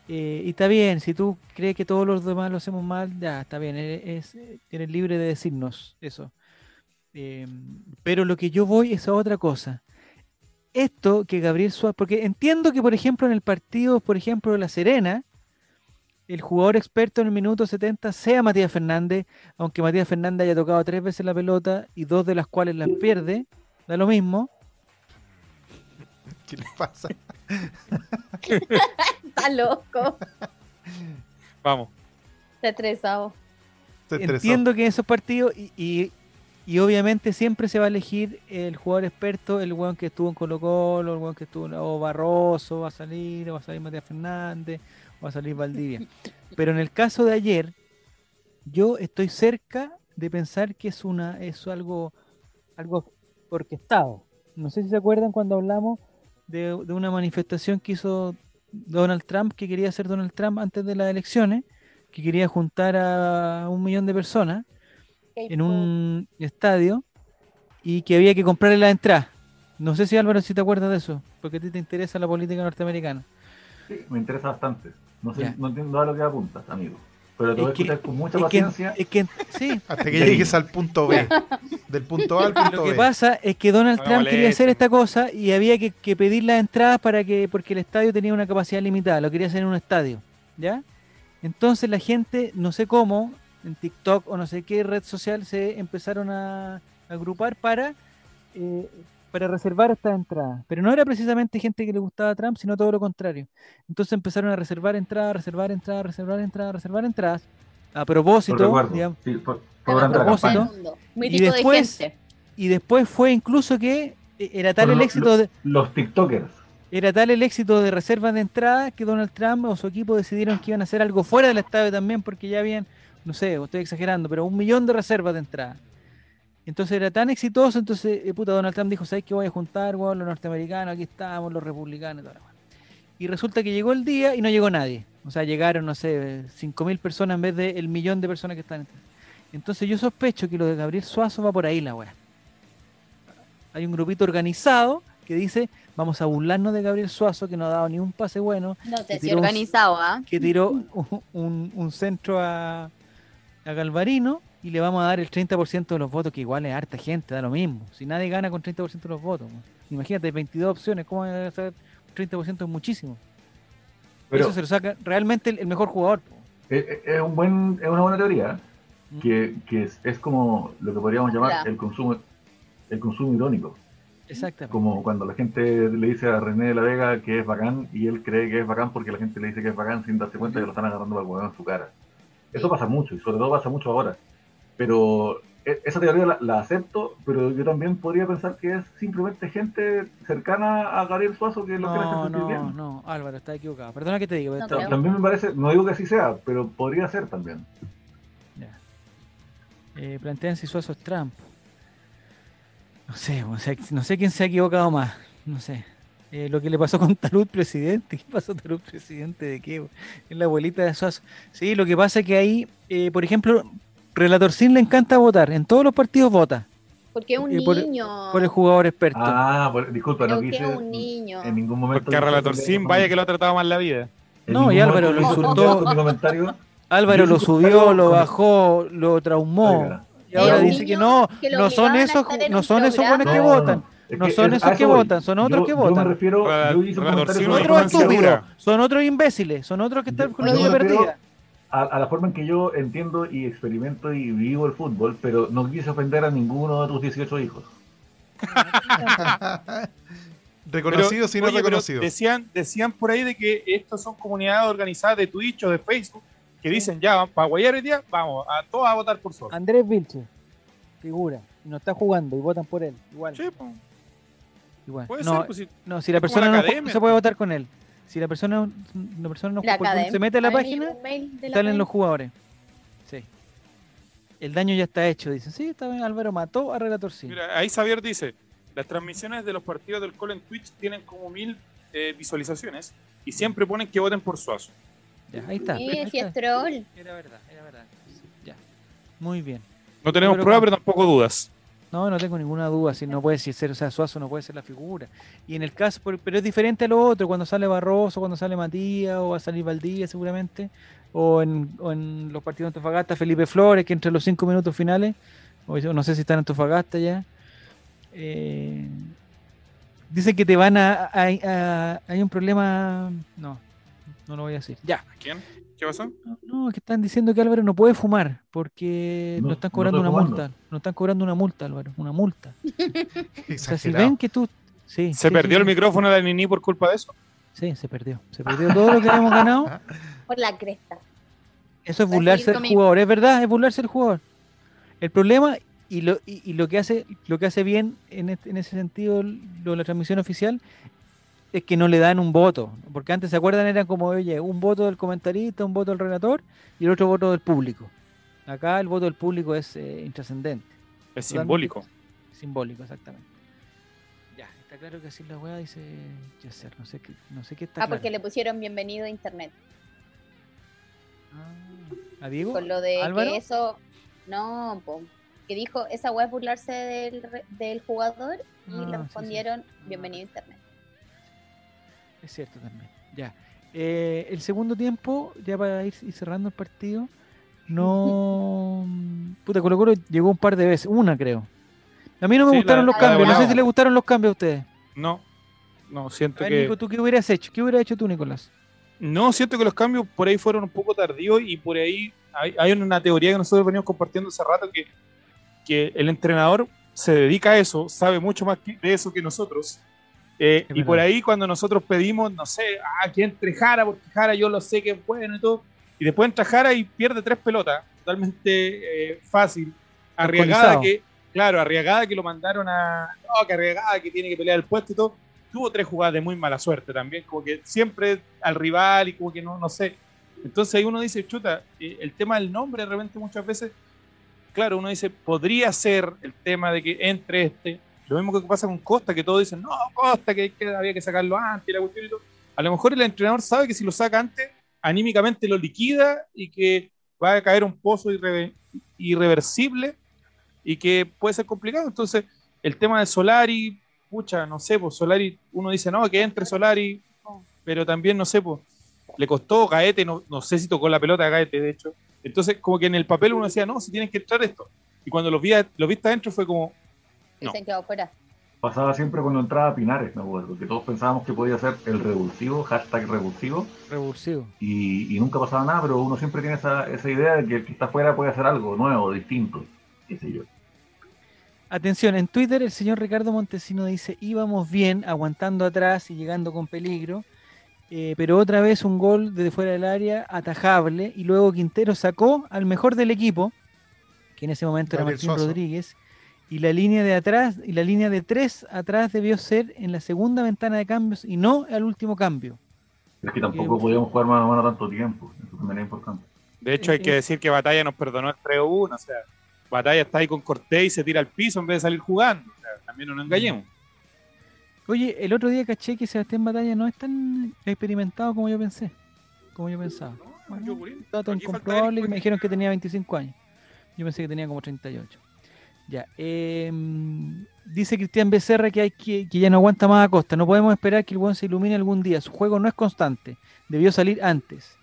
Speaker 1: Eh, y está bien, si tú crees que todos los demás lo hacemos mal, ya, está bien, eres, es- eres libre de decirnos eso. Eh, pero lo que yo voy es a otra cosa. Esto que Gabriel Suárez, porque entiendo que, por ejemplo, en el partido, por ejemplo, de La Serena, el jugador experto en el minuto 70 sea Matías Fernández, aunque Matías Fernández haya tocado tres veces la pelota y dos de las cuales las pierde, da lo mismo.
Speaker 4: ¿Qué le pasa?
Speaker 2: Está loco.
Speaker 3: Vamos.
Speaker 2: Está estresado.
Speaker 4: Se estresó.
Speaker 1: entiendo que en esos partidos y, y- y obviamente siempre se va a elegir el jugador experto, el weón que estuvo en Colo Colo, el weón que estuvo en o Barroso, va a salir, o va a salir Matías Fernández, o va a salir Valdivia. Pero en el caso de ayer, yo estoy cerca de pensar que es una es algo algo orquestado. No sé si se acuerdan cuando hablamos de, de una manifestación que hizo Donald Trump, que quería hacer Donald Trump antes de las elecciones, que quería juntar a un millón de personas en un estadio y que había que comprarle la entrada. No sé si Álvaro si te acuerdas de eso, porque a ti te interesa la política norteamericana.
Speaker 5: Sí, me interesa bastante. No sé,
Speaker 1: Ya.
Speaker 5: no entiendo a lo que apuntas, amigo. Pero te
Speaker 1: Es
Speaker 5: voy a
Speaker 1: que-
Speaker 5: escuchar con mucha
Speaker 1: Es que,
Speaker 5: paciencia.
Speaker 1: es que- sí,
Speaker 4: Hasta que llegues al punto B. Del punto A al punto
Speaker 1: lo que
Speaker 4: B.
Speaker 1: pasa es que Donald
Speaker 3: No me
Speaker 1: Trump quería hacer
Speaker 3: molesten.
Speaker 1: esta cosa y había que, que pedir las entradas para que, porque el estadio tenía una capacidad limitada, lo quería hacer en un estadio, ¿ya? Entonces la gente, no sé cómo, en TikTok o no sé qué red social se empezaron a agrupar para, eh, para reservar estas entradas. Pero no era precisamente gente que le gustaba a Trump, sino todo lo contrario. Entonces empezaron a reservar entradas, reservar entradas, reservar entradas, reservar entradas. A
Speaker 5: Lo
Speaker 1: propósito,
Speaker 5: recuerdo.
Speaker 1: digamos,
Speaker 5: Sí, por, por
Speaker 2: Está
Speaker 5: durante la
Speaker 1: propósito,
Speaker 5: campaña.
Speaker 2: loco, mundo. Muy
Speaker 1: Y
Speaker 2: rico
Speaker 1: después-
Speaker 2: de gente.
Speaker 1: y después fue incluso que eh, era tal
Speaker 5: Por
Speaker 1: el
Speaker 5: lo-
Speaker 1: éxito de...
Speaker 5: Los TikTokers.
Speaker 1: Era tal el éxito de reservas de entrada que Donald Trump o su equipo decidieron que iban a hacer algo fuera del estadio también porque ya habían, no sé, estoy exagerando, pero un millón de reservas de entrada. Entonces era tan exitoso, entonces, eh, puta, Donald Trump dijo, ¿sabes qué voy a juntar, weón? Los norteamericanos, aquí estamos, los republicanos, y toda la weá". Y resulta que llegó el día y no llegó nadie. O sea, llegaron, no sé, 5.000 personas en vez del millón de personas que están. Entonces yo sospecho que lo de Gabriel Suazo va por ahí la weá. Hay un grupito organizado que dice, vamos a burlarnos de Gabriel Suazo, que no ha dado ni un pase bueno,
Speaker 2: No sé si
Speaker 1: tiró un-
Speaker 2: organizado, ¿ah?
Speaker 1: que tiró un, un- un centro a, a Galvarino y le vamos a dar el 30% de los votos, que igual es harta gente, da lo mismo. Si nadie gana con 30% de los votos, weón. imagínate, hay 22 opciones, ¿cómo va a ser 30%? Es muchísimo.
Speaker 5: Pero
Speaker 1: Eso se lo saca realmente el, el mejor jugador. po.
Speaker 5: es, es- es Eh, un buen, es una buena teoría.
Speaker 1: Mm.
Speaker 5: Que, que es, es como lo que podríamos llamar
Speaker 2: Ya.
Speaker 5: el consumo, el consumo irónico.
Speaker 1: Exactamente.
Speaker 5: Como cuando la gente le dice a René de la Vega que es bacán y él cree que es bacán porque la gente le dice que es bacán sin darse cuenta que lo están agarrando para poner en su cara. Eso pasa mucho y sobre todo pasa mucho ahora. Pero e- esa teoría la, la acepto, pero yo también podría pensar que es simplemente gente cercana a Gabriel Suazo que lo quiere hacer
Speaker 1: No,
Speaker 5: sentir
Speaker 1: no,
Speaker 5: bien.
Speaker 1: no, Álvaro, está equivocado. Perdona que te diga, pero
Speaker 2: No
Speaker 1: está-
Speaker 5: Ta-
Speaker 2: creo.
Speaker 5: También me parece, no digo que así sea, pero podría ser también.
Speaker 1: Eh, plantean si Suazo es Trump. No sé, o sea, no sé quién se ha equivocado más. No sé. Eh, lo que le pasó con Talud Presidente. ¿Qué pasó Talud Presidente de qué? bo? Es la abuelita de Suazo. Sí, lo que pasa es que ahí, eh, por ejemplo, Relator Sin le encanta votar. En todos los partidos vota
Speaker 2: Porque es un
Speaker 1: Eh, por-
Speaker 2: niño.
Speaker 1: por el jugador experto.
Speaker 5: Ah, por- disculpa, no
Speaker 2: Creo que
Speaker 5: quise
Speaker 2: es un niño.
Speaker 5: en ningún momento.
Speaker 3: Porque a Relator Sim, vaya que lo ha tratado mal la vida.
Speaker 5: En
Speaker 1: No, y
Speaker 5: ningún
Speaker 1: Álvaro
Speaker 5: momento
Speaker 1: lo
Speaker 5: quise
Speaker 1: insultó.
Speaker 5: con mi comentario.
Speaker 1: Álvaro
Speaker 5: yo
Speaker 1: lo
Speaker 5: sí comparto
Speaker 1: subió, lo
Speaker 5: con-
Speaker 1: bajó, lo traumó.
Speaker 5: Oiga,
Speaker 1: Y Y ahora
Speaker 2: Los
Speaker 1: dice que
Speaker 2: niños
Speaker 1: no,
Speaker 2: que lo
Speaker 1: no son
Speaker 2: obligaban a
Speaker 1: esos,
Speaker 2: estar en
Speaker 1: no
Speaker 2: un
Speaker 1: son esos
Speaker 2: programa.
Speaker 1: buenos que votan.
Speaker 5: Es
Speaker 1: No
Speaker 5: que
Speaker 1: son
Speaker 5: es-
Speaker 1: esos
Speaker 5: a
Speaker 1: que
Speaker 5: eso voy.
Speaker 1: votan, son otros
Speaker 5: Yo-
Speaker 1: que
Speaker 5: Yo
Speaker 1: votan.
Speaker 5: me refiero,
Speaker 3: Ra-
Speaker 5: yo hice un comentario
Speaker 3: Radorcino
Speaker 5: sobre
Speaker 3: y
Speaker 5: la forma
Speaker 1: otros
Speaker 3: Juan
Speaker 5: en que yo-
Speaker 1: estúpidos,
Speaker 3: Segura.
Speaker 1: son otros imbéciles, son otros que están con la
Speaker 5: Yo
Speaker 1: vida
Speaker 5: me refiero
Speaker 1: perdida.
Speaker 5: a, a la forma en que yo entiendo y experimento y vivo el fútbol, pero no quise ofender a ninguno de tus 18 hijos.
Speaker 4: Reconocido,
Speaker 3: Pero,
Speaker 4: si no
Speaker 3: oye, pero
Speaker 4: reconocido.
Speaker 3: Decían, decían por ahí de que estos son comunidades organizadas de Twitch o de Facebook que dicen, ya, para guayar el día, vamos, a todos a votar por Sol.
Speaker 1: Andrés Vilche, figura, y no está jugando y votan por él, igual.
Speaker 3: Sí, pues,
Speaker 1: igual.
Speaker 3: puede
Speaker 1: No,
Speaker 3: ser, pues, sí.
Speaker 1: no, si la
Speaker 3: es como
Speaker 1: persona
Speaker 3: la
Speaker 1: no, ju-
Speaker 3: academia. pues.
Speaker 1: se puede votar con él. Si la persona, la persona no
Speaker 2: La
Speaker 1: ju- porque
Speaker 2: academia.
Speaker 1: se mete a la
Speaker 2: A mí
Speaker 1: página,
Speaker 2: un mail de la
Speaker 1: salen
Speaker 2: academia.
Speaker 1: los jugadores. Sí. El daño ya está hecho, dicen. Sí, está bien, Álvaro mató a Relator sí.
Speaker 3: Mira, ahí Xavier dice, las transmisiones de los partidos del Colo en Twitch tienen como mil eh, visualizaciones y siempre ponen que voten por Suazo.
Speaker 1: Ya, ahí está.
Speaker 2: Sí,
Speaker 1: ahí
Speaker 2: si
Speaker 1: está.
Speaker 2: es troll.
Speaker 1: Era verdad, era verdad. Ya. Muy bien.
Speaker 3: No tenemos
Speaker 1: Pero-
Speaker 3: pruebas, pero tampoco dudas.
Speaker 1: No, no tengo ninguna duda, si no puede ser, o sea, Suazo no puede ser la figura. Y en el caso, por- pero es diferente a lo otro, cuando sale Barroso, cuando sale Matías, o va a salir Valdivia seguramente, o en, o en los partidos de Antofagasta, Felipe Flores, que entre los cinco minutos finales, o yo no sé si está en Antofagasta ya. eh, dicen que te van a, a- a- Hay un problema... No, no lo voy a decir. Ya.
Speaker 3: ¿A quién? ¿Qué pasó?
Speaker 1: No, es que están diciendo que Álvaro no puede fumar porque
Speaker 5: No,
Speaker 1: no están
Speaker 5: no
Speaker 1: cobrando
Speaker 5: estoy
Speaker 1: una
Speaker 5: fumando.
Speaker 1: multa. No están cobrando una multa, Álvaro, una multa. O sea, si
Speaker 4: Exagerado.
Speaker 1: ven que tú. Sí,
Speaker 3: ¿Se
Speaker 1: sí,
Speaker 3: perdió
Speaker 1: sí,
Speaker 3: el
Speaker 1: sí.
Speaker 3: micrófono de la Nini por culpa de eso?
Speaker 1: Sí, se perdió. Se perdió todo lo que habíamos ganado.
Speaker 2: Por la cresta.
Speaker 1: Eso es
Speaker 6: Va a
Speaker 1: burlarse
Speaker 6: seguir
Speaker 1: del
Speaker 6: conmigo.
Speaker 1: jugador, es verdad, es burlarse del jugador. El problema y lo, y, y lo que hace lo que hace bien en, este- en ese sentido lo, la transmisión oficial es que no le dan un voto, porque antes se acuerdan era como, oye, un voto del comentarista, un voto del relator y el otro voto del público. Acá el voto del público es eh, intrascendente.
Speaker 3: Es
Speaker 1: Totalmente
Speaker 3: simbólico.
Speaker 1: Simbólico, exactamente. Ya, está claro que así la weá dice Yeser, no sé qué, no sé qué está
Speaker 2: Ah,
Speaker 1: claro.
Speaker 2: porque le pusieron bienvenido a internet.
Speaker 1: Ah, ¿A Diego?
Speaker 2: Con lo de
Speaker 1: ¿Álvaro?
Speaker 2: que eso. No, po, que dijo, esa weá es burlarse del, re- del jugador.
Speaker 1: Ah,
Speaker 2: Y
Speaker 1: sí,
Speaker 2: le
Speaker 1: sí.
Speaker 2: respondieron,
Speaker 1: Ah.
Speaker 2: bienvenido a internet.
Speaker 1: Es cierto también. Ya. Eh, el segundo tiempo, ya para ir ir cerrando el partido, no. Puta, Colo Colo llegó un par de veces, una creo. A mí no me
Speaker 3: Sí,
Speaker 1: gustaron
Speaker 3: la-
Speaker 1: los
Speaker 2: la
Speaker 1: cambios, no sé
Speaker 2: devolvemos.
Speaker 1: si les gustaron los cambios a ustedes.
Speaker 3: No, no,
Speaker 1: A
Speaker 3: siento
Speaker 1: ver,
Speaker 3: que...
Speaker 1: Nico, ¿tú qué hubieras hecho? ¿Qué hubieras hecho tú, Nicolás?
Speaker 3: No, siento que los cambios por ahí fueron un poco tardíos y por ahí hay, hay una teoría que nosotros venimos compartiendo hace rato que, que el entrenador se dedica a eso, sabe mucho más que- de eso que nosotros. Eh,
Speaker 1: Es
Speaker 3: y por
Speaker 1: verdad.
Speaker 3: ahí cuando nosotros pedimos, no sé, a que entre Jara, porque Jara yo lo sé que es bueno y todo, y después entra Jara y pierde tres pelotas, totalmente eh, fácil. Arriagada
Speaker 1: Alcoholizado.
Speaker 3: que, claro, arriagada que lo mandaron a, no, que arriagada que tiene que pelear el puesto y todo tuvo tres jugadas de muy mala suerte también, como que siempre al rival y como que no, no sé. Entonces ahí uno dice, chuta, eh, el tema del nombre de repente muchas veces, claro, uno dice, podría ser el tema de que entre este. Lo mismo que pasa con Costa, que todos dicen, no, Costa, que, que había que sacarlo antes, y la cuestión y todo. A lo mejor el entrenador sabe que si lo saca antes, anímicamente lo liquida y que va a caer un pozo irre- irreversible y que puede ser complicado. Entonces, el tema de Solari, pucha, no sé, pues Solari, uno dice, no, que entre Solari, pero también, no sé, pues, le costó Gaete, no, no sé si tocó la pelota a Gaete, de hecho. Entonces, como que en el papel uno decía, no, si tienes que entrar esto. Y cuando los vi, a- los viste adentro fue como,
Speaker 2: Y
Speaker 3: No.
Speaker 2: se han quedado fuera.
Speaker 5: Pasaba siempre cuando entraba Pinares, me acuerdo, que todos pensábamos que podía ser el revulsivo, hashtag revulsivo,
Speaker 1: Revulsivo.
Speaker 5: y, y nunca pasaba nada, pero uno siempre tiene esa, esa idea de que el que está afuera puede hacer algo nuevo, distinto, qué sé yo.
Speaker 1: Atención, en Twitter el señor Ricardo Montesino dice, íbamos bien, aguantando atrás y llegando con peligro, eh, pero otra vez un gol desde fuera del área, atajable, y luego Quintero sacó al mejor del equipo, que en ese momento era
Speaker 4: Gabriel
Speaker 1: Martín
Speaker 4: Suazo.
Speaker 1: Rodríguez, y la línea de atrás, y la línea de tres atrás debió ser en la segunda ventana de cambios y no al último cambio.
Speaker 5: Es que tampoco podíamos jugar mano a mano tanto tiempo, eso también es importante.
Speaker 3: de hecho, hay que decir que Batalla nos perdonó el 3-1, o sea, Batalla está ahí con Cortés y se tira al piso en vez de salir jugando. O sea, también no nos engañemos.
Speaker 1: Oye, el otro día caché que Sebastián Batalla no es tan experimentado como yo pensé, como yo pensaba. Bueno, dato incomprobable que me dijeron que tenía 25 años. Yo pensé que tenía como 38. Ya. eh, dice Cristian Becerra que, hay que, que ya no aguanta más a Costa. No podemos esperar que el buen se ilumine algún día. Su juego no es constante. Debió salir antes.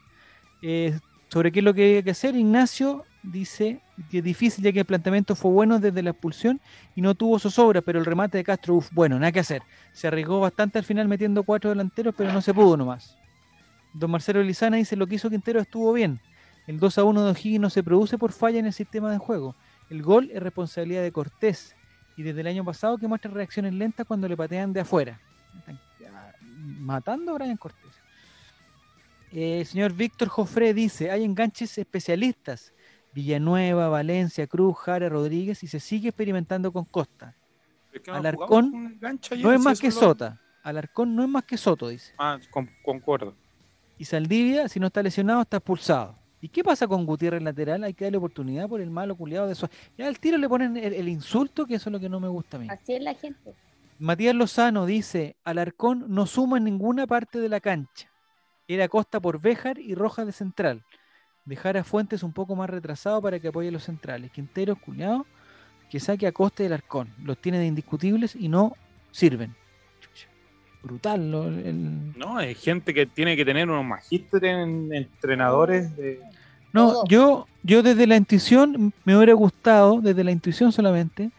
Speaker 1: Eh, sobre qué es lo que hay que hacer, Ignacio dice que difícil ya que el planteamiento fue bueno desde la expulsión y no tuvo zozobra, pero el remate de Castro, uf, bueno, nada que hacer. Se arriesgó bastante al final metiendo cuatro delanteros, pero no se pudo nomás. Don Marcelo Lizana dice lo que hizo Quintero estuvo bien. El 2 a 1 de O'Higgins no se produce por falla en el sistema de juego. El gol es responsabilidad de Cortés y desde el año pasado que muestra reacciones lentas cuando le patean de afuera. Están matando a Brian Cortés. Eh, el señor Víctor Jofré dice, hay enganches especialistas. Villanueva, Valencia, Cruz, Jara, Rodríguez y se sigue experimentando con Costa.
Speaker 3: Es que no jugamos con
Speaker 1: Alarcón
Speaker 3: un gancho ayer,
Speaker 1: no es
Speaker 3: si
Speaker 1: más
Speaker 3: eso
Speaker 1: que
Speaker 3: lo-
Speaker 1: Sota. Alarcón no es más que Soto, dice.
Speaker 3: Ah, con- concuerdo.
Speaker 1: Y Saldivia, si no está lesionado, está expulsado. ¿Y qué pasa con Gutiérrez lateral? Hay que darle oportunidad por el malo culiado de eso. Ya al tiro le ponen el, el insulto, que eso es lo que no me gusta a mí.
Speaker 2: Así es la gente.
Speaker 1: Matías Lozano dice, Alarcón no suma en ninguna parte de la cancha. Era Costa por Béjar y Rojas de central. Dejar a Fuentes un poco más retrasado para que apoye a los centrales. Quintero, cuñado, que saque a Costa y Alarcón. Los tiene de indiscutibles y no sirven. Chucha, Brutal lo- el-
Speaker 3: No, hay gente que tiene que tener unos magísteres en entrenadores de...
Speaker 1: No,
Speaker 2: Todo.
Speaker 1: yo, yo desde la intuición me hubiera gustado, desde la intuición solamente,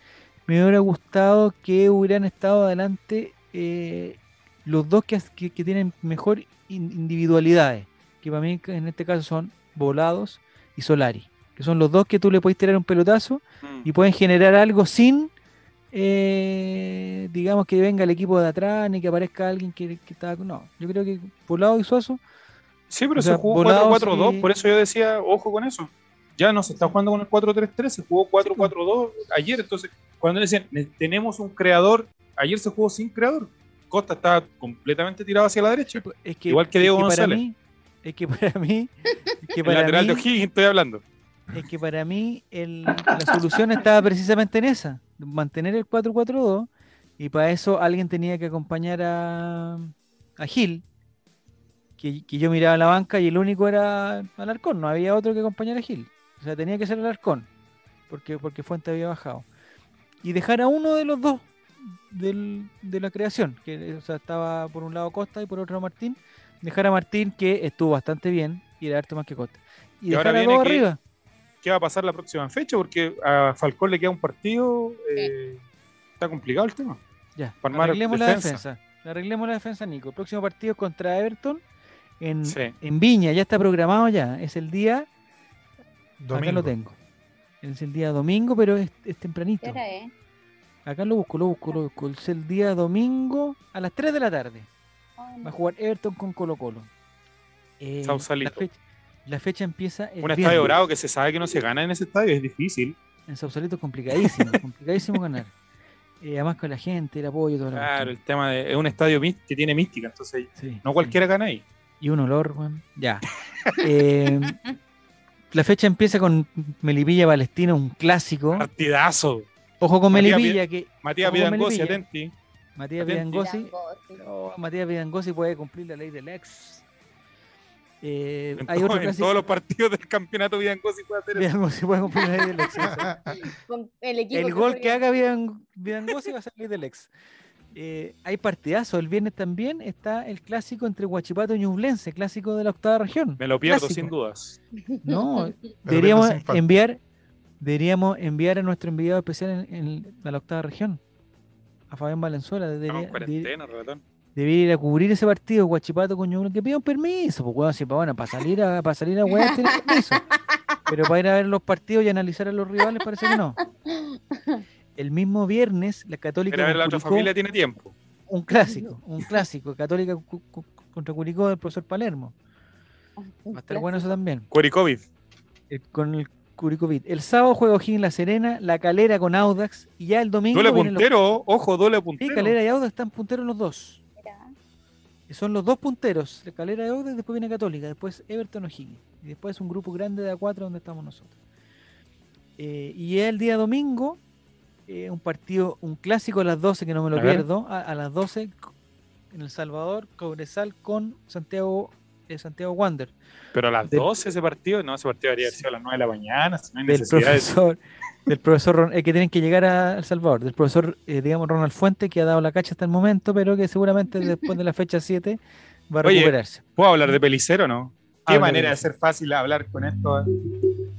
Speaker 1: me hubiera gustado que hubieran estado adelante eh, los dos que, as- que, que tienen mejor in- individualidades, que para mí en este caso son Volados y Solari, que son los dos que tú le puedes tirar un pelotazo
Speaker 3: Mm.
Speaker 1: y pueden generar algo sin, eh, digamos, que venga el equipo de atrás ni que aparezca alguien que, que está... No, yo creo que Volados y Suazo
Speaker 3: Sí, pero
Speaker 1: O sea,
Speaker 3: se jugó
Speaker 1: volados
Speaker 3: 4-4-2,
Speaker 1: y-
Speaker 3: por eso yo decía, ojo con eso. Ya no se está jugando con el 4-3-3, se jugó 4-4-2 ayer. Entonces, cuando decían, "Ne- tenemos un creador, ayer se jugó sin creador. Costa estaba completamente tirado hacia la derecha.
Speaker 1: Pues, Es que,
Speaker 3: Igual que Diego
Speaker 1: es Para
Speaker 3: González.
Speaker 1: mí, es que para mí, es que
Speaker 3: El
Speaker 1: para
Speaker 3: lateral de
Speaker 1: mí,
Speaker 3: O'Higgins estoy hablando.
Speaker 1: es que para mí el- la solución estaba precisamente en esa, mantener el 4-4-2 y para eso alguien tenía que acompañar a, a Gil, que, que yo miraba la banca y el único era Alarcón, no había otro que acompañar a Gil. O sea, tenía que ser Alarcón, porque, porque Fuente había bajado. Y dejar a uno de los dos del- de la creación, que o sea, estaba por un lado Costa y por otro Martín. Dejar a Martín, que estuvo bastante bien, y era harto más que Costa. Y,
Speaker 3: Y ahora
Speaker 1: dejar a
Speaker 3: viene
Speaker 1: dos
Speaker 3: que-
Speaker 1: arriba.
Speaker 3: ¿Qué va a pasar la próxima fecha? Porque a Falcón le queda un partido. eh, está complicado el tema.
Speaker 1: Ya,
Speaker 3: para armar
Speaker 1: arreglemos
Speaker 3: defensa.
Speaker 1: la defensa. Arreglemos la defensa, Nico. El próximo partido es contra Everton en,
Speaker 3: Sí.
Speaker 1: en Viña. Ya está programado ya. Es el día... Acá
Speaker 4: Domingo.
Speaker 1: lo tengo. Es el día domingo, pero es, es tempranito.
Speaker 2: ¿Qué eh? hora es?
Speaker 1: Acá lo busco, lo busco, lo busco. Es el día domingo a las 3 de la tarde.
Speaker 2: Ah,
Speaker 1: Va a
Speaker 2: no.
Speaker 1: jugar Everton con Colo Colo. Eh, la,
Speaker 3: Sausalito.
Speaker 1: fecha, la fecha empieza el
Speaker 3: Un estadio
Speaker 1: viernes.
Speaker 3: bravo que se sabe que no se gana en ese estadio, es difícil.
Speaker 1: En Sausalito es complicadísimo, complicadísimo ganar. Eh, además con la gente, el apoyo, todo
Speaker 3: Claro, el tema de. Es un estadio mí- que tiene mística, entonces no
Speaker 1: cualquier
Speaker 3: cualquiera gana ahí.
Speaker 1: Y un olor, weón. Ya. Eh, la fecha empieza con Melipilla Palestina, un clásico.
Speaker 3: Partidazo.
Speaker 1: Ojo con
Speaker 3: Ah, Matías
Speaker 1: Melipilla, que
Speaker 3: Matías
Speaker 1: Jugó
Speaker 3: Vidangosi,
Speaker 1: Melipilla.
Speaker 3: atenti.
Speaker 1: Matías
Speaker 3: Atenti.
Speaker 1: Vidangosi.
Speaker 2: Langosti.
Speaker 1: oh, Matías Vidangosi puede cumplir la ley del ex. Eh,
Speaker 3: En,
Speaker 1: hay
Speaker 3: todo-
Speaker 1: otro
Speaker 3: en
Speaker 1: clásico.
Speaker 3: todos los partidos del campeonato Vidangosi puede hacer eso.
Speaker 1: Vidangosi puede cumplir la ley del ex.
Speaker 2: Con el equipo
Speaker 1: El gol
Speaker 2: juega.
Speaker 1: que haga Vidan- Vidangosi va a salir del ex. Eh, hay partidazo. El viernes también está el clásico entre Huachipato y Ñublense, clásico de la octava región.
Speaker 3: Me lo pierdo,
Speaker 1: Clásico.
Speaker 3: sin dudas.
Speaker 1: No,
Speaker 4: Pero
Speaker 1: deberíamos
Speaker 4: menos infarto.
Speaker 1: enviar, deberíamos enviar a nuestro enviado especial en, en la octava región, a Fabián Valenzuela.
Speaker 3: Estamos
Speaker 1: Debería,
Speaker 3: en
Speaker 1: de-
Speaker 3: cuarentena, ratón.
Speaker 1: debería ir a cubrir ese partido, Guachipato, coño, uno que pida un permiso, pues weón, si, pa- bueno, para salir a, para salir a weas tiene permiso. Pero para ir a ver los partidos y analizar a los rivales parece que no. El mismo viernes, la Católica
Speaker 3: Pero a ver,
Speaker 1: con
Speaker 3: la otra
Speaker 1: Curicó-
Speaker 3: familia tiene tiempo.
Speaker 1: un clásico, un clásico, Católica cu- cu- contra Curicó del profesor Palermo. Va a estar bueno eso también.
Speaker 3: Cuericovid.
Speaker 1: el- eh, con el Curicovit. El sábado juega O'Higgins La Serena, La Calera con Audax y ya el domingo.
Speaker 3: Duele
Speaker 1: vienen los-
Speaker 3: puntero, ojo, duele
Speaker 1: Sí,
Speaker 3: puntero.
Speaker 1: Calera y Audax están punteros los dos.
Speaker 2: Mira,
Speaker 1: Son los dos punteros. La Calera y Audax, después viene Católica, después Everton O'Higgins. Y después un grupo grande de A4 donde estamos nosotros. Eh, y ya el día domingo, eh, un partido, un clásico a las 12 que no me lo
Speaker 3: A ver.
Speaker 1: pierdo. A, a las 12 en El Salvador, Cobresal con Santiago, eh, Santiago Wander.
Speaker 3: Pero a las
Speaker 1: Del-
Speaker 3: 12 ese partido, no, ese partido debería haber sido a las 9 de la mañana, si no hay
Speaker 1: del
Speaker 3: necesidad de-
Speaker 1: profesor, del profesor Ron- eh, que tienen que llegar a El Salvador, del profesor, eh, digamos, Ronald Fuente, que ha dado la cacha hasta el momento, pero que seguramente después de la fecha 7 va a
Speaker 3: Oye,
Speaker 1: recuperarse.
Speaker 3: ¿Puedo hablar de Pelicero no? Qué
Speaker 1: Habla,
Speaker 3: manera de
Speaker 1: Pelicero.
Speaker 3: ser fácil hablar con esto. eh.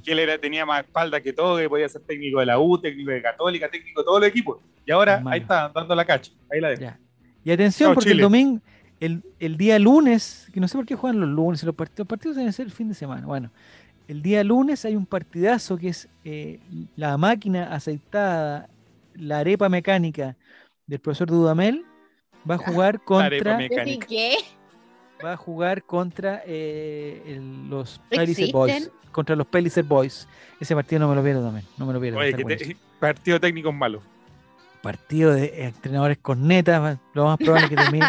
Speaker 3: que él era, tenía más espalda que todo, que podía ser técnico de la U, técnico de Católica, técnico de todos los equipos. Y ahora
Speaker 1: Hermano.
Speaker 3: ahí está, dando la cacha. Ahí la dejo.
Speaker 1: Ya. Y atención,
Speaker 3: Chao,
Speaker 1: porque el
Speaker 3: Chile.
Speaker 1: domingo, el, el día lunes, que no sé por qué juegan los lunes, y los partidos, los partidos deben ser el fin de semana. Bueno, el día lunes hay un partidazo que es eh, la máquina aceitada, la arepa mecánica del profesor Dudamel, va a jugar
Speaker 3: arepa
Speaker 1: contra,
Speaker 3: mecánica.
Speaker 2: Yo sí,
Speaker 3: Mecánico.
Speaker 2: ¿qué?
Speaker 1: va a jugar contra eh, el- los
Speaker 2: ¿Existen?
Speaker 1: Pelicer Boys. Contra los Pelicer Boys. Ese partido no me lo pierdo también. No me lo pierdo.
Speaker 3: Oye,
Speaker 1: está
Speaker 3: que
Speaker 1: buenísimo.
Speaker 3: te- partido técnico es malo.
Speaker 1: Partido de entrenadores cornetas. Lo más probable es que termine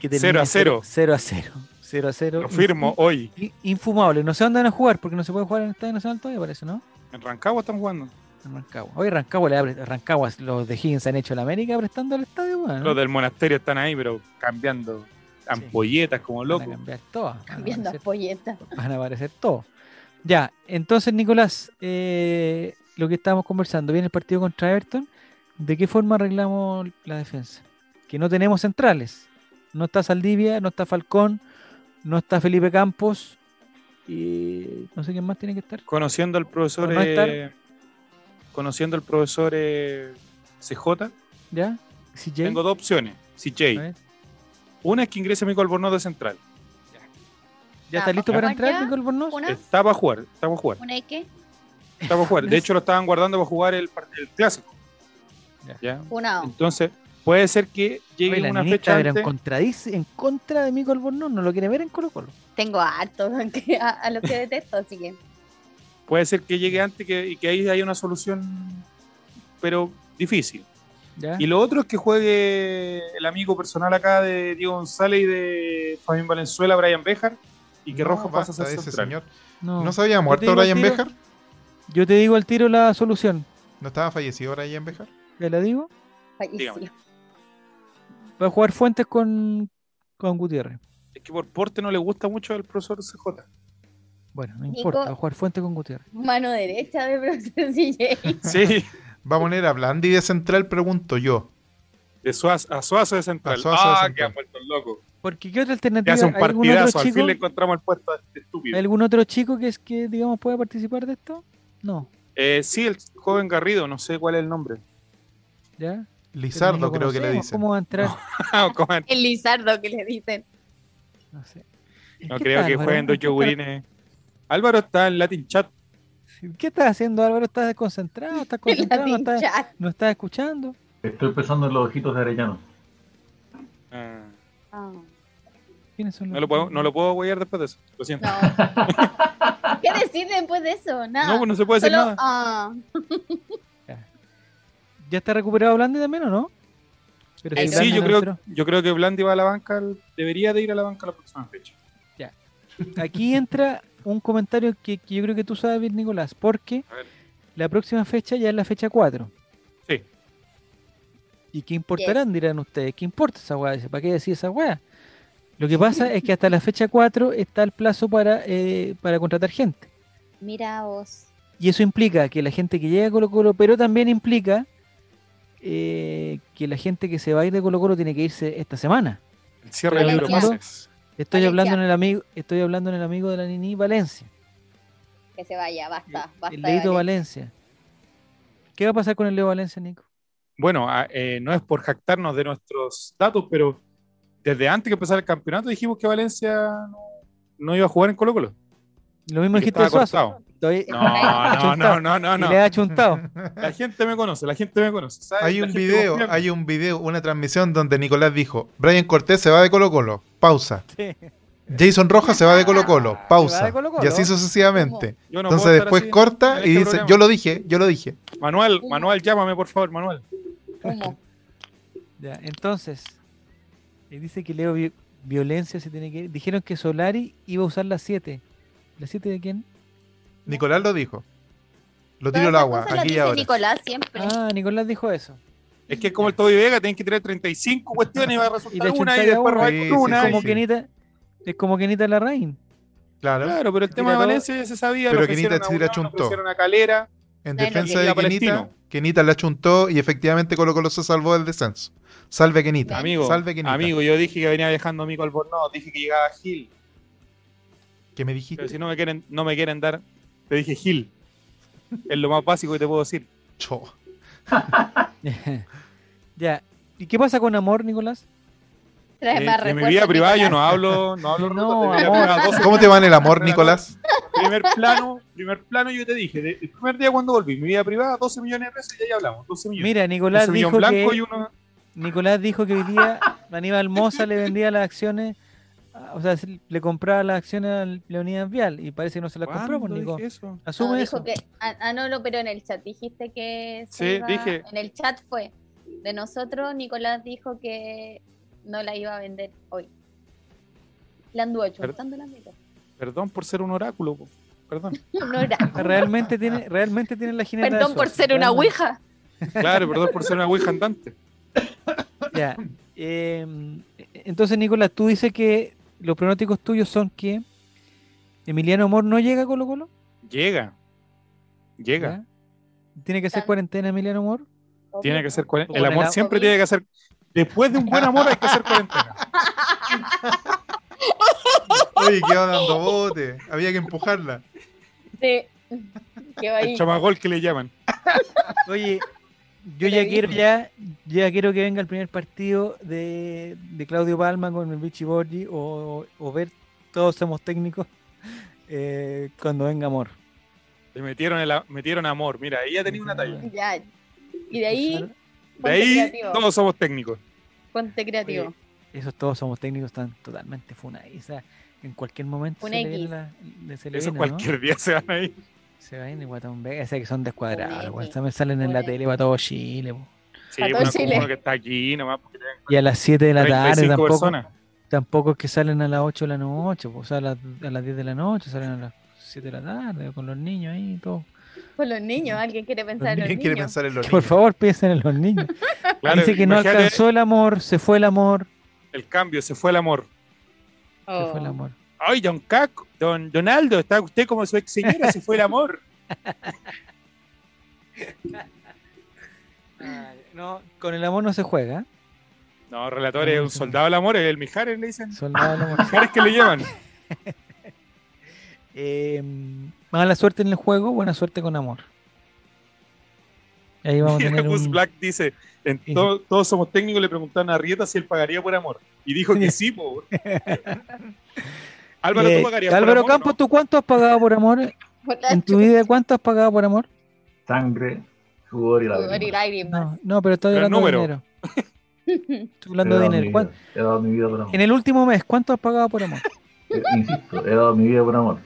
Speaker 1: que termine
Speaker 3: Cero a cero.
Speaker 1: 0 a 0. 0 a 0.
Speaker 3: Lo firmo hoy.
Speaker 1: Infumable. No sé dónde van a jugar porque no se puede jugar en el Estadio Nacional todavía, parece, ¿no?
Speaker 3: En Rancagua están jugando.
Speaker 1: En Rancagua. Hoy Rancagua le abre. Rancagua, los de Higgins han hecho la América prestando al estadio, weón, ¿no?
Speaker 3: Ah. Los del monasterio están ahí, pero cambiando ampolletas como
Speaker 1: Van a
Speaker 3: locos.
Speaker 1: cambiar todo. Van a
Speaker 2: Cambiando
Speaker 1: aparecer-
Speaker 2: ampolletas.
Speaker 1: van a aparecer todos. Ya, entonces, Nicolás, eh, lo que estábamos conversando, viene el partido contra Everton. ¿De qué forma arreglamos la defensa? Que no tenemos centrales. No está Saldivia, no está Falcón, no está Felipe Campos. Y no sé quién más tiene que estar.
Speaker 3: Conociendo al profesor.
Speaker 1: Por no estar-
Speaker 3: eh, conociendo al profesor eh, CJ,
Speaker 1: ¿Ya? CJ,
Speaker 3: tengo dos opciones.
Speaker 1: a
Speaker 3: CJ.
Speaker 1: ver.
Speaker 3: Una es que ingrese Mico Albornoz de central.
Speaker 1: ¿Ya está listo para
Speaker 2: Ah, Juan,
Speaker 1: entrar,
Speaker 2: ya.
Speaker 1: Nicol Bornoz?
Speaker 2: Una,
Speaker 3: Está para jugar, está para jugar,
Speaker 2: una de qué?
Speaker 3: está para jugar. De hecho, lo estaban guardando para jugar el, par- el clásico.
Speaker 1: Ya.
Speaker 3: ¿Ya?
Speaker 2: Una. o.
Speaker 3: Entonces, puede ser que llegue
Speaker 1: Oye, la
Speaker 3: una
Speaker 1: ministra,
Speaker 3: fecha
Speaker 1: pero en,
Speaker 3: antes.
Speaker 1: contradice- en contra de Mico Bornoz, no lo quiere ver en Colo Colo.
Speaker 2: Tengo hartos que- a, a los que detesto, así que.
Speaker 3: Puede ser que llegue antes que- y que ahí haya una solución, pero difícil.
Speaker 1: ¿Ya?
Speaker 3: Y lo otro es que juegue el amigo personal acá de Diego González y de Fabián Valenzuela, Brian Bejar, y que
Speaker 4: No,
Speaker 3: Rojas pasa a
Speaker 4: basta
Speaker 3: ser
Speaker 4: de ese
Speaker 3: central.
Speaker 4: señor.
Speaker 1: No.
Speaker 4: ¿No se había muerto
Speaker 1: digo,
Speaker 4: Brian
Speaker 1: tío.
Speaker 4: Bejar?
Speaker 1: Yo te digo al tiro la solución.
Speaker 4: ¿No estaba fallecido Brian Bejar?
Speaker 1: ¿Te la digo?
Speaker 2: falleció.
Speaker 3: Dígame.
Speaker 1: Va a jugar Fuentes con, con Gutiérrez.
Speaker 3: Es que por porte no le gusta mucho al profesor CJ.
Speaker 1: Bueno, no
Speaker 2: Nico-
Speaker 1: importa, va a jugar Fuentes con Gutiérrez.
Speaker 2: Mano derecha de profesor CJ.
Speaker 3: Sí,
Speaker 4: ¿Va a poner a Blandi de central? Pregunto yo.
Speaker 3: de Suazo, a Suazo de central.
Speaker 4: A Suazo de
Speaker 3: ah,
Speaker 4: central.
Speaker 3: que ha muerto el loco.
Speaker 1: Porque ¿qué otra
Speaker 3: Que
Speaker 1: alternativa?
Speaker 3: hace un
Speaker 1: ¿Hay algún otro
Speaker 3: partidazo. Al
Speaker 1: chico,
Speaker 3: fin le encontramos el puesto a este estúpido.
Speaker 1: ¿hay algún otro chico que es que digamos pueda participar de esto? No,
Speaker 3: Eh, sí, el joven Garrido, no sé cuál es el nombre.
Speaker 1: ya. Pero ni
Speaker 4: Lizardo
Speaker 1: lo
Speaker 4: creo que le
Speaker 1: conocemos,
Speaker 4: dicen.
Speaker 1: ¿Cómo va a entrar?
Speaker 3: Ah, coman.
Speaker 2: El Lizardo que le dicen.
Speaker 1: No sé.
Speaker 3: no
Speaker 1: ¿Qué
Speaker 3: creo
Speaker 1: tal,
Speaker 3: que
Speaker 1: Álvaro?
Speaker 3: jueguen dos
Speaker 1: ¿Qué tal-
Speaker 3: yogurines. Álvaro está en Latin Chat.
Speaker 1: ¿Qué estás haciendo, Álvaro? ¿Estás desconcentrado? ¿Estás
Speaker 2: El
Speaker 1: concentrado? ¿No
Speaker 2: Latin
Speaker 1: estás,
Speaker 2: Chat.
Speaker 1: no estás escuchando?
Speaker 5: Estoy pensando en los ojitos de Arellano.
Speaker 3: Ah,
Speaker 2: Ah,
Speaker 1: ¿Quiénes son los
Speaker 3: no, lo puedo, no lo puedo huear después de eso. Lo siento. No,
Speaker 2: no. ¿Qué decir después de eso? Nada.
Speaker 3: pues no se puede decir
Speaker 2: Solo,
Speaker 3: nada.
Speaker 2: ah,
Speaker 1: ¿Ya está recuperado Blandi también o no? Pero
Speaker 2: Eh,
Speaker 1: si
Speaker 3: Sí,
Speaker 1: Blandi
Speaker 3: yo
Speaker 1: no entró.
Speaker 3: creo, yo creo que Blandi va a la banca. Debería de ir a la banca la próxima fecha.
Speaker 1: Aquí entra un comentario que, que yo creo que tú sabes, Nicolás, porque
Speaker 3: A ver.
Speaker 1: la próxima fecha ya es la fecha 4.
Speaker 3: Sí.
Speaker 1: ¿Y qué importarán? Dirán ustedes. ¿Qué importa esa weá? Dice, ¿Para qué decir esa weá? Lo que pasa es que hasta la fecha 4 está el plazo para, eh, para contratar gente.
Speaker 2: mira vos.
Speaker 1: Y eso implica que la gente que llega a Colo Colo, pero también implica eh, que la gente que se va a ir de Colo Colo tiene que irse esta semana.
Speaker 3: El cierre de
Speaker 2: Valencia.
Speaker 3: Europases.
Speaker 1: Estoy
Speaker 2: Valencia.
Speaker 1: hablando en el amigo, estoy hablando en el amigo de la Nini Valencia.
Speaker 2: Que se vaya, basta, basta.
Speaker 1: Eh, El
Speaker 2: de
Speaker 1: Leito
Speaker 2: Valencia.
Speaker 1: Valencia. ¿Qué va a pasar con el Leo Valencia, Nico?
Speaker 3: Bueno, a- eh, no es por jactarnos de nuestros datos, pero desde antes que empezara el campeonato dijimos que Valencia no, no iba a jugar en Colo Colo.
Speaker 1: Lo mismo
Speaker 3: que
Speaker 1: dijiste de
Speaker 3: estaba
Speaker 1: Suazo. Todavía-
Speaker 3: No, no, no, no, no,
Speaker 1: y
Speaker 3: no.
Speaker 1: le ha chuntado.
Speaker 3: La gente me conoce, la gente me conoce. ¿sabe?
Speaker 4: Hay
Speaker 3: La
Speaker 4: un
Speaker 3: gente
Speaker 4: video,
Speaker 3: confía en mí.
Speaker 4: hay un video, una transmisión donde Nicolás dijo, Brian Cortés se va de Colo Colo, pausa.
Speaker 1: Sí.
Speaker 4: Jason Rojas se va de Colo Colo,
Speaker 1: Se va
Speaker 4: pausa.
Speaker 1: de Colo-Colo.
Speaker 4: Y así sucesivamente.
Speaker 3: Yo no
Speaker 4: Entonces
Speaker 3: puedo estar
Speaker 4: después
Speaker 3: así
Speaker 4: corta
Speaker 3: en
Speaker 4: y
Speaker 3: este
Speaker 4: dice,
Speaker 3: programa.
Speaker 4: yo lo dije, yo lo dije.
Speaker 3: Manuel, Manuel, llámame por favor, Manuel.
Speaker 2: Humo.
Speaker 1: Ya, entonces, eh, dice que Leo Vi- Violencia se tiene que ir. Dijeron que Solari iba a usar la 7. ¿La 7 de quién?
Speaker 4: Nicolás lo dijo. Lo
Speaker 2: Todas
Speaker 4: tiro al
Speaker 2: esas
Speaker 4: agua,
Speaker 2: cosas las
Speaker 4: aquí y
Speaker 2: dice
Speaker 4: ahora.
Speaker 2: Nicolás siempre.
Speaker 1: Ah, Nicolás dijo eso.
Speaker 3: Es que es como el Toby Vega, tenés que tirar 35 cuestiones y va a
Speaker 1: Y le
Speaker 3: resultar una y
Speaker 1: chuntáis a
Speaker 3: después
Speaker 1: uno.
Speaker 3: robar
Speaker 4: Sí,
Speaker 3: con
Speaker 4: sí,
Speaker 3: una.
Speaker 4: sí,
Speaker 1: Como
Speaker 3: y-
Speaker 1: Kenita, es como Kenita Larraín.
Speaker 4: Claro.
Speaker 3: Claro, pero el tema
Speaker 1: Mira,
Speaker 3: de
Speaker 1: todo-
Speaker 3: Valencia ya se sabía.
Speaker 4: Pero
Speaker 3: lo
Speaker 4: Kenita
Speaker 3: ofrecieron a
Speaker 4: sí la
Speaker 3: Unión, lo
Speaker 4: chuntó.
Speaker 3: ofrecieron a Calera.
Speaker 4: En
Speaker 2: Nadie lo
Speaker 4: defensa
Speaker 3: quería.
Speaker 4: de Kenita,
Speaker 3: Palestino.
Speaker 4: Kenita la chuntó y efectivamente Colo Colo se salvó del descenso. Salve Kenita.
Speaker 3: Amigo,
Speaker 4: Salve Kenita.
Speaker 3: amigo, yo dije que venía viajando Mico Albornoz, dije que llegaba Gil.
Speaker 4: ¿Qué me
Speaker 3: Pero si
Speaker 4: dijiste?
Speaker 3: no me quieren, no me quieren dar Te dije Gil. Es lo más básico que te puedo decir.
Speaker 4: Cho.
Speaker 1: ya. ¿Y qué pasa con amor, Nicolás?
Speaker 2: Trae
Speaker 3: Eh,
Speaker 2: más
Speaker 3: en mi
Speaker 2: refuerzos,
Speaker 3: vida privada yo
Speaker 2: Nicolás.
Speaker 3: no hablo, no hablo
Speaker 1: No,
Speaker 3: de mi vida
Speaker 1: amor.
Speaker 3: privada. Dos-
Speaker 4: ¿Cómo te va en el amor, Nicolás?
Speaker 3: primer plano, primer plano yo te dije, de- el primer día cuando volví, mi vida privada, 12 millones de pesos y ahí hablamos, 12 millones.
Speaker 1: Mira, Nicolás
Speaker 3: Un semillón
Speaker 1: dijo,
Speaker 3: blanco
Speaker 1: que,
Speaker 3: y uno
Speaker 1: Nicolás dijo que hoy día Aníbal Moza le vendía las acciones, ah, o sea, se- le compraba las acciones a Leonidas Vial y parece que no se las compró, pues,
Speaker 3: ¿Cuándo
Speaker 1: Nico.
Speaker 3: dije eso?
Speaker 1: Asume
Speaker 2: No,
Speaker 1: eso.
Speaker 2: dijo que- ah, ah, no, lo, pero en el chat dijiste que. se
Speaker 3: Sí,
Speaker 2: iba-
Speaker 3: dije.
Speaker 2: En el chat fue. De nosotros, Nicolás dijo que no la iba a vender hoy. La anduvo chuntando la meta.
Speaker 3: Perdón por ser un oráculo, po. perdón.
Speaker 2: No era.
Speaker 1: Realmente tiene, realmente tiene la jineta. de
Speaker 2: Perdón por
Speaker 1: suerte,
Speaker 2: ser una
Speaker 1: realmente.
Speaker 2: ouija.
Speaker 3: Claro, perdón por ser una ouija andante.
Speaker 1: Ya. eh, entonces, Nicolás, tú dices que los pronósticos tuyos son que Emiliano Mor no llega a Colo Colo.
Speaker 3: Llega. Llega.
Speaker 1: ¿ya? ¿Tiene que hacer
Speaker 2: Tan-
Speaker 1: cuarentena Emiliano Mor?
Speaker 3: Tiene que ser cuaren-
Speaker 1: Como
Speaker 3: El amor
Speaker 1: la-
Speaker 3: siempre tiene que ser. Después de un buen amor hay que hacer cuarentena.
Speaker 4: Oye, quedó dando bote. Había que empujarla.
Speaker 2: que Que va
Speaker 3: El
Speaker 2: ahí.
Speaker 3: chamagol que le llaman.
Speaker 1: Oye, yo
Speaker 2: Te
Speaker 1: ya
Speaker 2: lo
Speaker 1: quiero,
Speaker 2: dije.
Speaker 1: ya, ya quiero que venga el primer partido de, de Claudio Palma con el Vichy Borgi o, o ver, todos somos técnicos, eh, cuando venga amor.
Speaker 3: Le metieron, el, a- metieron amor. Mira, ahí ya tenía una talla.
Speaker 2: Ya. Y de ahí,
Speaker 3: De
Speaker 2: Ponte
Speaker 3: ahí
Speaker 2: creativo.
Speaker 3: todos somos técnicos.
Speaker 2: ponte creativo.
Speaker 1: Oye, esos todos somos técnicos, están totalmente funados. o sea, en cualquier momento
Speaker 2: Funa
Speaker 1: se le viene
Speaker 2: X.
Speaker 1: la- le- se le
Speaker 3: Eso
Speaker 1: viene, ¿no?
Speaker 3: cualquier día se van ahí.
Speaker 1: Se va en el Guatón Vega, ese que son descuadrados.
Speaker 2: Funa
Speaker 1: weón,
Speaker 2: X,
Speaker 1: se me salen en la
Speaker 2: Funa
Speaker 1: tele para todo Chile. po.
Speaker 3: Sí,
Speaker 2: A todo
Speaker 3: bueno,
Speaker 2: Chile.
Speaker 3: como uno que está aquí nomás. porque tienen
Speaker 1: Y a las 7 de la tarde
Speaker 3: 35
Speaker 1: tampoco,
Speaker 3: personas.
Speaker 1: tampoco es que salen a las 8 de la noche, po, o sea, a las, a las 10 de la noche, salen a las 7 de la tarde con los niños ahí y todo.
Speaker 2: Con los niños, alguien quiere pensar en los
Speaker 4: ¿Quién quiere
Speaker 2: niños.
Speaker 4: pensar en los
Speaker 1: Por
Speaker 4: niños?
Speaker 1: favor, piensen en los niños.
Speaker 3: Claro,
Speaker 1: Dice que no
Speaker 3: imagínate
Speaker 1: alcanzó el amor, se fue el amor,
Speaker 3: El cambio, se fue el amor.
Speaker 1: se fue el
Speaker 2: Oh.
Speaker 1: amor.
Speaker 3: Ay, don Caco, don Donaldo, está usted como su ex señora, se fue el amor.
Speaker 1: No, con el amor no se juega. ¿eh?
Speaker 3: No, relatores, es un soldado del amor, es el Mijares, le dicen.
Speaker 1: Soldado del amor.
Speaker 3: Mijares que le llevan.
Speaker 1: Eh, mala suerte en el juego, buena suerte con amor. Ahí vamos a
Speaker 3: Mira,
Speaker 1: tener
Speaker 3: Gus
Speaker 1: un-
Speaker 3: Black dice, en to- todos somos técnicos, le preguntaron a Rieta si él pagaría por amor. Y dijo que sí, po. Álvaro,
Speaker 1: Eh,
Speaker 3: ¿tú pagarías
Speaker 1: Álvaro
Speaker 3: por amor?
Speaker 1: Campos, ¿tú cuánto has pagado por amor?
Speaker 2: Oh.
Speaker 1: ¿En tu vida cuánto has pagado por amor?
Speaker 5: Sangre, sudor y
Speaker 2: Sudor y
Speaker 5: lágrimas.
Speaker 2: lágrimas.
Speaker 1: No, no pero estoy
Speaker 3: Pero el
Speaker 1: hablando de dinero.
Speaker 3: número.
Speaker 1: Estoy
Speaker 5: He
Speaker 1: hablando de
Speaker 5: dado
Speaker 1: dinero.
Speaker 5: mi
Speaker 1: ¿Cuán-
Speaker 5: vida, He dado mi vida por amor.
Speaker 1: En el último mes, ¿cuánto has pagado por amor?
Speaker 5: Eh, Insisto, he dado mi vida por amor.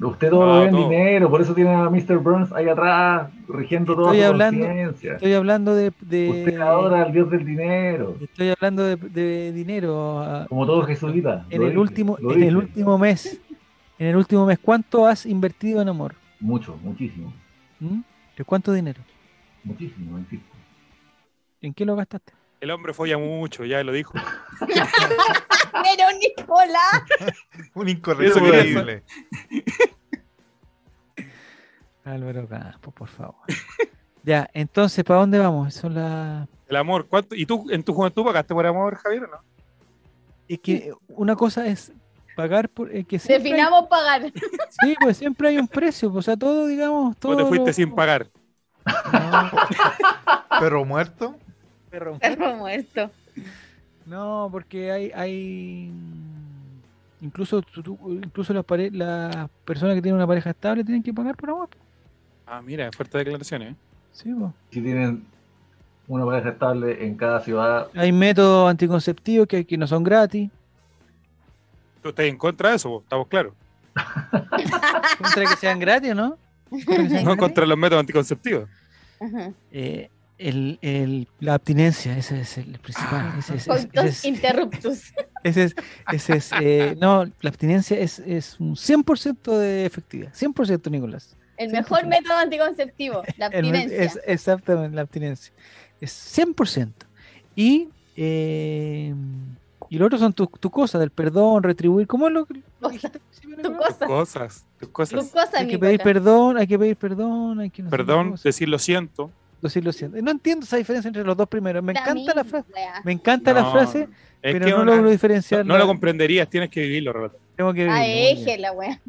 Speaker 5: Usted todo
Speaker 3: Ah,
Speaker 5: lo ve en
Speaker 3: todo.
Speaker 5: dinero, por eso tiene a Mr. Burns ahí atrás, rigiendo toda
Speaker 1: Estoy
Speaker 5: su
Speaker 1: hablando-
Speaker 5: conciencia.
Speaker 1: Estoy eh, hablando de. de-
Speaker 5: Usted adora al dios del dinero,
Speaker 1: Estoy hablando de, de dinero. ah,
Speaker 5: como todo jesuita.
Speaker 1: En
Speaker 5: lo
Speaker 1: el
Speaker 5: dije,
Speaker 1: último,
Speaker 5: lo
Speaker 1: en el
Speaker 5: dije.
Speaker 1: último mes, en el último mes, ¿cuánto has invertido en amor?
Speaker 5: Mucho, muchísimo,
Speaker 1: ¿Mm? ¿De cuánto dinero?
Speaker 5: muchísimo, insisto.
Speaker 1: ¿En qué lo gastaste?
Speaker 3: El hombre folla mucho, ya lo dijo.
Speaker 2: Pero Nicolás.
Speaker 4: Un
Speaker 3: Eso quería
Speaker 4: incorregible.
Speaker 1: Álvaro Campos, por favor. ya, entonces, ¿para dónde vamos? Son las
Speaker 3: El amor, ¿cuánto? ¿Y tú en tu juventud pagaste por amor, Javier, o no?
Speaker 1: es que una cosa es pagar por es que siempre hay-
Speaker 2: Definamos pagar.
Speaker 1: sí, pues siempre hay un precio, pues, o sea, todo digamos, todo
Speaker 3: ¿O te fuiste
Speaker 1: lo-
Speaker 3: sin pagar?
Speaker 1: No,
Speaker 4: Perro muerto.
Speaker 1: perro.
Speaker 2: Perro muerto.
Speaker 1: No, porque hay, hay mm, incluso tú- tú- incluso las pare- las personas que tienen una pareja estable tienen que pagar por amor.
Speaker 3: Ah, mira, fuertes declaraciones. ¿eh?
Speaker 1: Sí, pues.
Speaker 5: Si tienen una pareja estable en cada ciudad,
Speaker 1: Hay métodos anticonceptivos que, que no son gratis.
Speaker 3: ¿Tú estás en contra de eso? po? Estamos claros.
Speaker 1: Contra que sean gratis, ¿no?
Speaker 3: No contra los métodos anticonceptivos.
Speaker 2: Ajá.
Speaker 1: Eh, el, el- la abstinencia, ese es el
Speaker 3: Ah.
Speaker 1: principal. Ese es, ese
Speaker 2: Coitus
Speaker 1: es-
Speaker 2: interruptus.
Speaker 1: ese es- ese es, eh, no, la abstinencia es, es un 100% de efectividad. 100%, Nicolás.
Speaker 2: El
Speaker 1: Sí,
Speaker 2: mejor
Speaker 1: sí.
Speaker 2: método anticonceptivo, la
Speaker 1: El me-
Speaker 2: abstinencia.
Speaker 1: es- exactamente, la abstinencia. Es 100%. Y, eh, y lo otro son tus tus cosas, del perdón, retribuir. ¿Cómo es lo que lo que dijiste al principio,
Speaker 2: Tu
Speaker 1: Nicolás?
Speaker 2: cosa,
Speaker 3: Cosas, tus
Speaker 2: tu
Speaker 3: cosas.
Speaker 2: cosa,
Speaker 1: Hay que pedir
Speaker 2: Nicolás.
Speaker 1: perdón, hay que pedir perdón, hay que no sé qué
Speaker 3: Perdón,
Speaker 1: cosa.
Speaker 3: decir lo siento.
Speaker 1: Decir lo siento. No entiendo esa diferencia entre los dos primeros. Me
Speaker 2: La
Speaker 1: encanta la
Speaker 2: misma
Speaker 1: frase.
Speaker 2: wea.
Speaker 1: Me encanta la
Speaker 3: No,
Speaker 1: frase,
Speaker 3: es
Speaker 1: pero
Speaker 3: que
Speaker 1: no
Speaker 3: una-
Speaker 1: logro
Speaker 3: no,
Speaker 1: diferenciarla.
Speaker 3: lo comprenderías, tienes que vivirlo, relator.
Speaker 1: Tengo que
Speaker 2: Ah,
Speaker 1: vivirlo, muy bien.
Speaker 2: eje la wea.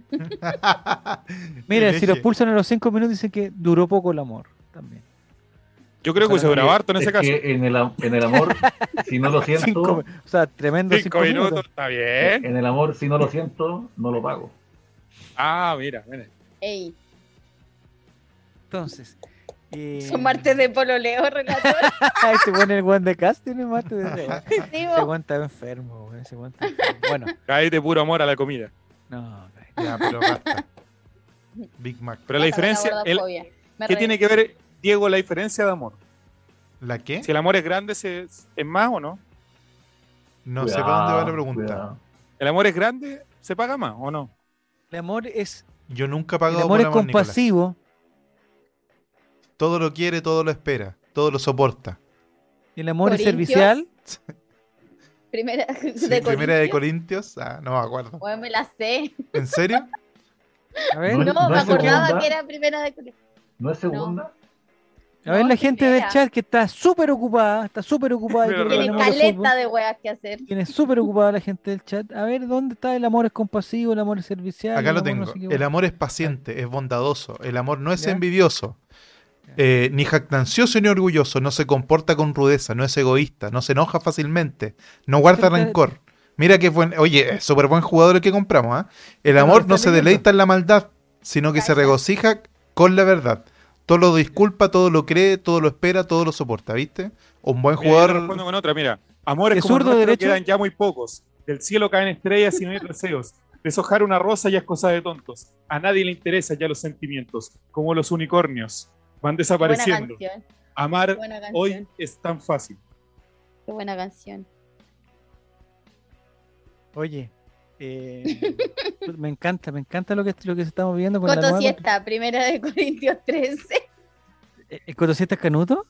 Speaker 1: Mira, si lo
Speaker 4: los
Speaker 1: expulsan a los cinco minutos, dicen que duró poco el amor también.
Speaker 3: Yo creo que se
Speaker 5: Oye,
Speaker 3: habrá harto en ese
Speaker 5: es
Speaker 3: caso.
Speaker 5: que en el, am- en el amor, si no lo siento,
Speaker 1: Cinco mi- o sea, tremendo cinco,
Speaker 3: Cinco
Speaker 1: minutos.
Speaker 3: minutos, Eh, está
Speaker 4: ¿Eh?
Speaker 3: bien.
Speaker 5: en el amor, si no lo siento, no lo pago.
Speaker 3: Ah, mira, mira.
Speaker 2: Ey,
Speaker 1: Entonces. eh,
Speaker 2: son martes de pololeo, relator.
Speaker 1: Ese weón, el weón de casting, es martes de ese weón.
Speaker 2: Sí,
Speaker 1: Ese
Speaker 2: vos.
Speaker 1: weón está enfermo, weón, ese weón está enfermo. Bueno,
Speaker 3: Cae de puro amor a la comida.
Speaker 1: no. ok.
Speaker 4: Ya, pero basta. Big Mac.
Speaker 3: Pero
Speaker 2: Puta, me
Speaker 3: la diferencia, el-
Speaker 2: gordofobia. Me
Speaker 3: ¿qué
Speaker 2: re-
Speaker 3: tiene que ver, Diego, la diferencia de amor?
Speaker 4: ¿La qué?
Speaker 3: Si el amor es grande, ¿se- ¿es más o no?
Speaker 4: No sé para dónde va la pregunta.
Speaker 5: cuidado.
Speaker 3: ¿El amor es grande, se paga más o no?
Speaker 1: El amor es,
Speaker 4: Yo nunca he
Speaker 1: el
Speaker 4: pagado
Speaker 1: amor
Speaker 4: por
Speaker 1: es
Speaker 4: amor, Nicolás.
Speaker 1: compasivo
Speaker 4: Todo lo quiere, todo lo espera, todo lo soporta.
Speaker 1: y el amor es
Speaker 2: Corintios.
Speaker 1: servicial.
Speaker 2: Primera de
Speaker 4: Sí, primera de
Speaker 2: Corintios.
Speaker 4: Corintios, ah, no me acuerdo.
Speaker 2: Weón, me la sé.
Speaker 4: ¿En serio?
Speaker 1: A ver,
Speaker 5: No,
Speaker 2: No,
Speaker 5: no
Speaker 2: me
Speaker 5: es segunda.
Speaker 2: acordaba que era primera de Corintios.
Speaker 5: ¿No es segunda?
Speaker 1: a ver
Speaker 2: no,
Speaker 1: la gente del
Speaker 2: primera.
Speaker 1: chat que está súper ocupada, está súper ocupada. y
Speaker 3: Pero
Speaker 1: quiere
Speaker 2: Tiene
Speaker 1: hablar de fútbol.
Speaker 2: caleta de weas que hacer.
Speaker 1: Tiene súper ocupada la gente del chat. A ver, ¿dónde está el amor es compasivo, el amor es servicial?
Speaker 4: Acá
Speaker 1: el
Speaker 4: lo
Speaker 1: amor no
Speaker 4: tengo.
Speaker 1: sé qué,
Speaker 4: El
Speaker 1: weón?
Speaker 4: amor es paciente, es bondadoso. El amor no es
Speaker 1: Ya.
Speaker 4: envidioso,
Speaker 1: Ya.
Speaker 4: eh, ni jactancioso ni orgulloso. No se comporta con rudeza, no es egoísta, no se enoja fácilmente, no guarda
Speaker 1: Pero está-
Speaker 4: rencor. Mira que buen, oye, es súper buen jugador el que compramos. ¿ah? El
Speaker 1: Pero
Speaker 4: amor
Speaker 1: lo
Speaker 4: no
Speaker 1: está
Speaker 4: se
Speaker 1: leyendo.
Speaker 4: deleita en la maldad, sino que se
Speaker 2: Cállate.
Speaker 4: regocija con la verdad. Todo lo disculpa, todo lo cree, todo lo espera, todo lo soporta, ¿viste? Un
Speaker 3: Mira,
Speaker 4: buen
Speaker 3: yo te
Speaker 4: jugador.
Speaker 3: respondo con otra, mira. Amores
Speaker 1: ¿Es
Speaker 3: como
Speaker 1: zurdo
Speaker 3: el nuestro
Speaker 1: derecho?
Speaker 3: quedan ya muy pocos. Del cielo caen estrellas y no hay deseos. Deshojar una rosa ya es cosa de tontos. A nadie le interesa ya los sentimientos, como los unicornios. Van
Speaker 2: Buena
Speaker 3: desapareciendo.
Speaker 2: canción.
Speaker 3: Amar
Speaker 2: Buena canción.
Speaker 3: hoy es tan fácil.
Speaker 2: Qué buena canción.
Speaker 1: Oye, eh, me encanta, me encanta lo que, lo que estamos viendo con la
Speaker 2: Coto
Speaker 1: nueva-
Speaker 2: Siesta, primera de Corintios 13.
Speaker 1: Eh, ¿El Cotosieta es Canuto?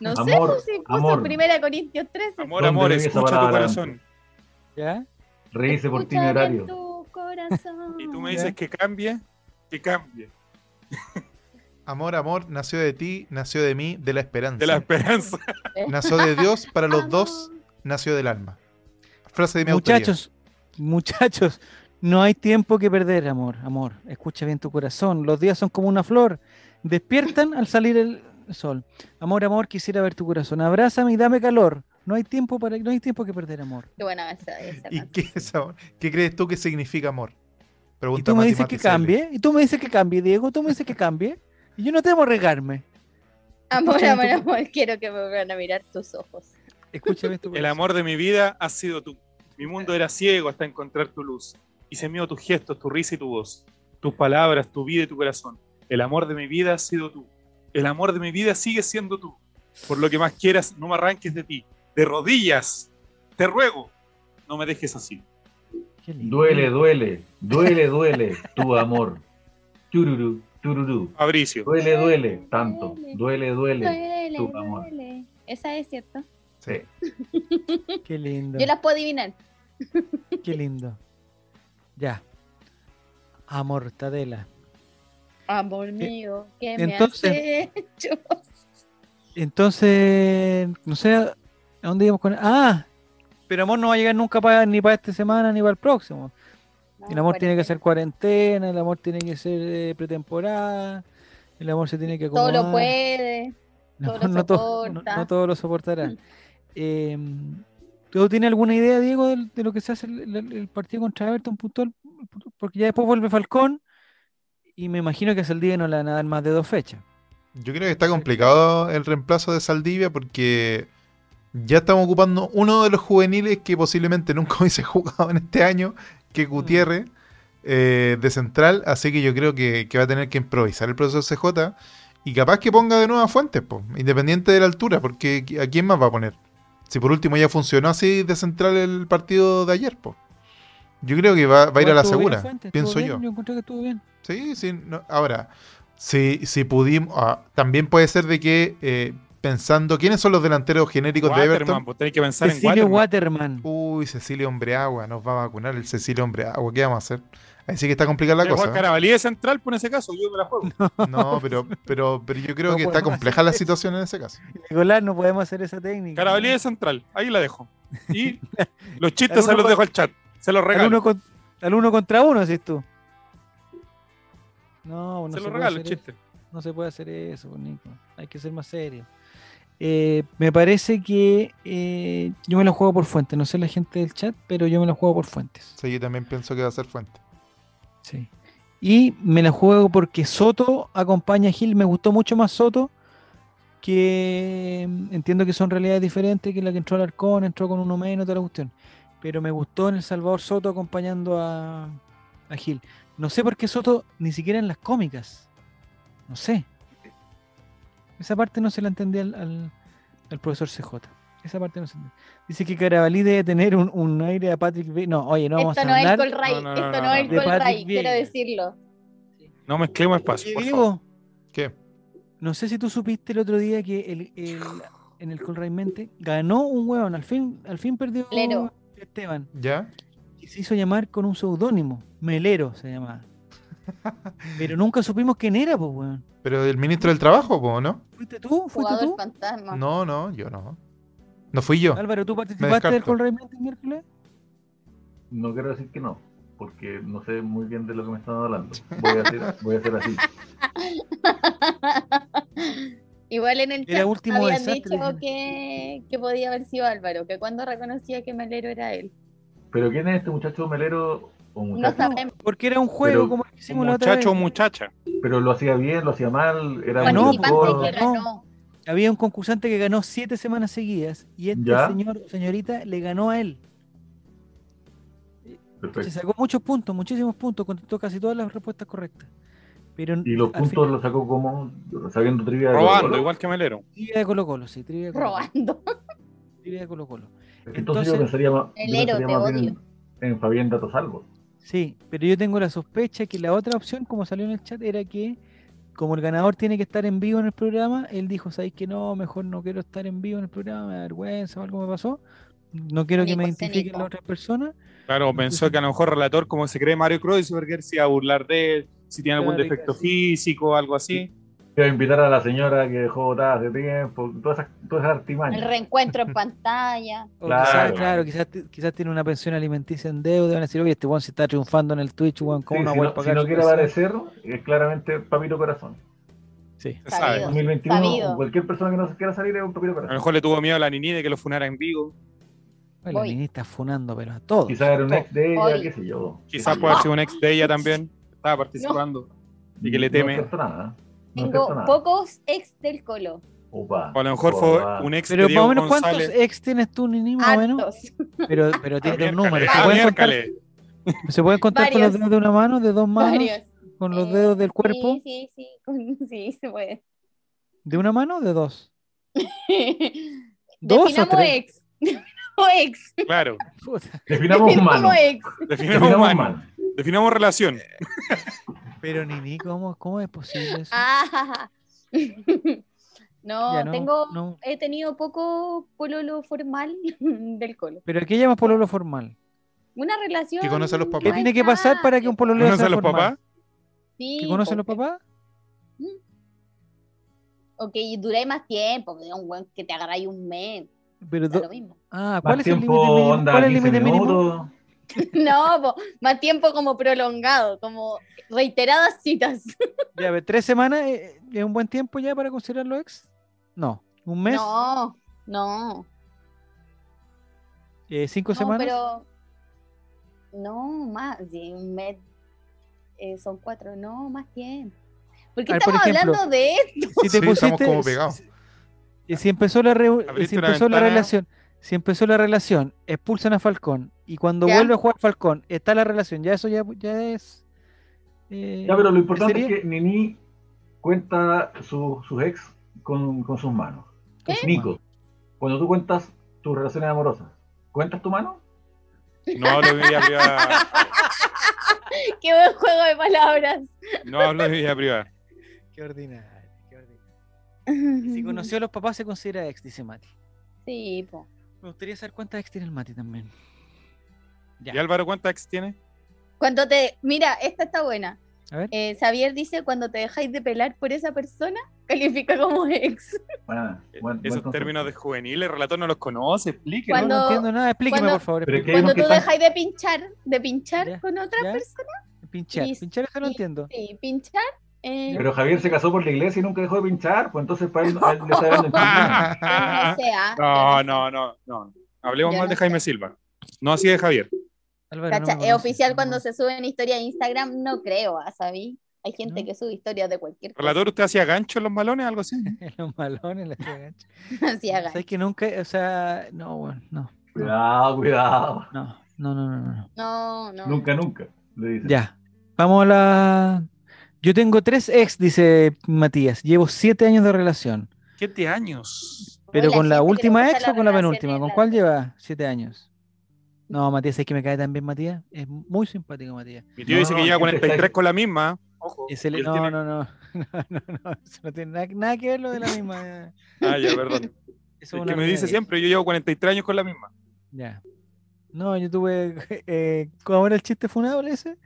Speaker 2: No
Speaker 5: Amor,
Speaker 2: sé pues, si puso
Speaker 5: amor.
Speaker 2: primera de Corintios 13.
Speaker 3: Amor,
Speaker 5: ¿Dónde
Speaker 3: amor,
Speaker 5: vive esa
Speaker 3: escucha tu
Speaker 5: palabra?
Speaker 3: corazón.
Speaker 1: ¿Ya?
Speaker 5: Reírse por ti
Speaker 2: Escúchame
Speaker 5: horario.
Speaker 2: tu corazón.
Speaker 3: Y tú me dices que cambie, que cambie.
Speaker 4: Amor, amor, nació de ti, nació de mí, de la esperanza.
Speaker 3: De la esperanza.
Speaker 4: Nació de Dios para los
Speaker 2: Amor.
Speaker 4: dos, nació del alma. Frase de mi autoría.
Speaker 1: Muchachos, muchachos, no hay tiempo que perder, amor, amor. Escucha bien tu corazón. Los días son como una flor. Despiertan al salir el sol. Amor, amor, quisiera ver tu corazón. Abrázame y dame calor. No hay tiempo para, no hay tiempo que perder, amor.
Speaker 2: Qué buena esa, esa
Speaker 4: ¿Y
Speaker 2: canción.
Speaker 4: qué, es amor? ¿Qué crees tú que significa amor?
Speaker 1: Y
Speaker 4: Pregunta
Speaker 1: tú me
Speaker 4: Mati
Speaker 1: dices
Speaker 4: Mati
Speaker 1: que
Speaker 4: Sale.
Speaker 1: cambie, y tú me dices que cambie, Diego, tú me dices que cambie, y yo no tengo que regarme.
Speaker 2: Amor,
Speaker 1: Escúchame
Speaker 2: amor,
Speaker 1: tu-
Speaker 2: amor, quiero que me vuelvan a mirar tus ojos.
Speaker 1: Escucha bien tu
Speaker 3: El
Speaker 1: corazón.
Speaker 3: amor de mi vida has sido tú. Mi mundo era ciego hasta encontrar tu luz. Hice mío tus gestos, tu risa y tu voz. Tus palabras, tu vida y tu corazón. El amor de mi vida has sido tú. El amor de mi vida sigue siendo tú. Por lo que más quieras, no me arranques de ti. De rodillas, te ruego, no me dejes así.
Speaker 1: Qué lindo.
Speaker 5: Duele, duele, duele, duele, tu amor. Tururú, tururú.
Speaker 3: Fabricio.
Speaker 5: Duele, duele, tanto. Duele, duele.
Speaker 2: Duele,
Speaker 5: tu amor.
Speaker 2: duele. Esa es cierto.
Speaker 4: Sí.
Speaker 1: Qué lindo.
Speaker 2: Yo las puedo adivinar.
Speaker 1: Qué lindo. Ya. Amortadela.
Speaker 2: Amor mío, ¿qué
Speaker 1: entonces-
Speaker 2: me has hecho?
Speaker 1: Entonces, no sé a dónde íbamos con. Ah, pero amor no va a llegar nunca pa- ni para esta semana ni para el próximo.
Speaker 2: Ah,
Speaker 1: El amor tiene que ser cuarentena, el amor tiene que ser eh, pretemporada, el amor se tiene que
Speaker 2: Todo
Speaker 1: acomodar.
Speaker 2: lo puede.
Speaker 1: El
Speaker 2: todo
Speaker 1: amor
Speaker 2: lo
Speaker 1: no, todo, no,
Speaker 2: soporta.
Speaker 1: no todo lo soportará.
Speaker 2: Mm.
Speaker 1: Eh, ¿Tú tienes alguna idea, Diego, del- de, lo que se hace el, el- el partido contra Everton puntual? Porque ya después vuelve Falcón y me imagino que hasta el día no le van a dar más de dos fechas.
Speaker 4: Yo creo que está complicado el reemplazo de Saldivia porque ya estamos ocupando uno de los juveniles que posiblemente nunca hubiese jugado en este año, que
Speaker 1: Mm.
Speaker 4: es Gutiérrez, eh, de central. Así que yo creo que, que va a tener que improvisar el profesor CJ y capaz que ponga de nuevas fuentes, po, independiente de la altura, porque ¿a quién más va a poner? Si por último ya funcionó así de central el partido de ayer, po. Yo creo que va, va a ir a
Speaker 1: Igual
Speaker 4: la
Speaker 1: estuvo bien
Speaker 4: segura,
Speaker 1: Fuentes, estuvo
Speaker 4: pienso
Speaker 1: bien,
Speaker 4: yo.
Speaker 1: Yo encontré que estuvo bien.
Speaker 4: Sí, sí. no- ahora, si, si pudimos. ah, también puede ser de que eh, pensando. ¿Quiénes son los delanteros genéricos de
Speaker 3: Waterman,
Speaker 4: Everton?
Speaker 3: pues tenés que pensar en
Speaker 1: Cecilio
Speaker 3: Waterman. Uh.
Speaker 1: Waterman.
Speaker 4: Uy, Cecilio Hombreagua, nos va a vacunar el Cecilio Hombreagua. ¿Qué vamos a hacer? Ahí sí que está complicada la
Speaker 3: Tenés Juan
Speaker 4: cosa. ¿eh?
Speaker 3: Carabalí de central, por ese caso, yo me la juego.
Speaker 4: No, pero, pero, pero yo creo
Speaker 1: No
Speaker 4: que está
Speaker 1: podemos
Speaker 4: compleja la situación en ese caso.
Speaker 1: Nicolás, no podemos hacer esa técnica.
Speaker 3: Carabalí de central, ahí la dejo. Y los chistes
Speaker 1: Alguno
Speaker 3: se los
Speaker 1: con-
Speaker 3: dejo al chat. Se los regalo.
Speaker 1: Alguno con- Al uno contra uno, decís tú. No, no
Speaker 3: se lo
Speaker 1: puede
Speaker 3: regalo, el
Speaker 1: hacer eso.
Speaker 3: chiste.
Speaker 1: No se puede hacer eso, pues, Nico. Hay que ser más serio. Eh, me parece que eh, yo me lo juego por fuentes. No sé la gente del chat, pero yo me lo juego por fuentes.
Speaker 4: Sí, yo también pienso que va a ser fuente.
Speaker 1: Sí. Y me la juego porque Soto acompaña a Gil. Me gustó mucho más Soto que mm, entiendo que son realidades diferentes que la que entró Alarcón, entró con uno menos, toda la cuestión. Pero me gustó en El Salvador Soto acompañando a, a Gil. No sé por qué Soto ni siquiera en las cómicas. No sé. Esa parte no se la entendía al, al- al profesor CJ. Esa parte no se entendía. Dice que Carabalí debe tener un, un aire a Patrick. Be- No, oye, no vamos
Speaker 2: Esto
Speaker 1: a
Speaker 2: no es
Speaker 1: hablar.
Speaker 2: Colray,
Speaker 3: No, no, no,
Speaker 2: esto
Speaker 3: no,
Speaker 2: no,
Speaker 3: no.
Speaker 2: es
Speaker 1: De Patrick
Speaker 2: Colray,
Speaker 1: Vieira.
Speaker 2: quiero decirlo.
Speaker 3: No mezclemos espacio.
Speaker 1: Oye,
Speaker 3: por
Speaker 1: Diego,
Speaker 3: favor.
Speaker 4: ¿Qué?
Speaker 1: No sé si tú supiste el otro día que el, el- en el Colray Mente ganó un hueón. Al fin, al fin perdió
Speaker 2: Melero.
Speaker 1: Esteban.
Speaker 4: ¿Ya?
Speaker 1: Y se hizo llamar con un seudónimo. Melero se llamaba. Pero nunca supimos quién era, pues, weón.
Speaker 4: ¿Pero el ministro del trabajo, po, no?
Speaker 1: ¿Fuiste tú? ¿Fuiste
Speaker 2: Jugador
Speaker 1: tú?
Speaker 2: fantasma.
Speaker 4: No, no, yo no. No fui yo.
Speaker 1: Álvaro, ¿tú participaste del
Speaker 4: descarto.
Speaker 1: Colray Mente el miércoles?
Speaker 5: No quiero decir que no, porque no sé muy bien de lo que me están hablando. Voy a hacer, voy a hacer así.
Speaker 2: Igual en el
Speaker 1: Era
Speaker 2: chat
Speaker 1: último
Speaker 2: habían
Speaker 1: desastre,
Speaker 2: dicho
Speaker 1: dicen.
Speaker 2: que, que podía haber sido Álvaro, que cuando reconocía que Melero era él.
Speaker 5: Pero ¿quién es este muchacho melero o
Speaker 2: No
Speaker 5: muchacho?
Speaker 2: sabemos.
Speaker 1: Porque era un juego
Speaker 5: Pero
Speaker 1: como el que
Speaker 3: Un
Speaker 1: hicimos la otra
Speaker 3: muchacho o
Speaker 1: vez.
Speaker 3: muchacha.
Speaker 5: Pero lo hacía bien, lo hacía mal, era
Speaker 1: Ah,
Speaker 5: muy
Speaker 1: no,
Speaker 2: Participante
Speaker 1: po,
Speaker 2: que
Speaker 1: no.
Speaker 2: ganó.
Speaker 1: Había un concursante que ganó siete semanas seguidas y este
Speaker 5: ¿Ya?
Speaker 1: señor o señorita le ganó a él. Se
Speaker 5: Perfecto.
Speaker 1: sacó muchos puntos, muchísimos puntos, contestó casi todas las respuestas correctas. Pero
Speaker 5: Y los
Speaker 1: al
Speaker 5: puntos
Speaker 1: final-
Speaker 5: los sacó como sabiendo trivia. de
Speaker 3: Robando,
Speaker 5: Colo-Colo.
Speaker 3: igual que Melero.
Speaker 1: Trivia de Colo Colo, sí, trivia de Colo Colo.
Speaker 2: Robando.
Speaker 1: Trivia de Colo Colo.
Speaker 5: Entonces,
Speaker 1: Entonces-
Speaker 5: yo pensaría más, yo
Speaker 2: Melero,
Speaker 5: pensaría
Speaker 2: te
Speaker 5: más bien en, en Fabián Dato Salvo.
Speaker 1: Sí, pero yo tengo la sospecha que la otra opción, como salió en el chat, era que como el ganador tiene que estar en vivo en el programa, él dijo, ¿sabéis que no? Mejor no quiero estar en vivo en el programa, me da vergüenza o algo me pasó. No quiero que me
Speaker 2: Nico, sé
Speaker 1: identifiquen
Speaker 2: Nico.
Speaker 1: las otras personas.
Speaker 3: Claro, pensó que a lo mejor relator, como se cree Mario Kreuzberger, se iba a burlar de él, si tiene algún
Speaker 1: Claro,
Speaker 3: defecto
Speaker 1: sí.
Speaker 3: físico, algo así.
Speaker 5: Voy a invitar a la señora que dejó botada hace tiempo, todas esas, todas esas
Speaker 2: El
Speaker 5: artimañas.
Speaker 2: reencuentro en pantalla.
Speaker 1: O
Speaker 5: Claro.
Speaker 1: quizás, claro, quizás, ti- quizás tiene una pensión alimenticia en deuda, van a decir, oye, este weón se está triunfando en el Twitch, weón,
Speaker 5: Sí,
Speaker 1: ¿cómo no
Speaker 5: si,
Speaker 1: voy a
Speaker 5: no, si
Speaker 1: pagar
Speaker 5: no
Speaker 1: su
Speaker 5: quiere
Speaker 1: pensión?".
Speaker 5: aparecer, es claramente Papito Corazón.
Speaker 1: Sí.
Speaker 3: Se sabe.
Speaker 2: Sabido.
Speaker 5: 2021,
Speaker 2: Sabido.
Speaker 5: cualquier persona que no se quiera salir es un Papito
Speaker 3: A lo
Speaker 5: Corazón.
Speaker 3: mejor le tuvo miedo a la Nini de que lo funara en vivo.
Speaker 1: Ay, La
Speaker 2: Voy.
Speaker 1: niña está funando, pero a todos.
Speaker 5: Quizás era un ex de ella,
Speaker 2: Oye.
Speaker 5: qué sé yo.
Speaker 3: Quizás puede haber sido un ex de ella también. Estaba participando. y que le teme.
Speaker 5: No es cierto nada. No es
Speaker 2: Tengo
Speaker 5: cierto nada.
Speaker 2: pocos ex del Colo.
Speaker 5: Opa.
Speaker 3: O a lo mejor
Speaker 5: Opa.
Speaker 3: fue un ex
Speaker 1: Pero
Speaker 3: de
Speaker 1: más
Speaker 3: Diego
Speaker 1: o menos, ¿cuántos
Speaker 3: González.
Speaker 1: ex tienes tú, Nini, más o menos?
Speaker 2: Hartos.
Speaker 1: Pero, pero
Speaker 3: Ah,
Speaker 1: tienes un
Speaker 3: miércale,
Speaker 1: número. ¿Se
Speaker 3: ah,
Speaker 1: pueden, contar,
Speaker 3: miércale.
Speaker 1: se pueden contar con los
Speaker 2: Varios.
Speaker 1: dedos de una mano, de dos manos,
Speaker 2: Varios.
Speaker 1: con los
Speaker 2: Eh,
Speaker 1: dedos del cuerpo?
Speaker 2: Sí, sí, sí. con- Sí, se puede.
Speaker 1: ¿De una mano o de dos? ¿Dos o
Speaker 2: Definamos
Speaker 1: tres?
Speaker 2: ex. Definamos ex.
Speaker 3: Claro.
Speaker 1: Puta,
Speaker 5: Definamos humano.
Speaker 2: Definamos ex.
Speaker 3: Definamos,
Speaker 5: Definamos
Speaker 3: humano,
Speaker 5: humano.
Speaker 3: definamos relación.
Speaker 1: Pero Nini, ¿cómo, cómo es posible eso?
Speaker 2: Ah, no,
Speaker 1: Ya
Speaker 2: tengo,
Speaker 1: no.
Speaker 2: he tenido poco pololo formal del colo.
Speaker 1: ¿Pero aquí llamas pololo formal?
Speaker 2: Una relación.
Speaker 4: Que conoce a los papás.
Speaker 1: ¿Qué
Speaker 4: Ay,
Speaker 1: tiene que pasar para que un pololo
Speaker 3: ¿Conoces
Speaker 1: sea
Speaker 3: a los
Speaker 1: formal?
Speaker 3: papás?
Speaker 2: ah, Sí,
Speaker 1: ¿Que conoce a
Speaker 2: po.
Speaker 1: los papás?
Speaker 2: Ok, y duré más tiempo, que un buen que te agarráis un mes,
Speaker 1: Pero
Speaker 2: da
Speaker 1: do-
Speaker 2: lo mismo.
Speaker 1: Ah, ¿cuál
Speaker 5: Más
Speaker 1: es el límite
Speaker 5: tiempo,
Speaker 1: mínimo? ¿Cuál es
Speaker 5: onda,
Speaker 1: el
Speaker 5: 15
Speaker 1: límite mínimo?
Speaker 5: minutos.
Speaker 2: No, po, más tiempo como prolongado, como reiteradas citas.
Speaker 1: Ya, a ver, ¿tres semanas eh, es un buen tiempo ya para considerarlo ex? No. ¿Un mes?
Speaker 2: No, no.
Speaker 1: Eh, ¿Cinco
Speaker 2: no,
Speaker 1: semanas?
Speaker 2: pero no más de un mes eh, son cuatro no más tiempo porque
Speaker 1: A ver, por
Speaker 2: estamos
Speaker 1: ejemplo,
Speaker 2: hablando de esto?
Speaker 1: si te
Speaker 4: Sí, estamos
Speaker 1: pusiste,
Speaker 4: como pegados.
Speaker 1: si- si- si empezó la reu-
Speaker 3: Abriste
Speaker 1: si
Speaker 3: una
Speaker 1: empezó la
Speaker 3: ventana.
Speaker 1: relación, si empezó la relación, expulsan a Falcón y cuando
Speaker 2: Ya.
Speaker 1: vuelve a jugar Falcón, está la relación, ya eso ya, ya es eh,
Speaker 5: Ya, pero lo importante
Speaker 1: sería-
Speaker 5: es que Nini cuenta su- sus ex con, con sus manos.
Speaker 1: con su
Speaker 5: Nico,
Speaker 1: mano.
Speaker 5: cuando tú cuentas tus relaciones amorosas, ¿cuentas tu mano?
Speaker 3: No hablo de vida privada.
Speaker 2: qué buen juego de palabras
Speaker 3: No hablo de vida privada.
Speaker 1: Qué ordinario, qué ordinario. Si conoció a los papás se considera ex, dice Mati.
Speaker 2: sí po.
Speaker 1: Me gustaría saber cuántas ex tiene el Mati también.
Speaker 3: ¿Y Álvaro cuántas ex tiene?
Speaker 2: cuando te mira esta está buena
Speaker 1: A ver.
Speaker 2: Eh, Xavier dice, cuando te dejáis de pelar por esa persona, califica como ex.
Speaker 5: Buena, buen- buen
Speaker 3: Eh, Esos
Speaker 5: concepto.
Speaker 3: términos de juveniles, el relator no los conoce, explique.
Speaker 1: No,
Speaker 2: Cuando-
Speaker 1: no entiendo nada, explíqueme
Speaker 2: cuando-
Speaker 1: por favor.
Speaker 5: Pero es que
Speaker 1: explíqueme.
Speaker 5: hay unos
Speaker 2: Cuando
Speaker 5: que
Speaker 2: tú
Speaker 5: están-
Speaker 2: dejáis de pinchar, de pinchar
Speaker 1: Ya,
Speaker 2: con otra
Speaker 1: ya.
Speaker 2: persona,
Speaker 1: Pinchar,
Speaker 2: y-
Speaker 1: pinchar eso no
Speaker 2: y-
Speaker 1: entiendo.
Speaker 2: sí, pinchar. eh,
Speaker 5: Pero Javier se casó por la iglesia y nunca dejó de pinchar, pues entonces para él, a él le está dando el chisme.
Speaker 2: yo no sé, ah,
Speaker 3: No,
Speaker 2: yo sé.
Speaker 3: no, no, no. Hablemos
Speaker 2: Yo
Speaker 3: más
Speaker 2: no
Speaker 3: de Jaime Silva. No así de Javier.
Speaker 1: Álvaro, no me
Speaker 2: Cacha, es
Speaker 1: conoce,
Speaker 2: oficial
Speaker 1: no me
Speaker 2: cuando
Speaker 1: conoce.
Speaker 2: se sube en historia de Instagram, no creo, ah, ¿sabí? Hay gente
Speaker 1: No.
Speaker 2: que sube historias de cualquier cosa.
Speaker 3: Relator, ¿usted hacía gancho en los malones? Algo así.
Speaker 1: Los malones, la ciudad gancha.
Speaker 2: Así haga.
Speaker 1: ¿Sabes que nunca, o sea, no, bueno, no,
Speaker 5: Cuidado, cuidado.
Speaker 1: no, no, no, no, no, no.
Speaker 2: No, no.
Speaker 5: Nunca, nunca. Le dice.
Speaker 1: Ya, vamos a la... Yo tengo tres ex, dice Matías. Llevo siete años de relación.
Speaker 3: Siete años.
Speaker 1: ¿Pero
Speaker 2: Hola,
Speaker 1: con la
Speaker 2: gente que le
Speaker 1: última
Speaker 2: gusta
Speaker 1: ex
Speaker 2: la
Speaker 1: o con la
Speaker 2: relación
Speaker 1: penúltima?
Speaker 2: es
Speaker 1: ¿Con
Speaker 2: la
Speaker 1: cuál
Speaker 2: verdad.
Speaker 1: lleva siete años? No, Matías, es que me cae también Matías. Es muy simpático, Matías.
Speaker 3: Mi tío
Speaker 5: No,
Speaker 3: dice que
Speaker 5: no,
Speaker 3: lleva
Speaker 5: gente,
Speaker 3: 43
Speaker 5: está-
Speaker 3: con la misma. Ojo.
Speaker 1: Es el-
Speaker 3: Y él
Speaker 1: no,
Speaker 3: tiene-
Speaker 1: no, no, no, no, no, eso no tiene nada, nada que ver lo de la misma.
Speaker 3: Ah, ya, perdón. Es
Speaker 1: Eso es una
Speaker 3: que me dice
Speaker 1: ordinaria.
Speaker 3: siempre, yo llevo 43 años con la misma.
Speaker 1: Ya. No, yo tuve. Eh, ¿Cómo era el chiste funable ese?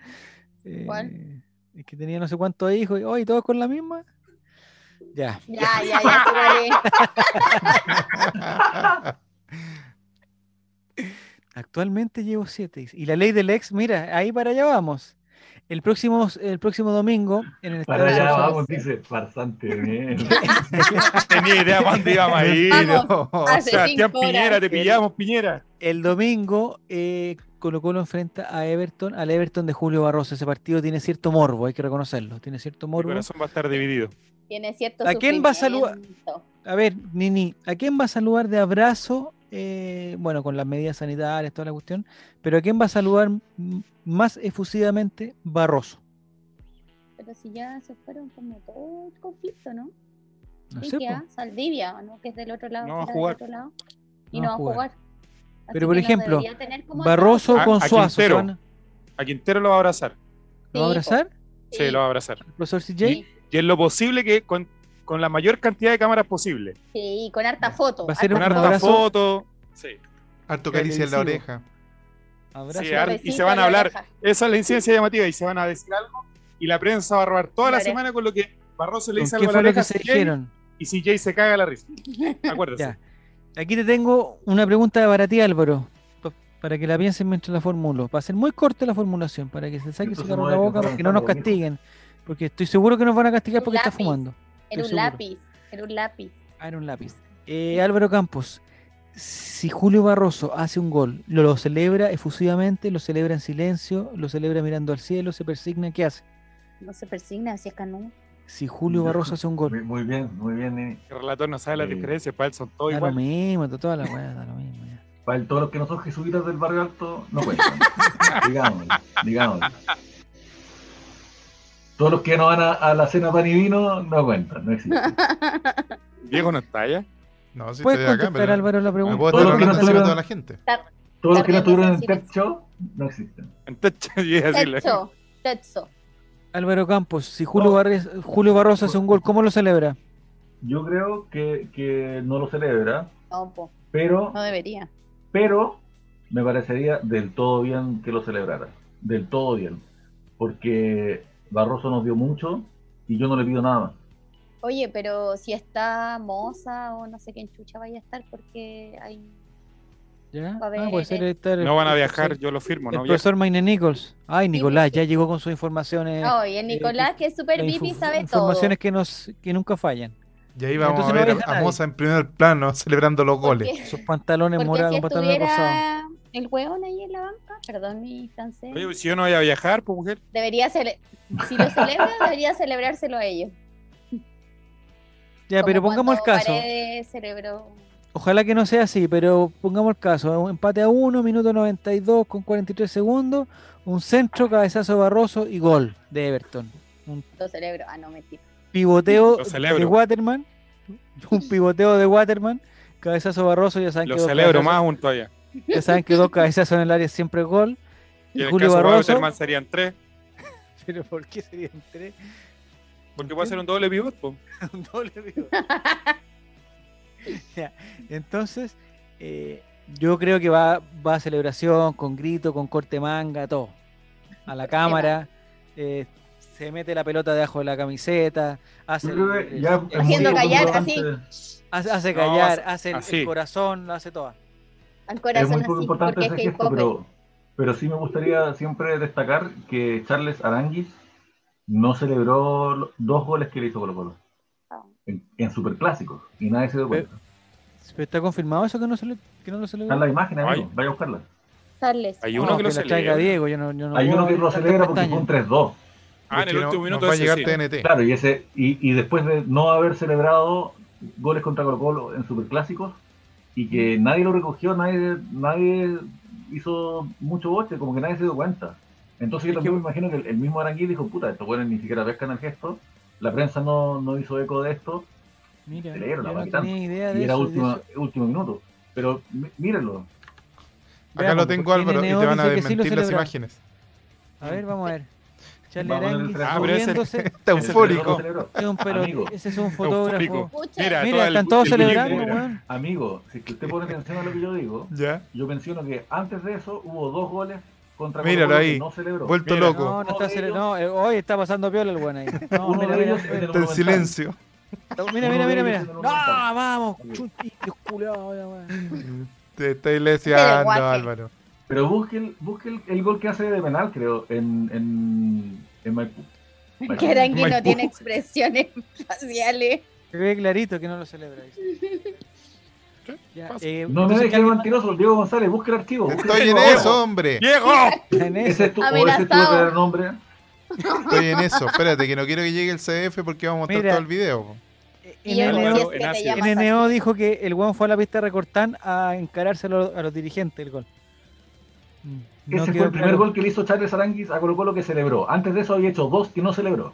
Speaker 1: Eh,
Speaker 2: ¿Cuál?
Speaker 1: Es que tenía no sé cuántos hijos y hoy todos con la misma. Ya.
Speaker 2: Ya, ya, ya, sé cuál es.
Speaker 1: Actualmente llevo siete. Y la ley del ex, mira, ahí para allá vamos. El próximo, el próximo domingo en el
Speaker 5: Para
Speaker 1: Estadio
Speaker 5: allá
Speaker 1: Samsung-
Speaker 5: vamos, dice, farsante. bien.
Speaker 3: Tenía idea para dónde íbamos a ir.
Speaker 2: Vamos,
Speaker 3: O
Speaker 2: hace
Speaker 3: sea, Sebastián
Speaker 2: cinco horas.
Speaker 3: Piñera, te pillamos, Piñera.
Speaker 1: El domingo eh, Colo Colo enfrenta a Everton, al Everton de Julio Barroso. Ese partido tiene cierto morbo, hay que reconocerlo. Tiene cierto
Speaker 3: Mi
Speaker 1: morbo.
Speaker 3: corazón va a estar dividido.
Speaker 2: Tiene cierto
Speaker 1: ¿A quién va a saludar?
Speaker 2: sufrimiento.
Speaker 1: A ver, Nini, ¿a quién va a saludar de abrazo? Eh, bueno, con las medidas sanitarias, toda la cuestión, pero ¿a quién va a saludar m- más efusivamente Barroso?
Speaker 2: Pero si ya se fueron como todo el conflicto, ¿no?
Speaker 1: No
Speaker 2: Sí,
Speaker 1: sé,
Speaker 2: que,
Speaker 1: po.
Speaker 2: ah, Saldivia, ¿no? Que es del otro lado.
Speaker 3: No va a
Speaker 2: que era del
Speaker 3: jugar.
Speaker 2: otro lado, y no, va a jugar. Así
Speaker 1: Pero, por
Speaker 2: que nos
Speaker 1: ejemplo,
Speaker 2: debería tener como
Speaker 1: Barroso
Speaker 3: A-
Speaker 1: con
Speaker 3: a
Speaker 1: Suazo. ¿se
Speaker 3: Quintero.
Speaker 1: van a-
Speaker 3: A Quintero lo va a abrazar.
Speaker 1: ¿Lo va a
Speaker 2: Sí, pues,
Speaker 1: abrazar?
Speaker 2: todos.
Speaker 3: Sí, lo va a abrazar.
Speaker 1: ¿El profesor CJ?
Speaker 3: Sí. Y en lo posible que con, con la mayor cantidad de cámaras posible.
Speaker 2: Sí, con harta foto.
Speaker 1: Va a ser
Speaker 3: Con
Speaker 1: Un
Speaker 3: harta
Speaker 1: abrazo.
Speaker 3: foto. Sí.
Speaker 4: Harto caricia en la
Speaker 1: Televisivo.
Speaker 4: oreja.
Speaker 1: Abrazo.
Speaker 3: Sí, ar- y se van a hablar. Esa es la incidencia llamativa y se van a decir algo y la prensa va a robar toda la
Speaker 2: Vale.
Speaker 3: semana con lo que Barroso le
Speaker 1: ¿Con ¿Qué
Speaker 3: dice algo a la
Speaker 1: fue lo
Speaker 3: oreja
Speaker 1: que
Speaker 3: a
Speaker 1: se
Speaker 3: CJ,
Speaker 1: dijeron?
Speaker 3: y CJ se caga la risa. Acuérdese.
Speaker 1: Ya. Aquí te tengo una pregunta para ti, Álvaro, pa- para que la pienses mientras la formulo. Va a ser muy corta la formulación, para que se saque
Speaker 4: pues,
Speaker 5: Esto
Speaker 1: su
Speaker 5: se
Speaker 1: carro de la
Speaker 5: mueve
Speaker 1: boca,
Speaker 5: con
Speaker 1: para que no nos
Speaker 5: Gonzalo Hijo.
Speaker 1: castiguen. Porque estoy seguro que nos van a castigar
Speaker 2: Un
Speaker 1: porque está
Speaker 2: lápiz.
Speaker 1: fumando.
Speaker 2: Era un
Speaker 1: seguro.
Speaker 2: lápiz. Era un lápiz.
Speaker 1: Ah, era un lápiz. Eh, Álvaro Campos, si Julio Barroso hace un gol, lo, lo celebra efusivamente, lo celebra en silencio, lo celebra mirando al cielo, se persigna, ¿qué hace?
Speaker 2: No se persigna, así es canudo.
Speaker 1: Si Julio Barroso hace un gol,
Speaker 5: Muy, muy bien, muy bien, Nini.
Speaker 3: El relator no sabe las
Speaker 5: Sí.
Speaker 3: diferencias, para él son todos
Speaker 1: da lo
Speaker 3: iguales.
Speaker 1: mismo, to- toda la weá, da lo mismo. ya.
Speaker 5: Para el- todos los que no son jesuitas del barrio alto, no cuentan. digámoslo, digámoslo. Todos los que no van a, a la cena pan y vino, no cuentan, no existen.
Speaker 3: Diego no está ya.
Speaker 4: No, si
Speaker 1: ¿Puedes
Speaker 4: estoy acá,
Speaker 1: contestar,
Speaker 4: pero no
Speaker 1: Álvaro, la
Speaker 4: puedo
Speaker 1: pregunta?
Speaker 4: estar
Speaker 5: Todo lo que
Speaker 4: hablando
Speaker 5: no
Speaker 4: encima de
Speaker 5: sea-
Speaker 4: toda la gente.
Speaker 5: Todos los que no estuvieron en el
Speaker 2: Guardián
Speaker 5: TED
Speaker 2: de
Speaker 5: Show, no existen.
Speaker 3: Entonces, yo iba a decirle,
Speaker 2: Tetso, tetso.
Speaker 1: Álvaro Campos, si Julio,
Speaker 2: Oh.
Speaker 5: No.
Speaker 1: Barres- Julio Barroso hace un gol, ¿cómo lo celebra?
Speaker 5: Yo creo que, que no lo celebra,
Speaker 2: No, po,
Speaker 5: pero,
Speaker 2: no debería.
Speaker 5: pero me parecería del todo bien que lo celebrara. Del todo bien. Porque Barroso nos dio mucho y yo no le pido nada más.
Speaker 2: Oye, pero si está Moza o no sé quién chucha vaya a estar porque hay...
Speaker 1: ¿Ya?
Speaker 2: A
Speaker 1: Ah, puede
Speaker 2: ver,
Speaker 1: ser estar el-
Speaker 3: no van a
Speaker 1: el
Speaker 3: viajar,
Speaker 1: profesor-
Speaker 3: yo lo firmo,
Speaker 1: El
Speaker 3: no viajan.
Speaker 1: profesor Maine Nichols. Ay, Nicolás,
Speaker 2: sí.
Speaker 1: ya llegó con sus informaciones.
Speaker 2: Oye, el Nicolás, que es súper
Speaker 1: las
Speaker 2: VIP,
Speaker 1: Eh, infu-
Speaker 2: sabe todo.
Speaker 1: informaciones que, nos, que nunca fallan.
Speaker 4: Y ahí vamos
Speaker 1: Entonces no
Speaker 4: a ver
Speaker 1: deja
Speaker 4: a, a
Speaker 1: nadie.
Speaker 4: Moza en primer plano celebrando los
Speaker 2: Porque-
Speaker 4: goles.
Speaker 1: Sus pantalones
Speaker 2: Porque
Speaker 1: morados,
Speaker 2: si
Speaker 1: un pantalón rosado.
Speaker 2: estuviera el hueón ahí en la banca, perdón mi francés,
Speaker 3: Oye, si yo no voy a viajar, pues mujer.
Speaker 2: debería cele- si lo celebra, debería celebrárselo a ellos.
Speaker 1: Ya, pero
Speaker 2: Como
Speaker 1: pongamos el
Speaker 2: cuando
Speaker 1: caso.
Speaker 2: Paredes celebró-
Speaker 1: Ojalá que no sea así, pero pongamos el caso. Un empate a 1, minuto 92 con 43 segundos. Un centro, cabezazo de Barroso y gol de Everton.
Speaker 2: lo celebró. Ah, no, mentira.
Speaker 1: Pivoteo
Speaker 3: Lo
Speaker 1: de
Speaker 3: celebro.
Speaker 1: Waterman. Un pivoteo de Waterman. Cabezazo de Barroso, ya saben
Speaker 3: Lo
Speaker 1: que dos
Speaker 3: celebro
Speaker 1: cabezazos-
Speaker 3: más aún todavía.
Speaker 1: Ya saben que dos cabezazos en el área siempre es gol.
Speaker 3: Y en el
Speaker 1: Julio
Speaker 3: caso de
Speaker 1: Barroso.
Speaker 3: Waterman serían tres,
Speaker 1: Pero ¿por qué serían tres?
Speaker 3: porque puede ser un doble pivot. pues. po.
Speaker 1: un doble vigor. Ya, Entonces, eh, yo creo que va, va a celebración, con grito, con corte manga, todo. A la cámara. eh, se mete la pelota debajo de la camiseta, hace,
Speaker 5: Yo creo que
Speaker 1: el-
Speaker 5: ya
Speaker 1: el-
Speaker 5: es
Speaker 2: Haciendo
Speaker 5: muy
Speaker 2: callar,
Speaker 5: importante-
Speaker 2: así.
Speaker 1: hace, hace
Speaker 3: No,
Speaker 1: callar,
Speaker 3: hace-
Speaker 1: hace el, el
Speaker 3: así.
Speaker 1: corazón, lo hace todo.
Speaker 2: Al
Speaker 5: Es
Speaker 2: corazón
Speaker 5: muy
Speaker 2: así,
Speaker 5: importante
Speaker 2: porque
Speaker 5: ese
Speaker 2: es
Speaker 5: gesto,
Speaker 2: K-Popper.
Speaker 5: pero, pero sí me gustaría siempre destacar que Charles Aranguis no celebró los dos goles que le hizo Colo Colo
Speaker 2: Ah.
Speaker 5: en, en superclásicos y nadie se dio cuenta.
Speaker 1: Eh, ¿Pero está confirmado eso que no, se le- que no lo
Speaker 5: Está
Speaker 1: celebra?
Speaker 5: en la imagen, amigo,
Speaker 3: Ay.
Speaker 5: vaya a buscarla.
Speaker 2: Charles.
Speaker 3: Hay
Speaker 1: No,
Speaker 3: uno que lo
Speaker 1: la traiga
Speaker 3: celebra.
Speaker 1: Diego, yo no, yo no
Speaker 5: Hay
Speaker 1: puedo
Speaker 5: uno que
Speaker 1: abrir
Speaker 5: lo
Speaker 1: tantas
Speaker 5: celebra porque fue
Speaker 1: pestañas.
Speaker 5: un 3-2.
Speaker 3: Ah, en el
Speaker 4: Porque no-
Speaker 3: último
Speaker 4: nos
Speaker 3: minuto
Speaker 4: va a
Speaker 3: ese,
Speaker 4: llegar
Speaker 3: sí.
Speaker 4: TNT.
Speaker 5: Claro, y, ese, y, y después de no haber celebrado goles contra Colo Colo en superclásicos y que
Speaker 1: Mm.
Speaker 5: nadie lo recogió, nadie, nadie hizo mucho boche, como que nadie se dio cuenta. Entonces yo
Speaker 1: Es
Speaker 5: también
Speaker 1: que-
Speaker 5: me imagino que el, el mismo Aranguí dijo, puta, estos buenos ni siquiera pescan el gesto, la prensa no, no hizo eco de esto
Speaker 1: Mira,
Speaker 5: celebra,
Speaker 1: yo
Speaker 5: la
Speaker 1: no
Speaker 5: verdad.
Speaker 1: tenía idea de
Speaker 5: y era
Speaker 1: eso. y de
Speaker 5: último,
Speaker 1: eso-
Speaker 5: último minuto. Pero mí- mírenlo,
Speaker 4: Acá
Speaker 1: Veamos,
Speaker 4: lo tengo,
Speaker 1: porque
Speaker 4: Álvaro, y
Speaker 1: NNO
Speaker 4: te van a
Speaker 1: dice que sí lo
Speaker 4: desmentir las
Speaker 1: celebra.
Speaker 4: imágenes.
Speaker 1: A ver, vamos a ver. Charles
Speaker 5: Vamos a ver el
Speaker 1: Aranguis
Speaker 5: trazo.
Speaker 3: Ah, pero ese-
Speaker 1: subiéndose.
Speaker 4: Está
Speaker 5: el celebrador
Speaker 4: eufórico.
Speaker 5: celebró.
Speaker 1: es un pelo-
Speaker 5: Amigo.
Speaker 1: ese es un fotógrafo.
Speaker 3: Eufórico.
Speaker 2: Escucha,
Speaker 3: Mira,
Speaker 1: Mira,
Speaker 3: todo el-
Speaker 1: están todos
Speaker 3: el billete.
Speaker 1: celebrando,
Speaker 5: Mira.
Speaker 1: weón.
Speaker 5: Amigo, si es que usted pone atención a lo que yo digo,
Speaker 4: Ya.
Speaker 5: Yo menciono que antes de eso hubo dos goles contra
Speaker 4: Míralo
Speaker 5: Colo-Colo
Speaker 4: ahí.
Speaker 5: que no celebró.
Speaker 4: Vuelto
Speaker 3: Mira.
Speaker 4: loco.
Speaker 1: No, no está cele- no, eh, hoy está pasando piola el weón ahí. No,
Speaker 5: Uno
Speaker 1: mira,
Speaker 5: de
Speaker 1: mira,
Speaker 5: ellos es el
Speaker 4: Está en
Speaker 5: Monumental.
Speaker 4: silencio.
Speaker 1: mira, mira, mira, mira.
Speaker 5: Uno
Speaker 1: No,
Speaker 5: de ellos es el
Speaker 1: vamos,
Speaker 5: Monumental.
Speaker 1: chutillos culiados, ahora, weón.
Speaker 4: Te está iglesiando,
Speaker 2: lenguaje.
Speaker 4: Álvaro.
Speaker 5: Pero busque, el, busque el, el gol que hace de penal, creo, en, en, en Maipú. Maipú.
Speaker 2: que Arangui
Speaker 4: Maipú.
Speaker 2: no tiene expresiones faciales.
Speaker 1: Se ve clarito que no lo celebra. dice. Ya,
Speaker 3: pasa?
Speaker 1: eh,
Speaker 5: No me
Speaker 1: entonces,
Speaker 5: dejes
Speaker 1: ¿qué-
Speaker 5: mentiroso, Diego González, busque el archivo. busque el
Speaker 4: Estoy en
Speaker 5: archivo.
Speaker 4: eso, hombre.
Speaker 3: ¡Diego!
Speaker 1: en eso?
Speaker 5: Ese es tu, o ese es tu
Speaker 2: Amenazado.
Speaker 5: verdadero nombre.
Speaker 4: Estoy en eso. Espérate, que no quiero que llegue el CF porque vamos a mostrar
Speaker 1: Mira.
Speaker 4: todo el video. po.
Speaker 2: Y yo
Speaker 1: NNO
Speaker 2: no
Speaker 3: Álvaro,
Speaker 2: sé si es que
Speaker 3: en
Speaker 2: te
Speaker 3: ácido.
Speaker 2: llamas
Speaker 1: NNO
Speaker 2: así.
Speaker 1: dijo que el weón fue a la pista de Recortán a encarárselo a los dirigentes el gol. Mm, no
Speaker 5: ese
Speaker 1: quedó
Speaker 5: fue el primer
Speaker 1: claro.
Speaker 5: gol que le hizo Charles Aranguis a Colo Colo que celebró. Antes de eso había hecho dos que no celebró.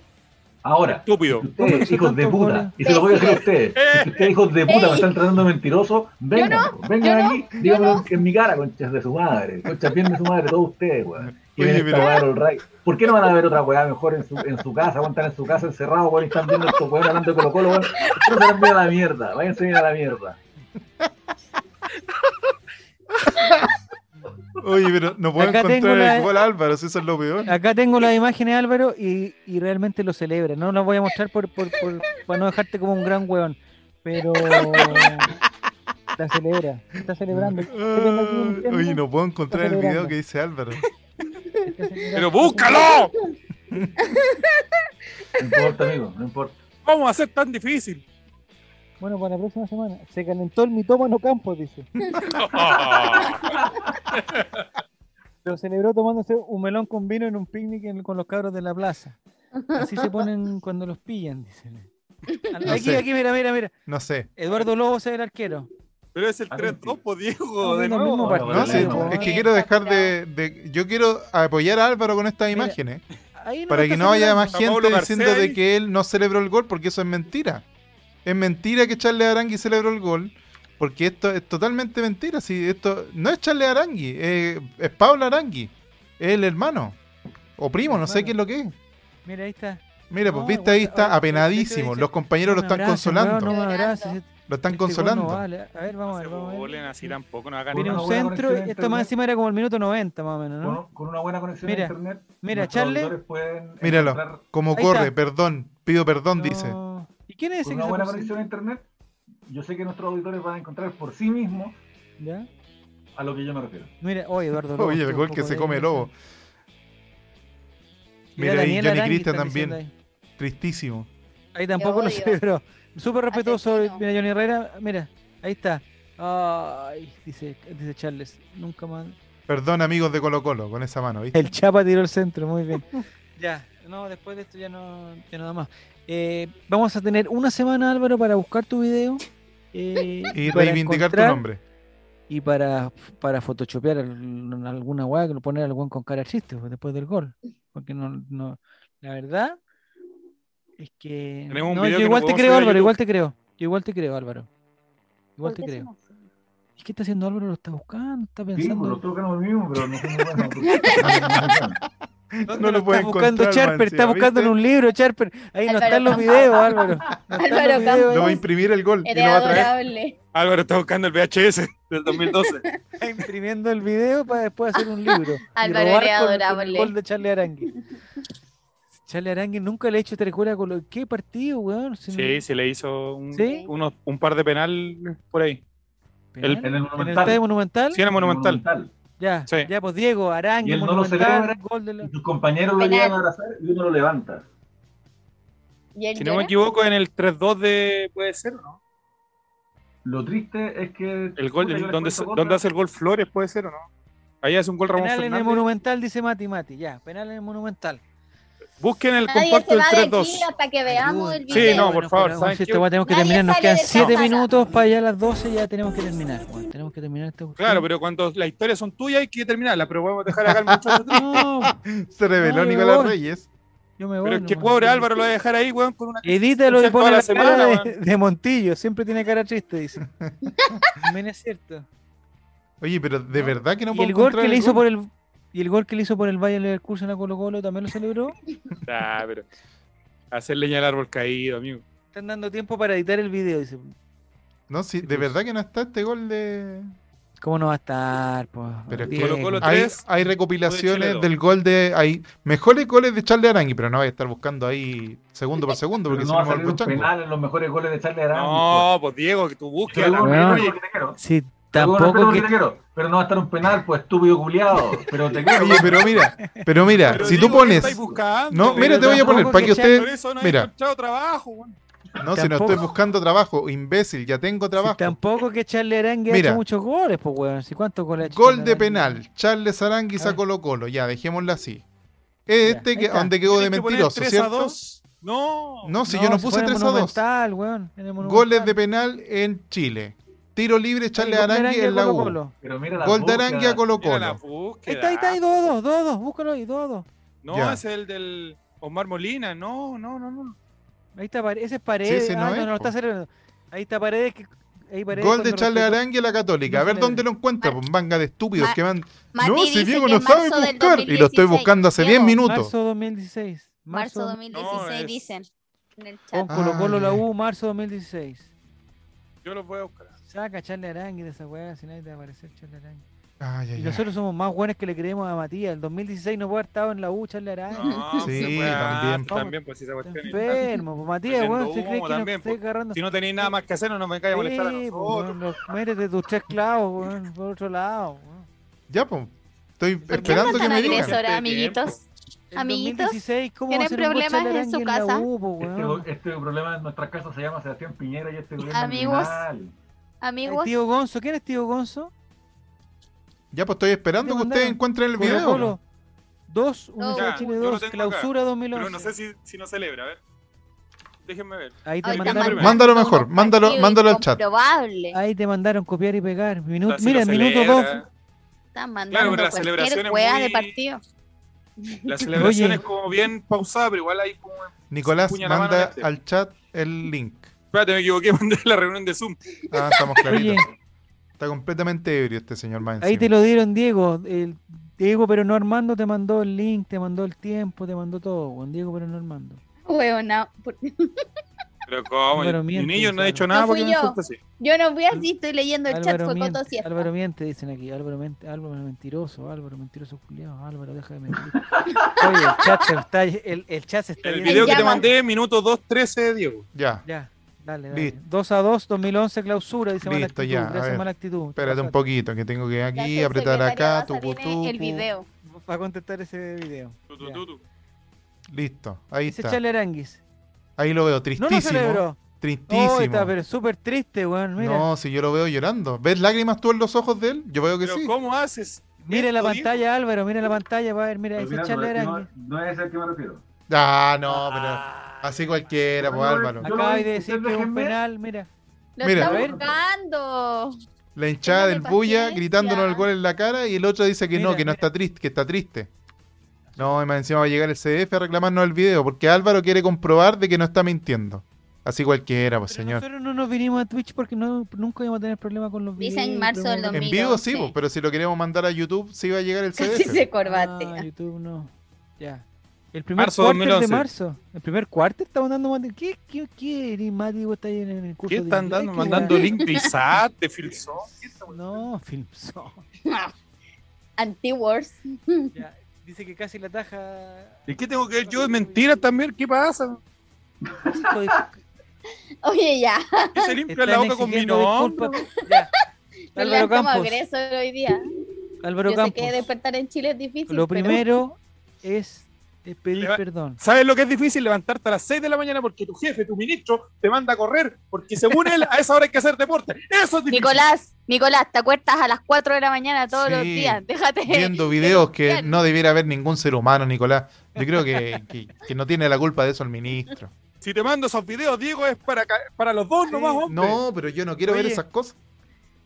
Speaker 5: Ahora,
Speaker 3: Estúpido.
Speaker 1: ¿Cómo
Speaker 5: ustedes,
Speaker 1: hizo
Speaker 5: hijos de
Speaker 1: tantos
Speaker 5: puta,
Speaker 1: goles?
Speaker 5: y se lo voy a decir a ustedes, Si ustedes hijos de puta me están tratando de mentiroso, vengan, po, vengan
Speaker 2: yo
Speaker 5: aquí, díganme en mi cara, conchas de su madre, conchas bien de su madre, todos ustedes, weón. Que
Speaker 4: Oye,
Speaker 5: ven esta
Speaker 4: pero-
Speaker 5: weá del Ray. ¿Por qué no van a ver otra weá mejor en su, en su casa? Van a estar en su casa encerrados, weón, y están viendo estos weón hablando de Colo Colo, weón. No se van a la mierda, váyanse bien a la mierda.
Speaker 4: Oye, pero no puedo
Speaker 1: Acá tengo
Speaker 4: encontrar
Speaker 1: la-
Speaker 4: el gol, Álvaro, si eso es lo peor.
Speaker 1: Acá tengo las imágenes, Álvaro, y, y realmente lo celebra. No las voy a mostrar por, por, por- para no dejarte como un gran weón. Pero la celebra, está celebrando.
Speaker 4: Ay, Oye, no puedo encontrar el video que dice Álvaro.
Speaker 1: está celebrando.
Speaker 3: ¡Pero búscalo!
Speaker 5: No importa, amigo, no importa.
Speaker 3: ¡Vamos a ser tan difícil!
Speaker 1: Bueno, para la próxima semana. Se calentó el mitómano Campos, dice. Lo celebró tomándose un melón con vino en un picnic en- con los cabros de la plaza. Así se ponen cuando los pillan, dicen.
Speaker 4: No
Speaker 1: Aquí,
Speaker 4: sé.
Speaker 1: aquí, mira, mira, mira.
Speaker 4: No sé.
Speaker 1: Eduardo Lobo es el arquero.
Speaker 3: Pero es el
Speaker 5: Ah,
Speaker 3: 3-2, po, Diego,
Speaker 4: Oh,
Speaker 1: Estamos
Speaker 3: de
Speaker 1: viendo el
Speaker 3: nuevo.
Speaker 1: mismo
Speaker 5: Bueno,
Speaker 1: partido, pues.
Speaker 4: No sé.
Speaker 1: weón.
Speaker 4: Ah, Es que quiero dejar de, de- Yo quiero apoyar a Álvaro con estas imágenes.
Speaker 1: Ahí no
Speaker 4: Para
Speaker 1: está
Speaker 4: que no haya
Speaker 1: celebrando.
Speaker 4: más
Speaker 3: A Pablo
Speaker 4: gente
Speaker 3: Garcés
Speaker 4: diciendo de
Speaker 3: ahí.
Speaker 4: que él no celebró el gol, porque eso es mentira. Es mentira que Charles Arangui celebró el gol, porque esto es totalmente mentira. Si esto no es Charles Arangui, eh, es Pablo Arangui, es el hermano o primo, no sé
Speaker 1: Hermano.
Speaker 4: qué es lo que es.
Speaker 1: Mira, ahí está.
Speaker 4: Mira, pues
Speaker 1: No,
Speaker 4: viste
Speaker 1: bueno,
Speaker 4: ahí
Speaker 1: oye,
Speaker 4: está
Speaker 1: oye, te
Speaker 4: apenadísimo.
Speaker 1: estoy
Speaker 4: Los compañeros
Speaker 1: No
Speaker 4: lo
Speaker 1: me
Speaker 4: están
Speaker 1: abraces,
Speaker 4: consolando,
Speaker 1: weón, No me abraces. Este
Speaker 4: lo están
Speaker 1: weón no
Speaker 4: consolando.
Speaker 1: vale. A ver, vamos a ver.
Speaker 3: No eh. se
Speaker 1: Vamos a ver.
Speaker 3: burlen así tampoco, no hagan
Speaker 1: Viene
Speaker 5: Una
Speaker 1: un
Speaker 5: buena
Speaker 1: centro
Speaker 5: conexión
Speaker 1: y esto más
Speaker 5: internet.
Speaker 1: encima era como el minuto 90 más o menos,
Speaker 5: Con,
Speaker 1: ¿no?
Speaker 5: con una buena conexión
Speaker 1: ¿Ah? Mira,
Speaker 5: a internet,
Speaker 1: Mira,
Speaker 5: nuestros
Speaker 1: Charles.
Speaker 5: auditores pueden
Speaker 4: Míralo.
Speaker 5: encontrar
Speaker 4: Como
Speaker 1: Ahí
Speaker 4: corre,
Speaker 1: está.
Speaker 4: perdón, pido perdón,
Speaker 1: no.
Speaker 4: dice.
Speaker 1: ¿Y quién es ese
Speaker 5: con
Speaker 1: que
Speaker 5: una
Speaker 1: se
Speaker 5: buena
Speaker 1: puso-
Speaker 5: conexión a internet. Yo sé que nuestros auditores van a encontrar por sí mismos
Speaker 1: ¿Ya?
Speaker 5: a lo que yo me refiero.
Speaker 1: Mira, oye, Eduardo Lobo.
Speaker 4: Oye, el
Speaker 1: estuvo
Speaker 4: gol
Speaker 1: un
Speaker 4: que
Speaker 1: poco
Speaker 4: se
Speaker 1: de-
Speaker 4: come el lobo. Mira, y
Speaker 1: Daniel
Speaker 4: Johnny
Speaker 1: Arangui
Speaker 4: Cristian
Speaker 1: están
Speaker 4: también.
Speaker 1: diciendo ahí.
Speaker 4: Tristísimo.
Speaker 1: Ahí tampoco lo
Speaker 2: odio.
Speaker 1: celebró. Súper respetuoso.
Speaker 2: Asesino.
Speaker 1: Mira, Johnny Herrera. Mira, ahí está. Ay, dice, dice Charles. Nunca más.
Speaker 4: Perdón, amigos de Colo Colo, con esa mano, ¿viste?
Speaker 1: El Chapa tiró el centro, muy bien. ya, no, después de esto ya no, ya nada más. Eh, vamos a tener una semana, Álvaro, para buscar tu video. eh,
Speaker 4: Y
Speaker 1: para
Speaker 4: reivindicar tu
Speaker 1: encontrar
Speaker 4: nombre.
Speaker 1: Y para, para photoshopear al- alguna weá, que lo poner al weón con cara de chiste pues, después del gol. Porque no, no, la verdad es que.
Speaker 3: Tenemos un
Speaker 1: no, yo
Speaker 3: video que no
Speaker 1: igual te
Speaker 3: podemos
Speaker 1: creo,
Speaker 3: subir a
Speaker 1: Álvaro,
Speaker 3: YouTube.
Speaker 1: igual te creo. Yo igual te creo, Álvaro. Igual te
Speaker 2: ¿Por qué
Speaker 1: creo.
Speaker 2: somos así?
Speaker 1: ¿Y qué está haciendo Álvaro? ¿Lo está buscando? ¿Está
Speaker 5: Sí, pues,
Speaker 1: pensando?
Speaker 5: nosotros ganamos el mismo, pero no somos buenos. porque-
Speaker 1: ¿Dónde
Speaker 4: No lo puede
Speaker 1: está buscando
Speaker 4: encontrar,
Speaker 1: Charper,
Speaker 4: más
Speaker 1: está
Speaker 4: encima,
Speaker 1: buscando en
Speaker 4: ¿viste?
Speaker 1: un libro, Charper. Ahí no
Speaker 2: Álvaro
Speaker 1: están los
Speaker 2: Campos.
Speaker 1: videos, Álvaro. No están
Speaker 2: Álvaro
Speaker 1: los videos
Speaker 4: Lo va a
Speaker 1: ahí.
Speaker 4: imprimir el gol y lo
Speaker 2: Eres
Speaker 4: va a traer.
Speaker 2: adorable.
Speaker 3: Álvaro está buscando el VHS del 2012.
Speaker 1: Está imprimiendo el video para después hacer un libro. y
Speaker 2: Álvaro
Speaker 1: robar
Speaker 2: era
Speaker 1: con- con el
Speaker 2: adorable.
Speaker 1: gol de Charlie Arangui. Charlie Arangue nunca le ha hecho trecura con lo... ¿Qué partido, weón? Si no-
Speaker 3: Sí, se le hizo un,
Speaker 1: ¿Sí?
Speaker 3: unos- un par de penal por ahí.
Speaker 1: penal.
Speaker 3: el-
Speaker 5: En el
Speaker 1: ¿En el
Speaker 5: Monumental.
Speaker 1: estadio Monumental?
Speaker 3: Sí, era monumental.
Speaker 5: Monumental.
Speaker 1: Ya,
Speaker 3: Sí.
Speaker 1: ya, pues Diego,
Speaker 5: Y
Speaker 1: Arangue,
Speaker 5: él no lo
Speaker 1: Monumental,
Speaker 5: celebra.
Speaker 1: gol de
Speaker 5: Y
Speaker 1: la...
Speaker 5: tus compañeros lo
Speaker 2: Penal.
Speaker 5: llevan a abrazar y uno lo levanta.
Speaker 2: ¿Y él
Speaker 3: Si no
Speaker 2: llora?
Speaker 3: me equivoco, en el 3-2 de. Puede ser, ¿o ¿no?
Speaker 5: Lo triste es que.
Speaker 3: El gol,
Speaker 5: puta, yo
Speaker 3: el-
Speaker 5: le
Speaker 3: donde,
Speaker 5: cuento
Speaker 3: donde
Speaker 5: cosas.
Speaker 3: hace el gol Flores, puede ser, ¿o no? Ahí hace un gol Ramón
Speaker 1: Penal en el
Speaker 3: Fernández.
Speaker 1: Monumental, dice Mati, Mati. Ya, penal en el Monumental.
Speaker 3: Busquen el
Speaker 2: Nadie
Speaker 3: comparto
Speaker 2: se
Speaker 3: del
Speaker 2: va de aquí
Speaker 3: 3-2.
Speaker 2: hasta que veamos el
Speaker 1: Ayuda.
Speaker 2: video.
Speaker 3: Sí, no, por
Speaker 1: Bueno,
Speaker 3: favor,
Speaker 1: pero,
Speaker 3: ¿saben
Speaker 1: si esta
Speaker 3: qué?
Speaker 1: weá tenemos que
Speaker 2: Nadie
Speaker 1: terminar, nos
Speaker 2: sale
Speaker 1: quedan
Speaker 2: de
Speaker 1: 7
Speaker 2: esta
Speaker 1: minutos para allá a las 12, ya tenemos que terminar. weón, tenemos que terminar esta cuestión.
Speaker 3: Claro, pero cuando las historias son tuyas hay que terminarlas, pero podemos dejar acá el muchacho.
Speaker 1: No,
Speaker 4: Se reveló
Speaker 1: No, yo
Speaker 4: Nicolás
Speaker 1: voy.
Speaker 4: Reyes.
Speaker 1: yo me voy.
Speaker 3: Pero es que
Speaker 1: nomás.
Speaker 3: pobre Álvaro lo va a dejar ahí, weón, con una.
Speaker 1: Edítalo y
Speaker 3: Escuchar
Speaker 1: pone
Speaker 3: toda
Speaker 1: la,
Speaker 3: la semana,
Speaker 1: cara de, de Montillo. Siempre tiene cara triste, dice. También es cierto.
Speaker 4: Oye, pero de
Speaker 1: No.
Speaker 4: verdad que no
Speaker 1: y
Speaker 4: puedo
Speaker 1: el gol
Speaker 4: encontrar
Speaker 1: que le
Speaker 4: el
Speaker 1: hizo
Speaker 4: gol?
Speaker 1: por el y el gol que le hizo por el Bayern Leverkusen a Colo Colo también lo celebró.
Speaker 3: Ah, pero. Hacer leña al árbol caído, amigo.
Speaker 1: Están dando tiempo para editar el video, dice.
Speaker 4: No, sí, de verdad que no está este gol de.
Speaker 1: ¿Cómo no va a estar? po?
Speaker 4: Pero es que
Speaker 1: Diego?
Speaker 3: Colo Colo
Speaker 4: Hay,
Speaker 3: tres,
Speaker 4: hay
Speaker 3: o de Chile
Speaker 4: recopilaciones
Speaker 3: dos.
Speaker 4: del gol de. Hay mejores goles de Charlie Arangui, pero no voy a estar buscando ahí segundo por segundo
Speaker 5: Pero
Speaker 4: porque
Speaker 5: no
Speaker 4: si
Speaker 5: va
Speaker 4: no
Speaker 5: a
Speaker 4: me
Speaker 5: salir
Speaker 4: vuelvo
Speaker 5: un
Speaker 4: chango.
Speaker 5: penal en los mejores goles de Charlie Arán.
Speaker 3: No, pues Diego, que tú busques a la
Speaker 1: Bueno,
Speaker 3: mierda.
Speaker 1: oye,
Speaker 5: quiero.
Speaker 1: Sí,
Speaker 5: Tampoco
Speaker 1: tampoco que.
Speaker 5: te quiero, pero no va a estar un penal, pues estúpido culiado. Pero te quiero.
Speaker 4: Oye, pero mira, pero mira,
Speaker 3: Pero
Speaker 4: si tú
Speaker 3: Diego, ¿qué
Speaker 4: pones.
Speaker 3: estáis buscando,
Speaker 4: No,
Speaker 3: weón?
Speaker 4: mira, te voy a
Speaker 1: tampoco
Speaker 4: poner, para que
Speaker 1: que
Speaker 4: usted.
Speaker 3: Por eso no he
Speaker 4: Mira.
Speaker 3: encontrado trabajo, weón.
Speaker 4: No, si no
Speaker 1: Tampoco.
Speaker 4: estoy buscando trabajo, imbécil, ya tengo
Speaker 1: si
Speaker 4: trabajo.
Speaker 1: tampoco que Charlie Arangue ha
Speaker 4: Mira.
Speaker 1: hecho muchos goles, pues weón. Si cuántos goles ha hecho
Speaker 4: Gol
Speaker 1: Charly
Speaker 4: de
Speaker 1: Arangue?
Speaker 4: penal, Charles Aranguis
Speaker 1: A
Speaker 4: a
Speaker 1: ver.
Speaker 4: Colo Colo, ya, dejémoslo así.
Speaker 1: Ya,
Speaker 4: Es este
Speaker 1: ahí
Speaker 4: que,
Speaker 1: está.
Speaker 4: donde quedó de
Speaker 3: Tienes que poner
Speaker 4: mentiroso,
Speaker 3: 3 a
Speaker 4: ¿cierto?
Speaker 3: 2. No.
Speaker 4: No, si yo no
Speaker 1: si
Speaker 4: puse
Speaker 1: fue en el
Speaker 4: 3 a 2.
Speaker 1: Monumental, weón, en el
Speaker 4: Goles de
Speaker 1: Monumental.
Speaker 4: penal en Chile. Tiro libre,
Speaker 1: Oye,
Speaker 4: Charles
Speaker 1: gol de
Speaker 4: Arangui
Speaker 1: Arangue a
Speaker 4: en la
Speaker 1: Colo
Speaker 4: U.
Speaker 1: Colo.
Speaker 5: Pero mira la
Speaker 4: Gol de
Speaker 5: boca.
Speaker 4: Arangui a Colo
Speaker 3: Mira la
Speaker 4: Colo.
Speaker 1: Ahí
Speaker 3: búsqueda.
Speaker 1: está, ahí está, ahí, Dodo, Dodo, búscalo ahí, Dodo.
Speaker 3: No,
Speaker 4: Ya.
Speaker 3: es el del Omar Molina. No, no, no, no.
Speaker 1: Ahí está Paredes, ese es Paredes.
Speaker 4: ese no
Speaker 1: ah,
Speaker 4: es,
Speaker 1: no, no,
Speaker 4: po.
Speaker 1: está celebrando. Ahí está Paredes. Que, ahí Paredes
Speaker 4: Gol de
Speaker 1: cuando
Speaker 4: Charles
Speaker 1: respetó-
Speaker 4: Arangui a la Católica. A
Speaker 1: No
Speaker 4: ver
Speaker 1: se
Speaker 4: dónde lo encuentra, pues manga de estúpidos
Speaker 2: Ma-
Speaker 4: que van.
Speaker 2: Mati
Speaker 4: No,
Speaker 2: dice
Speaker 4: si Diego
Speaker 2: que
Speaker 4: no
Speaker 2: en
Speaker 4: sabe
Speaker 2: marzo del
Speaker 4: buscar. Y lo estoy
Speaker 2: 2016,
Speaker 4: buscando hace 10
Speaker 2: Diego,
Speaker 4: minutos.
Speaker 1: Marzo 2016.
Speaker 2: Marzo
Speaker 1: Marzo,
Speaker 2: 2016,
Speaker 3: No, es-
Speaker 2: dicen. En el
Speaker 1: con
Speaker 2: chat.
Speaker 1: Colo Colo
Speaker 4: Ah,
Speaker 1: la
Speaker 4: ya.
Speaker 1: U, marzo 2016.
Speaker 3: Yo los voy a buscar.
Speaker 1: Saca a Charles Arangui de esa weá, si nadie te va a aparecer Charles Arangui.
Speaker 4: Ay,
Speaker 1: Y
Speaker 4: ay, ay.
Speaker 1: nosotros somos más buenos que le creemos a Matías. El 2016 no puede haber estado en la U, Charles Arangui.
Speaker 3: No,
Speaker 4: Sí,
Speaker 3: se puede- ah,
Speaker 4: también.
Speaker 3: También, pues, esa
Speaker 1: Está
Speaker 3: cuestión.
Speaker 1: enfermo, pues, Matías,
Speaker 3: Haciendo
Speaker 1: weón, se cree
Speaker 3: humo
Speaker 1: que nos
Speaker 3: también,
Speaker 1: está
Speaker 3: pues.
Speaker 1: agarrando.
Speaker 3: Si no tenéis nada más que hacer, no nos vengáis a molestar a
Speaker 1: Sí, pues,
Speaker 3: nosotros.
Speaker 1: weón, los- métete tus tres clavos, weón, por otro lado. weón.
Speaker 4: Ya, pues. Estoy
Speaker 1: qué
Speaker 4: esperando
Speaker 1: hablan
Speaker 4: que
Speaker 1: tan
Speaker 4: me digan.
Speaker 3: agresivos?
Speaker 2: agresora,
Speaker 3: Gente de
Speaker 2: amiguitos?
Speaker 1: El
Speaker 2: Amiguitos,
Speaker 1: 2016, ¿cómo va a
Speaker 2: ¿tienen
Speaker 1: ser un gol
Speaker 2: problemas
Speaker 1: Charles
Speaker 2: en su
Speaker 1: Arangui la
Speaker 2: casa?
Speaker 1: U, pues,
Speaker 5: Este,
Speaker 1: weón?
Speaker 5: go- este problema en nuestra casa se llama Sebastián Piñera y este gobierno
Speaker 2: Amigos.
Speaker 5: es mal.
Speaker 1: El
Speaker 2: Amigos,
Speaker 1: tío Gonzo, ¿quién es tío Gonzo?
Speaker 4: Ya, pues estoy esperando
Speaker 1: Le
Speaker 4: que ustedes
Speaker 1: mandaron.
Speaker 4: encuentren el
Speaker 1: Colo
Speaker 4: video.
Speaker 1: Colo 2, Universidad
Speaker 3: Ya,
Speaker 1: de Chile
Speaker 3: yo lo
Speaker 1: 2,
Speaker 3: tengo
Speaker 1: clausura 2011.
Speaker 3: Pero no sé si, si no celebra, a ver. Déjenme ver.
Speaker 1: ahí, te
Speaker 2: ahorita
Speaker 1: mandaron,
Speaker 2: mandan
Speaker 4: Mándalo
Speaker 2: unos
Speaker 4: mejor, mándalo-
Speaker 2: partidos
Speaker 4: mándalo al chat.
Speaker 2: incomprobables.
Speaker 1: ahí te mandaron copiar y pegar. Minuto,
Speaker 3: O sea, si
Speaker 1: mira,
Speaker 3: lo
Speaker 1: minuto 2.
Speaker 3: celebra,
Speaker 2: Están mandando
Speaker 3: pero la
Speaker 2: cualquier
Speaker 3: celebración es
Speaker 2: hueá
Speaker 3: muy-
Speaker 2: de partido.
Speaker 3: La celebración
Speaker 1: Oye.
Speaker 3: es como bien pausada, pero igual hay como.
Speaker 4: Nicolás,
Speaker 3: Puña la mano
Speaker 4: manda
Speaker 3: en este.
Speaker 4: al chat el link.
Speaker 3: Espérate, me equivoqué, mandé la reunión de Zoom.
Speaker 4: Ah, estamos
Speaker 1: Oye,
Speaker 4: claritos. Está completamente ebrio este señor más
Speaker 1: ahí te
Speaker 4: encima.
Speaker 1: lo dieron Diego. El, Diego, pero no Armando, te mandó el link, te mandó el tiempo, te mandó todo. Juan Diego, pero no Armando.
Speaker 2: Hueona, por-
Speaker 3: Pero como,
Speaker 1: Álvaro
Speaker 3: mi
Speaker 1: miente,
Speaker 3: niño no ha
Speaker 1: Álvaro.
Speaker 3: hecho nada
Speaker 2: No
Speaker 3: porque
Speaker 2: fui
Speaker 3: me
Speaker 2: yo.
Speaker 3: suelta así.
Speaker 2: Yo no fui así, estoy leyendo el chat,
Speaker 1: Álvaro
Speaker 2: fue Coto
Speaker 1: miente,
Speaker 2: Siesta.
Speaker 1: Álvaro miente, dicen aquí. Álvaro, miente, Álvaro mentiroso, Álvaro mentiroso culiado. Álvaro, deja de mentir. Oye, el chat se está, el, el chat se está
Speaker 3: En el
Speaker 1: yendo.
Speaker 3: video que te
Speaker 2: llamas.
Speaker 3: mandé, minuto 2.13, Diego.
Speaker 4: Ya,
Speaker 1: Ya, dale, dale.
Speaker 4: Listo.
Speaker 1: 2 a 2, 2011, clausura, dice mala
Speaker 4: Listo,
Speaker 1: actitud.
Speaker 4: ya, a
Speaker 1: Gracias,
Speaker 4: ver.
Speaker 1: mala actitud.
Speaker 4: espérate un
Speaker 1: Pasate.
Speaker 4: poquito, que tengo que
Speaker 2: La
Speaker 4: aquí apretar
Speaker 2: subsecretaria
Speaker 4: acá,
Speaker 2: Daza
Speaker 4: tupu,
Speaker 2: tiene el
Speaker 4: tupu.
Speaker 2: video.
Speaker 1: Para contestar ese video.
Speaker 3: Tu, tu,
Speaker 1: Ya.
Speaker 3: tu, tu.
Speaker 4: Listo, ahí
Speaker 1: Ese
Speaker 4: está.
Speaker 1: Charlie Aranguis.
Speaker 4: Ahí lo veo,
Speaker 1: No lo
Speaker 4: tristísimo.
Speaker 1: celebró. Oh,
Speaker 4: tristísimo.
Speaker 1: está, pero súper triste, weón. Mira,
Speaker 4: No, si yo lo veo llorando. ¿Ves lágrimas tú en los ojos de él? Yo veo que
Speaker 3: Pero
Speaker 4: sí.
Speaker 3: ¿cómo haces?
Speaker 1: mira la
Speaker 3: esto,
Speaker 1: pantalla, Álvaro. Mira la pantalla. Va a ver, mira,
Speaker 5: Pero
Speaker 1: ese
Speaker 5: mira,
Speaker 1: Charlie
Speaker 5: no,
Speaker 1: Aranguis.
Speaker 5: es- no es el que me refiero.
Speaker 4: Ah, no, pero así cualquiera, pues
Speaker 5: No, no,
Speaker 4: Álvaro.
Speaker 5: yo lo
Speaker 1: Acaba de
Speaker 5: vi,
Speaker 1: decir
Speaker 5: ustedes
Speaker 1: que es un
Speaker 5: déjenme.
Speaker 1: penal, mira.
Speaker 2: Lo
Speaker 4: Mira.
Speaker 2: está
Speaker 4: A
Speaker 5: ver.
Speaker 2: buscando.
Speaker 4: La hinchada del
Speaker 2: Téngame
Speaker 4: bulla
Speaker 2: paciencia.
Speaker 4: gritándonos el gol en la cara y el otro dice que no,
Speaker 1: Mira,
Speaker 4: que no
Speaker 1: mira.
Speaker 4: está triste, que está triste. No, y más encima va a llegar el CDF a reclamarnos el video porque Álvaro quiere comprobar de que no está mintiendo. Así cualquiera, pues
Speaker 1: Pero
Speaker 4: señor.
Speaker 1: nosotros no nos vinimos a Twitch porque no, nunca íbamos a tener problema con los videos.
Speaker 2: Dicen marzo del
Speaker 1: problemas con-
Speaker 4: En
Speaker 2: 2000.
Speaker 4: vivo sí,
Speaker 2: sí.
Speaker 4: pues, pero si lo queremos mandar a YouTube sí va a llegar el
Speaker 2: Casi se
Speaker 4: CDF.
Speaker 2: corbate.
Speaker 1: Ah, YouTube no. Ya. El primer
Speaker 3: Marzo
Speaker 1: cuarto
Speaker 3: 2011.
Speaker 1: de marzo. El primer cuarto estamos dando Mati. ¿Qué, qué, qué eres, Mati? Vos estás en el curso
Speaker 3: ¿Qué
Speaker 1: de
Speaker 3: están
Speaker 1: inglés,
Speaker 3: dando?
Speaker 1: qué
Speaker 3: Mandando
Speaker 1: weón.
Speaker 3: link de ISAT, de Filson.
Speaker 1: No, Filmson.
Speaker 2: Anti-Wars.
Speaker 1: Ya. Dice que casi la taja.
Speaker 3: ¿Y qué tengo que ver yo de mentiras también? ¿Qué pasa?
Speaker 1: Chico, dis-
Speaker 2: Oye, ya.
Speaker 3: ¿Qué se limpia
Speaker 1: están
Speaker 3: la boca con mi
Speaker 1: exigiendo
Speaker 3: nombre?
Speaker 1: disculpas. Ya. Álvaro
Speaker 2: Álvaro como
Speaker 1: Campos.
Speaker 2: agresor hoy día.
Speaker 1: Álvaro
Speaker 2: Yo sé
Speaker 1: Campos.
Speaker 2: que despertar en Chile es difícil.
Speaker 1: Lo
Speaker 2: pero-
Speaker 1: primero es es pedir
Speaker 3: Le va-
Speaker 1: perdón.
Speaker 3: ¿Sabes lo que es difícil? Levantarte a las 6 de la mañana porque tu jefe, tu ministro, te manda a correr porque según él, a esa hora hay que hacer deporte. Eso es difícil.
Speaker 2: Nicolás, Nicolás, te acuerdas a las 4 de la mañana todos
Speaker 4: Sí.
Speaker 2: los días. Déjate.
Speaker 4: Viendo videos que
Speaker 2: denunciar.
Speaker 4: no debiera haber ningún ser humano, Nicolás. Yo creo que, que- que no tiene la culpa de eso el ministro.
Speaker 3: Si te mando esos videos, Diego, es para, ca- para los dos nomás, hombre.
Speaker 4: No, pero yo no quiero ver
Speaker 1: Oye.
Speaker 4: esas cosas.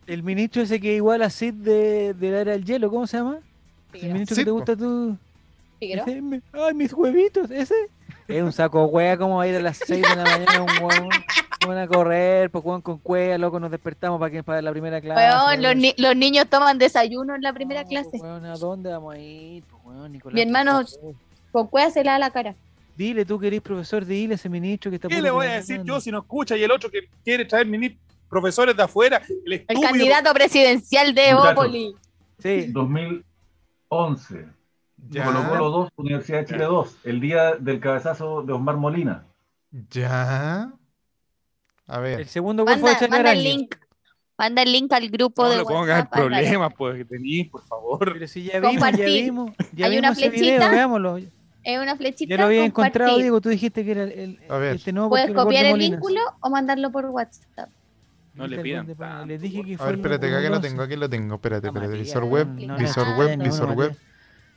Speaker 1: El ministro ese que igual a Sid de, de la era del hielo, ¿cómo se llama? El
Speaker 2: Figueroa,
Speaker 1: ministro
Speaker 4: Sid,
Speaker 1: que te
Speaker 4: po.
Speaker 1: gusta tú.
Speaker 2: Figueroa.
Speaker 1: Ese, me- ay, mis huevitos, ese. Es un saco hueá, ¿cómo va a ir a las 6 de la mañana un hueón? Van a correr, pues hueón con cueva, loco, nos despertamos para que para la primera clase.
Speaker 2: Weón, los,
Speaker 1: weón.
Speaker 2: ni- los niños toman desayuno en la primera
Speaker 1: No,
Speaker 2: clase.
Speaker 1: pues, weón, ¿A dónde vamos a ir? Pues, weón, Nicolás,
Speaker 2: Mi hermano-
Speaker 1: por favor.
Speaker 2: Con cueva se lava la cara.
Speaker 1: Dile, tú que eres profesor, dile a ese ministro que está
Speaker 3: ¿Qué
Speaker 1: puro
Speaker 3: le voy a
Speaker 1: tremendo,
Speaker 3: decir
Speaker 1: ¿no?
Speaker 3: yo si no escucha y el otro que quiere traer mini profesores de afuera? El
Speaker 2: El
Speaker 3: estúpido.
Speaker 2: candidato presidencial de
Speaker 5: Muchachos.
Speaker 2: Opoli.
Speaker 1: Sí,
Speaker 5: 2011.
Speaker 4: Ya,
Speaker 5: Colo Colo 2, Universidad de Chile 2. El día del cabezazo de Osmar Molina.
Speaker 4: ya. A
Speaker 1: el
Speaker 4: ver,
Speaker 1: segundo gol fue de
Speaker 2: Manda,
Speaker 1: Charlie
Speaker 2: manda el
Speaker 1: Araña.
Speaker 2: link. Manda el link al grupo
Speaker 3: No
Speaker 2: de
Speaker 3: lo pongas en
Speaker 2: WhatsApp, ándale.
Speaker 3: problemas, pues, que tenís, por favor.
Speaker 1: Pero si ya vimos, ya
Speaker 2: Compartir.
Speaker 1: vimos, ya
Speaker 2: Hay
Speaker 1: vimos
Speaker 2: una
Speaker 1: ese
Speaker 2: flechita.
Speaker 1: video, veámoslo.
Speaker 2: Es una flechita.
Speaker 1: Ya lo había encontrado,
Speaker 2: compartir.
Speaker 1: Diego, tú dijiste que era el,
Speaker 4: A ver.
Speaker 1: este nuevo
Speaker 2: Puedes copiar el vínculo o mandarlo por WhatsApp.
Speaker 3: No le pidan. tanto,
Speaker 1: pues,
Speaker 3: pues.
Speaker 1: Les dije que
Speaker 4: a
Speaker 1: fue
Speaker 4: ver,
Speaker 1: el
Speaker 4: espérate, que aquí lo
Speaker 1: uno,
Speaker 4: tengo, aquí lo tengo. Espérate, espérate.
Speaker 1: Matías,
Speaker 4: Visor web,
Speaker 1: no, no,
Speaker 4: visor
Speaker 2: no,
Speaker 4: web,
Speaker 2: no,
Speaker 4: visor
Speaker 1: no,
Speaker 4: web.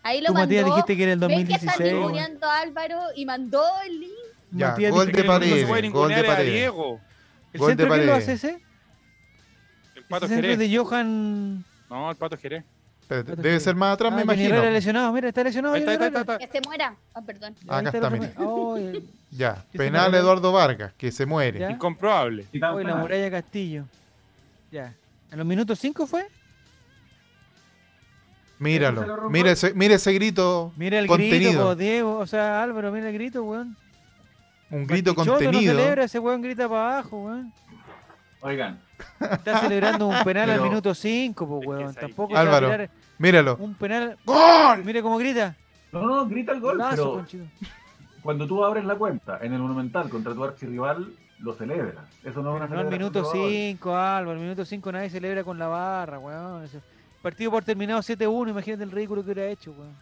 Speaker 2: Ahí lo
Speaker 1: Tú,
Speaker 2: mandó.
Speaker 1: Matías, dijiste que era el
Speaker 2: ¿Ves que está
Speaker 1: 2016. weón.
Speaker 2: ninguneando a Álvaro y mandó el link?
Speaker 4: Ya,
Speaker 1: Matías
Speaker 4: gol
Speaker 1: dice
Speaker 4: de
Speaker 1: que-
Speaker 3: no se
Speaker 4: Paredes,
Speaker 3: puede
Speaker 4: gol
Speaker 3: ningunear
Speaker 4: de
Speaker 3: a
Speaker 4: Paredes.
Speaker 3: Diego.
Speaker 1: ¿El
Speaker 4: Gol de
Speaker 1: centro quién lo
Speaker 4: Paredes.
Speaker 1: hace ese?
Speaker 3: El
Speaker 1: ¿Ese
Speaker 3: pato
Speaker 1: centro
Speaker 3: Jerez.
Speaker 1: de Johan...
Speaker 3: No, el pato Jerez.
Speaker 4: Espérate, Debe ser más atrás, me
Speaker 1: Ah, Johnny Herrera
Speaker 4: imagino.
Speaker 1: lesionado, mira, está lesionado.
Speaker 3: Ahí está, ahí está,
Speaker 1: Johnny
Speaker 3: ahí está.
Speaker 2: Que se muera. Ah, perdón.
Speaker 1: Herrera.
Speaker 4: Acá
Speaker 1: Ahí
Speaker 4: está,
Speaker 1: lo
Speaker 4: mira.
Speaker 1: tomé. Oh, el-
Speaker 4: Ya,
Speaker 1: se
Speaker 4: penal
Speaker 1: paró.
Speaker 4: Eduardo Vargas, que se muere.
Speaker 1: Ya.
Speaker 3: Incomprobable.
Speaker 5: Y tan
Speaker 1: Hoy la
Speaker 5: penal.
Speaker 1: muralla Castillo. Ya. ¿A los minutos 5 fue?
Speaker 5: ¿Eso se lo
Speaker 4: Míralo,
Speaker 5: robó?
Speaker 4: mira ese, mira ese grito,
Speaker 1: Mira el grito,
Speaker 4: Contenido.
Speaker 1: po, Diego. O sea, Álvaro, mira el grito, weón.
Speaker 4: un grito
Speaker 1: Bartichotto
Speaker 4: contenido.
Speaker 1: No celebra, ese weón grita para abajo, weón.
Speaker 5: Oigan,
Speaker 1: Está celebrando un penal
Speaker 5: Pero-
Speaker 1: al minuto 5, pues,
Speaker 3: Es que
Speaker 1: weón.
Speaker 3: es ahí.
Speaker 1: Tampoco se va a
Speaker 4: Álvaro.
Speaker 1: tirar
Speaker 4: Míralo.
Speaker 1: un penal.
Speaker 4: ¡Gol!
Speaker 1: Mira cómo grita.
Speaker 5: no, no, grita el gol,
Speaker 1: Golazo,
Speaker 5: pero
Speaker 1: conchito.
Speaker 5: cuando tú abres la cuenta en el Monumental contra tu archirrival, lo celebras. Eso no es una
Speaker 1: No al
Speaker 5: celebración
Speaker 1: minuto
Speaker 5: de gol.
Speaker 1: 5, Álvaro. Al minuto 5 nadie celebra con la barra, weón. Eso- Partido por terminado 7-1. Imagínate el ridículo que hubiera hecho, weón.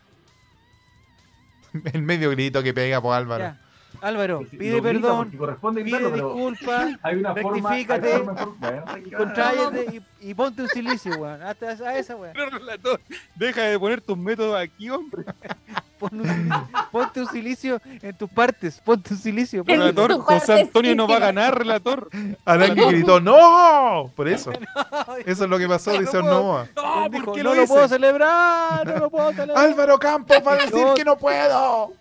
Speaker 4: El medio grito que pega por Álvaro.
Speaker 1: Ya. Álvaro,
Speaker 5: Pues sí,
Speaker 1: pide
Speaker 5: lo grita
Speaker 1: perdón,
Speaker 5: porque corresponde
Speaker 1: pide
Speaker 5: gritarlo, pero
Speaker 1: disculpas.
Speaker 5: hay una forma. hay
Speaker 1: rectifícate,
Speaker 5: forma de- bueno,
Speaker 1: Contráyete y, y ponte un silicio, weón. Hasta a a esa, weón.
Speaker 3: Pero, relator, Deja de poner tus métodos aquí, hombre.
Speaker 1: Pon un silicio- ponte un silicio en tus partes. Ponte un silicio. ponte-
Speaker 3: Relator,
Speaker 2: tu parte
Speaker 3: José Antonio no va a
Speaker 2: íntima.
Speaker 3: ganar, relator.
Speaker 4: Arangui gritó ¡No! Por eso. Eso es lo que pasó,
Speaker 3: No
Speaker 4: dice
Speaker 3: puedo.
Speaker 4: Novoa.
Speaker 3: No,
Speaker 1: Él
Speaker 3: ¿por
Speaker 1: dijo,
Speaker 3: qué
Speaker 1: no
Speaker 3: lo
Speaker 1: lo puedo
Speaker 3: hice?
Speaker 1: celebrar, no lo puedo celebrar.
Speaker 4: Álvaro Campos va a decir
Speaker 1: Yo-
Speaker 4: que no puedo.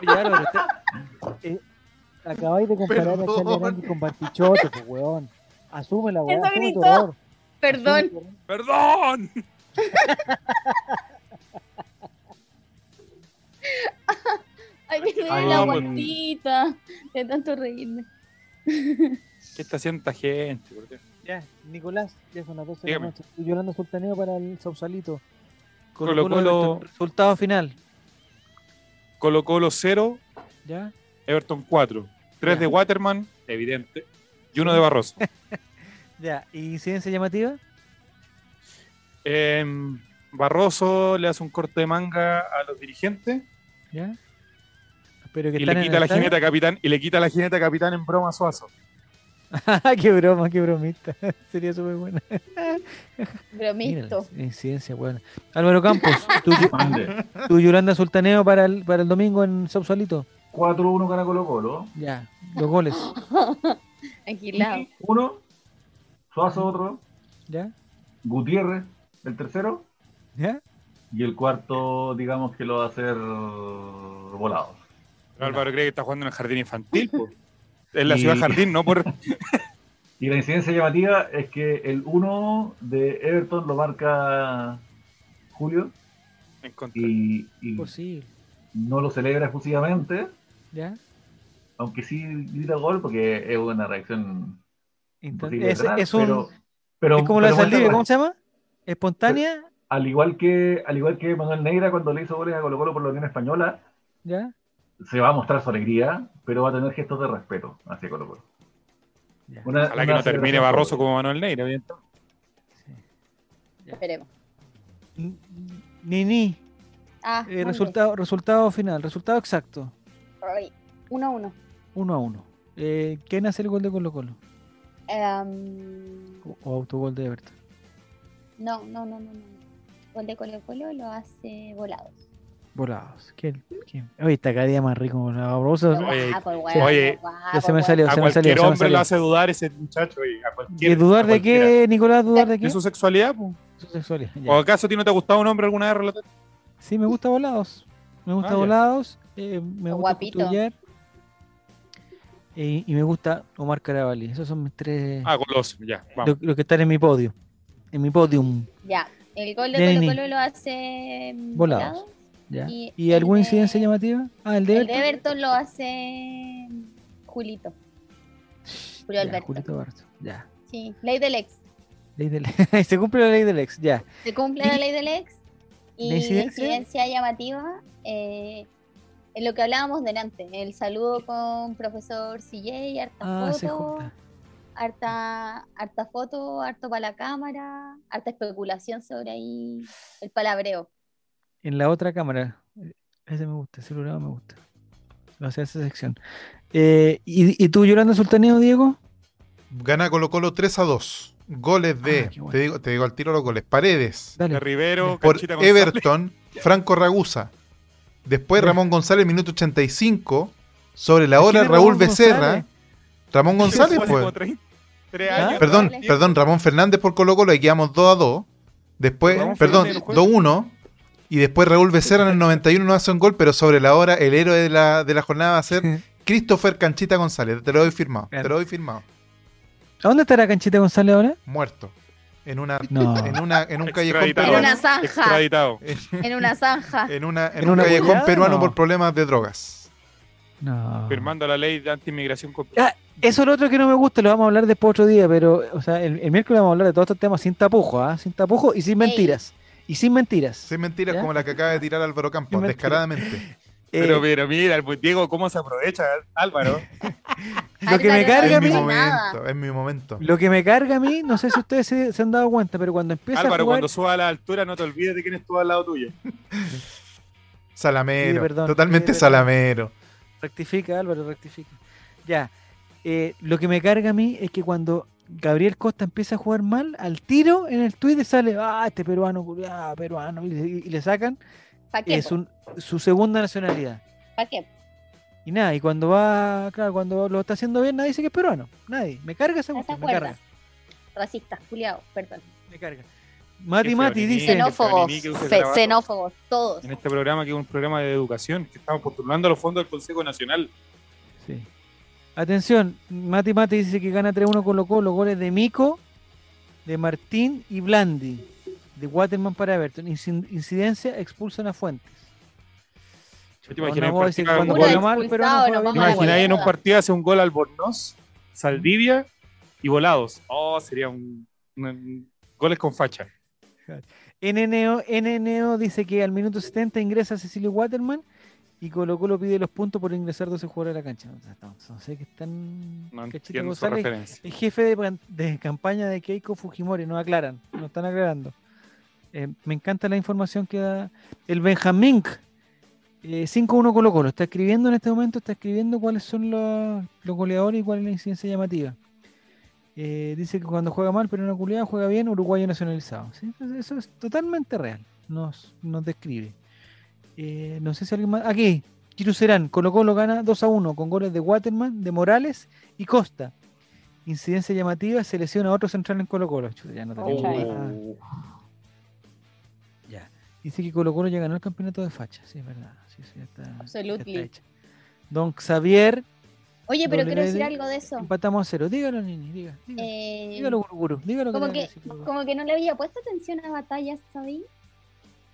Speaker 1: Oye, Álvaro, usted- eh, acabáis de comparar a
Speaker 4: Perdón.
Speaker 1: Charlie Arangui con Bartichotto, pues, weón. Asúmela, weón.
Speaker 2: Eso
Speaker 1: asume tu
Speaker 2: gritó.
Speaker 1: error.
Speaker 2: Perdón.
Speaker 1: Asume tu error.
Speaker 3: ¡Perdón!
Speaker 2: Ay, me
Speaker 5: Ay,
Speaker 2: duele la
Speaker 3: no, pues.
Speaker 2: vueltita. De tanto reírme.
Speaker 3: ¿Qué está haciendo esta gente? ¿Por qué?
Speaker 1: Ya, Nicolás, ya son las 12 de la
Speaker 3: Dígame.
Speaker 1: noche. Estoy llorando sultaneo para el Sausalito.
Speaker 3: Colo Colo-
Speaker 1: Resultado final,
Speaker 3: Colo Colo 0,
Speaker 1: ¿ya?
Speaker 3: Everton 4. 3
Speaker 1: Ya.
Speaker 3: de Waterman, evidente. Y uno de Barroso.
Speaker 1: Ya, ¿y incidencia llamativa?
Speaker 3: Em, Barroso le hace un corte de manga a los dirigentes
Speaker 1: ¿Ya? Espero que
Speaker 3: y
Speaker 1: están
Speaker 3: le
Speaker 1: en
Speaker 3: quita
Speaker 1: el
Speaker 3: la
Speaker 1: estadio.
Speaker 3: jineta capitán y le quita la jineta capitán en broma a Suazo.
Speaker 1: Ah, qué broma, qué bromista. Sería súper buena. Mira,
Speaker 2: Bromisto.
Speaker 1: la incidencia, buena. Álvaro Campos, tu,
Speaker 5: Mande.
Speaker 1: tu Yolanda Sultaneo para el, para el domingo en Sausalito.
Speaker 5: 4-1 gana Colo Colo.
Speaker 1: Ya, los goles.
Speaker 2: Anguilado.
Speaker 5: Uno, Suazo otro,
Speaker 1: ¿Ya?
Speaker 5: Gutiérrez el tercero
Speaker 1: ¿Ya?
Speaker 5: y el cuarto digamos que lo va a hacer volado.
Speaker 3: Pero Álvaro cree que está jugando en el jardín infantil. po. En la
Speaker 5: Y-
Speaker 3: ciudad jardín, no por.
Speaker 5: Y la incidencia llamativa es que el 1 de Everton lo marca Julio
Speaker 3: en contra.
Speaker 5: y, y
Speaker 1: Posible.
Speaker 5: no lo celebra exclusivamente,
Speaker 1: ¿Ya?
Speaker 5: aunque sí grita gol porque es una reacción
Speaker 1: Intan-
Speaker 5: imposible de
Speaker 1: Es,
Speaker 5: frenar,
Speaker 1: es un,
Speaker 5: pero, pero-
Speaker 1: es como la
Speaker 5: pero muestra
Speaker 1: Saldivia,
Speaker 5: la-
Speaker 1: ¿cómo se llama? Espontánea,
Speaker 5: al igual que, al igual que Manuel Neira cuando le hizo goles a Colo Colo por la Unión Española,
Speaker 1: ¿Ya?
Speaker 5: se va a mostrar su alegría, pero va a tener gestos de respeto hacia Colo Colo.
Speaker 1: Ya.
Speaker 5: Una-
Speaker 3: Ojalá que
Speaker 5: una
Speaker 3: no termine
Speaker 5: celebración-
Speaker 3: Barroso como Manuel Neira. bien.
Speaker 2: Esperemos.
Speaker 1: N- Nini,
Speaker 2: Ah,
Speaker 1: eh,
Speaker 2: Monday.
Speaker 1: resultado, resultado final, resultado exacto,
Speaker 2: Ay, Uno a uno.
Speaker 1: uno a uno. Eh, ¿Quién hace el gol de Colo Colo?
Speaker 2: Em,
Speaker 1: O- O autogol de Everton.
Speaker 2: no, no, no, no, no. Gol de Colo Colo lo hace volados.
Speaker 1: Volados. ¿Quién? ¿Quién? Oye, está cada día más rico. volados.
Speaker 2: Lo
Speaker 3: Oye,
Speaker 2: guapo,
Speaker 3: sí.
Speaker 2: guapo,
Speaker 3: oye,
Speaker 2: guapo,
Speaker 1: Ya se me
Speaker 2: guapo.
Speaker 1: salió,
Speaker 3: A
Speaker 1: se me salió.
Speaker 3: cualquier
Speaker 1: se me
Speaker 3: hombre
Speaker 1: salió.
Speaker 3: lo hace dudar ese muchacho. oye, a cualquier,
Speaker 1: ¿Y dudar
Speaker 3: a
Speaker 1: de
Speaker 3: cualquiera.
Speaker 1: qué, Nicolás? ¿Dudar de qué?
Speaker 3: De su sexualidad, po.
Speaker 1: Su sexualidad, ya.
Speaker 3: ¿O acaso a ti no te ha gustado un hombre alguna vez relatar?
Speaker 1: Sí, me gusta volados. Me gusta
Speaker 3: Ah, ya.
Speaker 1: volados. eh, me gusta
Speaker 2: Guapito.
Speaker 1: costillar. Y, y me gusta Omar Carabalí. Esos son mis tres.
Speaker 3: Ah, goloso, ya, vamos.
Speaker 1: Los lo que están en mi podio. En mi podium.
Speaker 2: Ya, el gol de
Speaker 1: Ya, Nini.
Speaker 2: Colo Colo lo hace mm,
Speaker 1: Volados.
Speaker 2: volados.
Speaker 1: ¿ya? ¿Y,
Speaker 2: Y el
Speaker 1: alguna
Speaker 2: de-
Speaker 1: incidencia llamativa? Ah, el de
Speaker 2: El de
Speaker 1: Everton.
Speaker 2: Everton lo hace Julito. Julio
Speaker 1: Ya,
Speaker 2: Alberto.
Speaker 1: Julito Barto. Ya.
Speaker 2: Sí, ley del ex.
Speaker 1: Ley del- Se cumple la ley del ex. Ya.
Speaker 2: Se cumple
Speaker 1: Y-
Speaker 2: la ley del ex. Y
Speaker 1: ¿La
Speaker 2: la
Speaker 1: incidencia?
Speaker 2: incidencia, llamativa, eh, en lo que hablábamos delante, el saludo con profesor CJ, harta
Speaker 1: Ah, se
Speaker 2: foto,
Speaker 1: junta.
Speaker 2: harta, harta foto, harto para la cámara, harta especulación sobre ahí el palabreo.
Speaker 1: En la otra cámara. Ese me gusta, ese programa me gusta. Lo hace esa sección. Eh, ¿y, ¿Y tú, Yolanda Sultaneo, Diego?
Speaker 4: Gana Colo Colo 3 a 2. Goles de,
Speaker 1: Ah, qué bueno.
Speaker 4: te, digo, te digo al tiro los goles, Paredes,
Speaker 1: Dale.
Speaker 3: De Rivero,
Speaker 4: por
Speaker 3: Canchita González.
Speaker 4: Everton, Franco Ragusa. Después
Speaker 1: Ya.
Speaker 4: Ramón González, minuto 85. Sobre la
Speaker 1: ¿Quién
Speaker 4: hora,
Speaker 1: es
Speaker 4: Raúl
Speaker 1: Ramón
Speaker 4: Becerra.
Speaker 1: González?
Speaker 4: Ramón González,
Speaker 3: Fue
Speaker 4: pues.
Speaker 3: como tres- tres
Speaker 2: Ah,
Speaker 3: años.
Speaker 4: Perdón,
Speaker 2: González.
Speaker 4: perdón, Ramón Fernández por Colo Colo, ahí quedamos 2 a 2. Después,
Speaker 3: Ramón
Speaker 4: perdón,
Speaker 3: Fernández, el juez.
Speaker 4: 2-1. Y después Raúl Becerra en el 91 no hace un gol, pero sobre la hora el héroe de la, de la jornada va a ser Christopher Canchita González. Te lo doy firmado, te
Speaker 1: Claro.
Speaker 4: lo doy firmado.
Speaker 1: ¿A dónde estará Canchita González ahora?
Speaker 4: Muerto. En una,
Speaker 1: No.
Speaker 4: en una, en un callejón
Speaker 3: Ah. Extraditado.
Speaker 2: En
Speaker 4: peruano.
Speaker 2: una zanja,
Speaker 3: Extraditado.
Speaker 2: en una zanja.
Speaker 4: En una, en
Speaker 1: ¿En
Speaker 4: un
Speaker 1: una
Speaker 4: callejón
Speaker 1: hueá?
Speaker 4: peruano
Speaker 1: No.
Speaker 4: por problemas de drogas.
Speaker 1: No.
Speaker 3: Firmando la ley de anti-inmigración. con-
Speaker 1: Ah, Eso es lo otro que no me gusta, lo vamos a hablar después otro día, pero o sea, el, el miércoles vamos a hablar de todos estos temas sin tapujo, ¿ah? sin tapujo y sin
Speaker 2: Ey.
Speaker 1: mentiras. Y sin mentiras.
Speaker 4: Sin mentiras
Speaker 1: ¿Ya?
Speaker 4: como la que acaba de tirar Álvaro Campos,
Speaker 1: Sin mentiras.
Speaker 4: descaradamente.
Speaker 1: Eh,
Speaker 3: Pero, pero mira, pues, Diego, ¿cómo se aprovecha Álvaro?
Speaker 1: lo que me
Speaker 2: Álvaro,
Speaker 1: carga a
Speaker 4: Es mi
Speaker 1: mí,
Speaker 2: no.
Speaker 4: momento, es mi momento.
Speaker 1: lo que me carga a mí, no sé si ustedes se, se han dado cuenta, pero cuando empieza a
Speaker 3: Álvaro,
Speaker 1: jugar,
Speaker 3: cuando suba a la altura, no te olvides de quién estuvo al lado tuyo.
Speaker 4: Salamero,
Speaker 1: Pide perdón,
Speaker 4: totalmente
Speaker 1: pide perdón.
Speaker 4: salamero.
Speaker 1: rectifica Álvaro, rectifica. Ya. Eh, lo que me carga a mí es que cuando Gabriel Costa empieza a jugar mal, al tiro en el tuit le sale, ah, este peruano, ah, peruano, y le, y le sacan
Speaker 2: ¿Para qué?
Speaker 1: es un- su segunda nacionalidad.
Speaker 2: ¿Para qué?
Speaker 1: Y nada, y cuando va, claro, cuando lo está haciendo bien, nadie dice que es peruano. Nadie. Me carga esa
Speaker 2: No te
Speaker 1: cuestión, me
Speaker 2: acuerdas.
Speaker 1: carga.
Speaker 2: Racistas, culiados, perdón.
Speaker 1: Me carga. Mati
Speaker 3: Qué
Speaker 1: Mati
Speaker 3: femenino.
Speaker 1: dice,
Speaker 3: Xenófobo.
Speaker 2: Xenófobos,
Speaker 3: Ni que use
Speaker 2: fe-
Speaker 3: garabato.
Speaker 2: xenófobos, todos.
Speaker 3: En este programa, que es un programa de educación, que estamos postulando a los fondos del Consejo Nacional.
Speaker 1: Sí. atención, Mati Mati dice que gana 3-1 Colo Colo, goles de Mico, de Martín y Blandi, de Waterman para Everton. Incin- Incidencia, expulsan a Fuentes.
Speaker 3: Yo te imaginé
Speaker 1: Nabo
Speaker 3: en
Speaker 1: dice que
Speaker 3: práctica
Speaker 1: cuando
Speaker 3: como-
Speaker 1: juega mal, pero no
Speaker 2: Expulsado,
Speaker 1: juega
Speaker 2: nos
Speaker 1: bien.
Speaker 2: vamos a
Speaker 3: Imagináis en un
Speaker 2: Volada.
Speaker 3: partido hace un gol al Bornos, Saldivia y Volados. Oh, sería un, un- goles con facha.
Speaker 1: NNO, NNO dice que al minuto 70 ingresa Cecilio Waterman y Colo Colo pide los puntos por ingresar 12 jugadores a la cancha. O sea, No, no sé qué están.
Speaker 3: No
Speaker 1: Cachito
Speaker 3: entiendo esa
Speaker 1: González,
Speaker 3: referencia.
Speaker 1: el jefe de, pan- de campaña de Keiko Fujimori, no aclaran, no están aclarando. Eh, me encanta la información que da el Benjamín. eh, 5-1 Colo Colo, está escribiendo en este momento, está escribiendo cuáles son los, los goleadores y cuál es la incidencia llamativa. Eh, dice que cuando juega mal, pero no culiada, juega bien, uruguayo nacionalizado. ¿sí? Entonces, Eso es totalmente real, nos, nos describe. Eh, no sé si alguien más. Aquí, Kiru Serán, Colo Colo gana 2 a 1 con goles de Waterman, de Morales y Costa. Incidencia llamativa, se lesiona a otro central en Colo Colo. Chuta, ya no tenemos nada.
Speaker 3: Oh,
Speaker 1: Ya. Dice que Colo Colo ya ganó el campeonato de facha. Sí, es verdad. Sí, sí, ya está, ya
Speaker 2: Absolutely.
Speaker 1: está hecho. Don Xavier,
Speaker 2: Oye, pero quiero decir
Speaker 1: WD.
Speaker 2: algo de eso.
Speaker 1: empatamos a cero. Dígalo, Nini, diga. diga.
Speaker 2: Eh,
Speaker 1: dígalo, Guruguru. Dígalo que
Speaker 2: como
Speaker 1: tenga
Speaker 2: que,
Speaker 1: decir, Guruguru.
Speaker 2: como que no le había puesto atención a batallas, ¿sabí?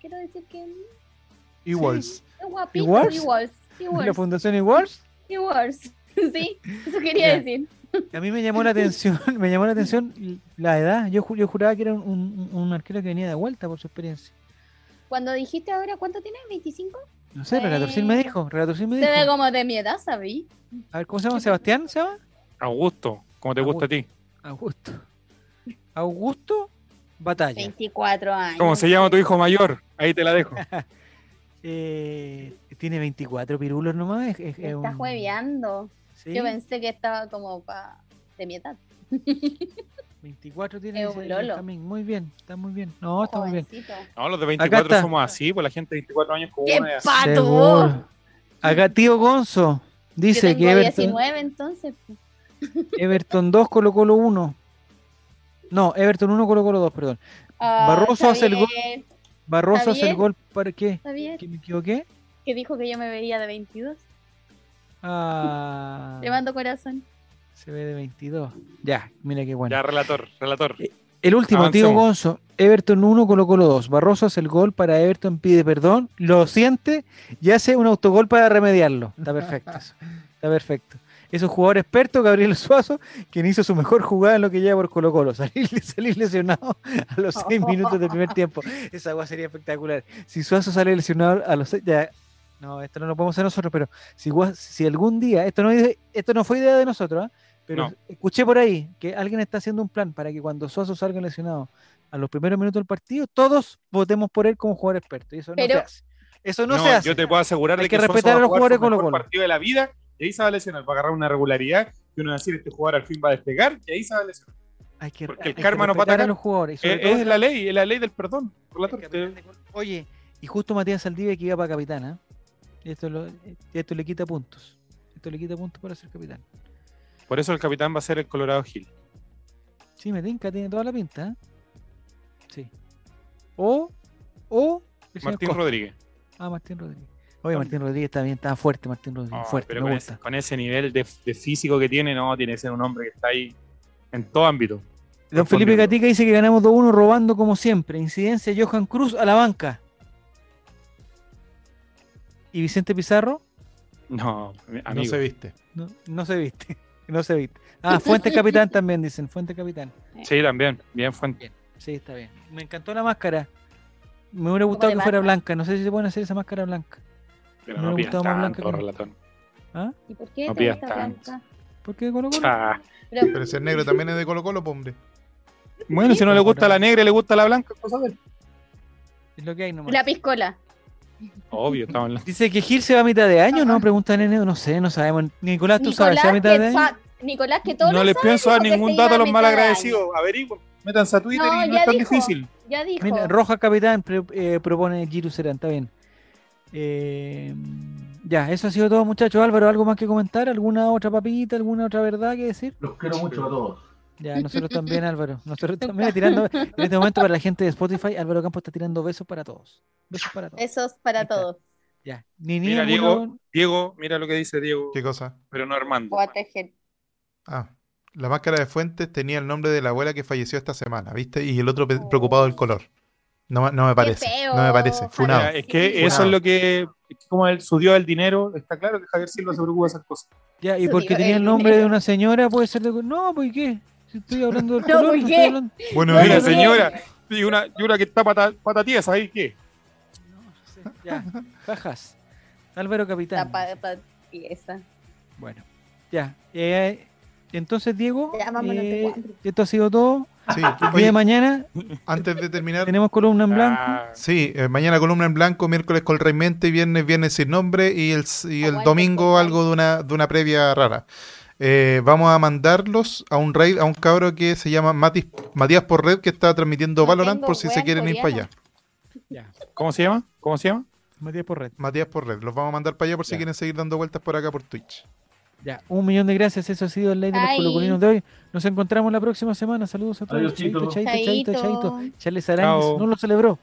Speaker 2: Quiero decir que mm,
Speaker 4: Igual.
Speaker 2: es guapito
Speaker 1: ¿Iguals?
Speaker 2: Iguals, Iguals,
Speaker 1: ¿La Fundación Iguals?
Speaker 2: Iguals. Sí, eso
Speaker 1: Ya.
Speaker 2: quería decir.
Speaker 1: A mí me llamó la atención, me llamó la atención la edad. Yo, ju- yo juraba que era un, un- un arquero que venía de vuelta por su experiencia.
Speaker 2: Cuando dijiste ahora, ¿cuánto tienes? ¿25?
Speaker 1: No sé, Relatorcil me dijo, Relatorcil me
Speaker 2: Se ve
Speaker 1: dijo.
Speaker 2: como de mi edad, ¿sabí?
Speaker 1: A ver, ¿cómo se llama? ¿Sebastián se llama?
Speaker 3: Augusto, como te gusta a ti.
Speaker 1: Augusto. Augusto Batalla.
Speaker 2: 24 años.
Speaker 3: ¿Cómo se llama tu hijo mayor? Ahí te la dejo.
Speaker 1: Eh, tiene 24 pirulos nomás. Es, es-
Speaker 2: Me
Speaker 1: es
Speaker 2: está
Speaker 1: un-
Speaker 2: jueveando.
Speaker 1: Sí,
Speaker 2: Yo pensé que estaba como pa... de mi edad.
Speaker 1: 24 tiene.
Speaker 2: es un
Speaker 1: dice,
Speaker 2: lolo.
Speaker 1: Está bien, muy bien, está muy bien. No, está muy bien.
Speaker 2: Jovencito.
Speaker 3: No, los de
Speaker 1: Acá
Speaker 3: 24
Speaker 1: está.
Speaker 3: somos así, pues la gente de 24 años como
Speaker 2: ¡Qué
Speaker 3: una de así.
Speaker 2: pato!
Speaker 1: Seguro. Acá tío Gonzo
Speaker 2: Yo
Speaker 1: dice
Speaker 2: tengo
Speaker 1: que Everton,
Speaker 2: 19 entonces.
Speaker 1: Everton 2, Colo Colo 1. No, Everton 1, Colo Colo 2, perdón.
Speaker 2: Ah,
Speaker 1: Barroso hace el gol.
Speaker 2: Javier,
Speaker 1: Barroso
Speaker 2: Está
Speaker 1: hace el
Speaker 2: bien.
Speaker 1: gol para qué?
Speaker 2: Javier,
Speaker 1: ¿Que me equivoqué?
Speaker 2: que dijo que yo me veía de 22.
Speaker 1: Ah,
Speaker 2: Le mando corazón.
Speaker 1: se ve de 22. Ya, mira qué bueno.
Speaker 3: Ya, relator, relator.
Speaker 1: El último, tío
Speaker 3: Avancemos.
Speaker 1: Gonzo. Everton 1, Colo Colo 2. Barroso hace el gol para Everton, pide perdón, lo siente y hace un autogol para remediarlo. Está perfecto eso. Está perfecto. Es un jugador experto, Gabriel Suazo, quien hizo su mejor jugada en lo que lleva por Colo Colo. Salir, salir lesionado a los 6 minutos del primer tiempo. Esa agua sería espectacular. Si Suazo sale lesionado a los 6... Ya, no, esto no lo podemos hacer nosotros, pero si, Gua- si algún día... Esto no, es- esto no fue idea de nosotros, ¿ah? pero
Speaker 3: No.
Speaker 1: escuché por ahí que alguien está haciendo un plan para que cuando Suazo salga lesionado a los primeros minutos del partido, todos votemos por él como jugador experto. Y eso no se
Speaker 2: Pero-
Speaker 1: hace. Eso no, se hace.
Speaker 3: Yo te puedo asegurar
Speaker 1: Hay
Speaker 3: de
Speaker 1: que
Speaker 3: que, Suazo
Speaker 1: respetar
Speaker 3: va
Speaker 1: a los
Speaker 3: jugar su
Speaker 1: jugadores
Speaker 3: mejor
Speaker 1: Colo-Colo.
Speaker 3: partido de la vida y ahí se va a lesionar, va a agarrar una regularidad que uno va a decir este jugador al fin va a despegar y ahí se va a lesionar.
Speaker 1: Hay que,
Speaker 3: Porque
Speaker 1: hay
Speaker 3: el
Speaker 1: que
Speaker 3: karma no va a
Speaker 1: respetar
Speaker 3: atacar.
Speaker 1: a los jugadores. y sobre
Speaker 3: Eh,
Speaker 1: todo
Speaker 3: es la ley, es la ley del perdón.
Speaker 1: el
Speaker 3: Relator,
Speaker 1: capitán
Speaker 3: te-
Speaker 1: de Colo- Oye, y justo Matías Saldivia que iba para capitana. Esto, lo- esto le quita puntos. Esto le quita puntos para ser capitán.
Speaker 3: Por eso el capitán va a ser el Colorado Gil.
Speaker 1: Sí, me tinca, tiene toda la pinta. ¿eh? Sí. O, o el señor
Speaker 3: Martín
Speaker 1: Costa.
Speaker 3: Rodríguez.
Speaker 1: Ah, Martín Rodríguez. Oye, Martín Rodríguez está bien, está fuerte, Martín Rodríguez.
Speaker 3: No,
Speaker 1: fuerte,
Speaker 3: Ah, pero
Speaker 1: me
Speaker 3: con
Speaker 1: gusta.
Speaker 3: ese, con ese nivel de, de físico que tiene, no, tiene que ser un hombre que está ahí en todo ámbito.
Speaker 1: Don Felipe
Speaker 3: respondiendo.
Speaker 1: Gatica dice que ganamos 2-1 robando como siempre. Incidencia Johan Cruz a la banca. ¿Y Vicente Pizarro?
Speaker 3: No,
Speaker 4: No
Speaker 3: amigo.
Speaker 4: se viste.
Speaker 1: No, no se viste. No se viste. Ah, Fuente Capitán también dicen. Fuente Capitán.
Speaker 3: Sí, también. Bien, Fuente.
Speaker 1: Sí, está bien. Me encantó la máscara. Me hubiera gustado
Speaker 2: de
Speaker 1: que fuera
Speaker 2: Batman.
Speaker 1: blanca. No sé si se pueden hacer esa máscara blanca.
Speaker 3: Pero
Speaker 1: Me
Speaker 3: no,
Speaker 1: hubiera gustado
Speaker 3: pidas
Speaker 1: más blanca
Speaker 3: tanto,
Speaker 1: que-
Speaker 3: relator.
Speaker 2: ¿Y por qué
Speaker 3: No
Speaker 2: te
Speaker 3: pidas
Speaker 2: gusta
Speaker 3: tanto.
Speaker 2: blanca?
Speaker 1: ¿Por qué Colo Colo?
Speaker 3: Ah,
Speaker 2: Pero
Speaker 4: Pero si el negro también es de Colo Colo, pues, hombre.
Speaker 3: Bueno, si no le gusta la negra, le gusta la blanca, cosa de él.
Speaker 1: Es lo que hay nomás.
Speaker 2: la piscola.
Speaker 3: Obvio, estamos en la-
Speaker 1: Dice que Gil se va a mitad de año, ¿no? Pregunta Nene, no sé, no sabemos. Nicolás, Ah, ¿tú sabes? ¿Se va a
Speaker 2: Nicolás,
Speaker 1: mitad de
Speaker 2: que,
Speaker 1: año?
Speaker 2: fa- Nicolás, que todo
Speaker 3: No
Speaker 2: lo
Speaker 3: les
Speaker 2: sabe,
Speaker 3: pienso dar
Speaker 2: dijo que se
Speaker 3: ningún
Speaker 2: iba
Speaker 3: dato a los
Speaker 2: mitad de
Speaker 3: malagradecidos. Averigüen. Métanse a Twitter
Speaker 2: No,
Speaker 3: y no
Speaker 2: ya
Speaker 3: es tan
Speaker 2: dijo.
Speaker 3: difícil.
Speaker 2: año. Ya dijo.
Speaker 1: Mira, Roja Capitán pre- eh, propone Giru Serán, está bien. Eh, ya, eso ha sido todo, muchachos. Álvaro, ¿algo más que comentar? ¿Alguna otra papita? ¿Alguna otra verdad que decir?
Speaker 5: Los quiero mucho a todos.
Speaker 1: Ya, nosotros también, Álvaro. Nosotros también tirando. En este momento, para la gente de Spotify, Álvaro Campos está tirando besos para todos. Besos para todos.
Speaker 2: Eso es para
Speaker 1: Ahí está.
Speaker 2: todos.
Speaker 1: Ya. Ni
Speaker 3: Mira, Diego, Diego, mira lo que dice Diego,
Speaker 4: ¿Qué cosa?
Speaker 3: pero no Armando.
Speaker 2: Voy a tejer.
Speaker 4: Ah, la máscara de Fuentes tenía el nombre de la abuela que falleció esta semana, ¿viste? Y el otro pe-
Speaker 2: Oh.
Speaker 4: preocupado del color. No, me- no me parece. no me parece.
Speaker 2: feo,
Speaker 4: Funado.
Speaker 3: Mira, es que eso
Speaker 4: Funado.
Speaker 3: es lo que, es que como él subió el dinero, está claro que Javier Silva se preocupa de esas cosas.
Speaker 1: Ya, y
Speaker 2: Eso
Speaker 1: porque
Speaker 2: digo, eh,
Speaker 1: tenía el
Speaker 2: el
Speaker 1: nombre de
Speaker 2: dinero.
Speaker 1: una señora, puede ser de. No, ¿por qué? Si estoy hablando del
Speaker 2: No,
Speaker 1: color,
Speaker 2: ¿por
Speaker 1: estoy
Speaker 2: qué?
Speaker 1: hablando-
Speaker 4: Bueno,
Speaker 1: No,
Speaker 4: mira,
Speaker 1: no,
Speaker 3: Mira,
Speaker 1: no.
Speaker 3: señora, y una, y una que está pata, patatiesa ahí, ¿qué?
Speaker 1: No, no sé. Ya, jajas. Álvaro Capitán.
Speaker 2: La pa- pa- pieza.
Speaker 1: Bueno, ya. eh, entonces, Diego,
Speaker 2: Ya, vámonos,
Speaker 1: eh,
Speaker 2: tengo hambre.
Speaker 1: esto ha sido todo. El
Speaker 4: sí,
Speaker 1: día
Speaker 4: oye,
Speaker 1: de mañana
Speaker 4: antes de terminar,
Speaker 1: tenemos columna en blanco.
Speaker 3: Ah,
Speaker 4: sí, eh, mañana columna en blanco, miércoles con Rey Mente, viernes, viernes sin nombre y el, s- y el
Speaker 2: Aguante,
Speaker 4: domingo
Speaker 2: Cobay.
Speaker 4: algo de una, de una previa rara. Eh, vamos a mandarlos a un raid, a un cabro que se llama Matis, Matías Porred, que está transmitiendo
Speaker 2: No
Speaker 4: Valorant
Speaker 2: tengo
Speaker 4: por si se
Speaker 2: weón
Speaker 4: quieren ir para
Speaker 2: coreano.
Speaker 4: allá.
Speaker 3: ¿Cómo se llama? ¿Cómo se llama?
Speaker 1: Matías Porret.
Speaker 4: Matías Porred, los vamos a mandar para allá por si
Speaker 1: Ya.
Speaker 4: quieren seguir dando vueltas por acá por Twitch.
Speaker 1: Ya, un millón de gracias. Eso ha sido el ley de los
Speaker 2: Ay.
Speaker 1: colocolinos de hoy. Nos encontramos la próxima semana. Saludos a todos.
Speaker 5: Adiós, chicos.
Speaker 1: chaito, chaito, chaito.
Speaker 2: Chaito.
Speaker 1: Charles Aranguis
Speaker 3: Chao.
Speaker 1: no lo celebró.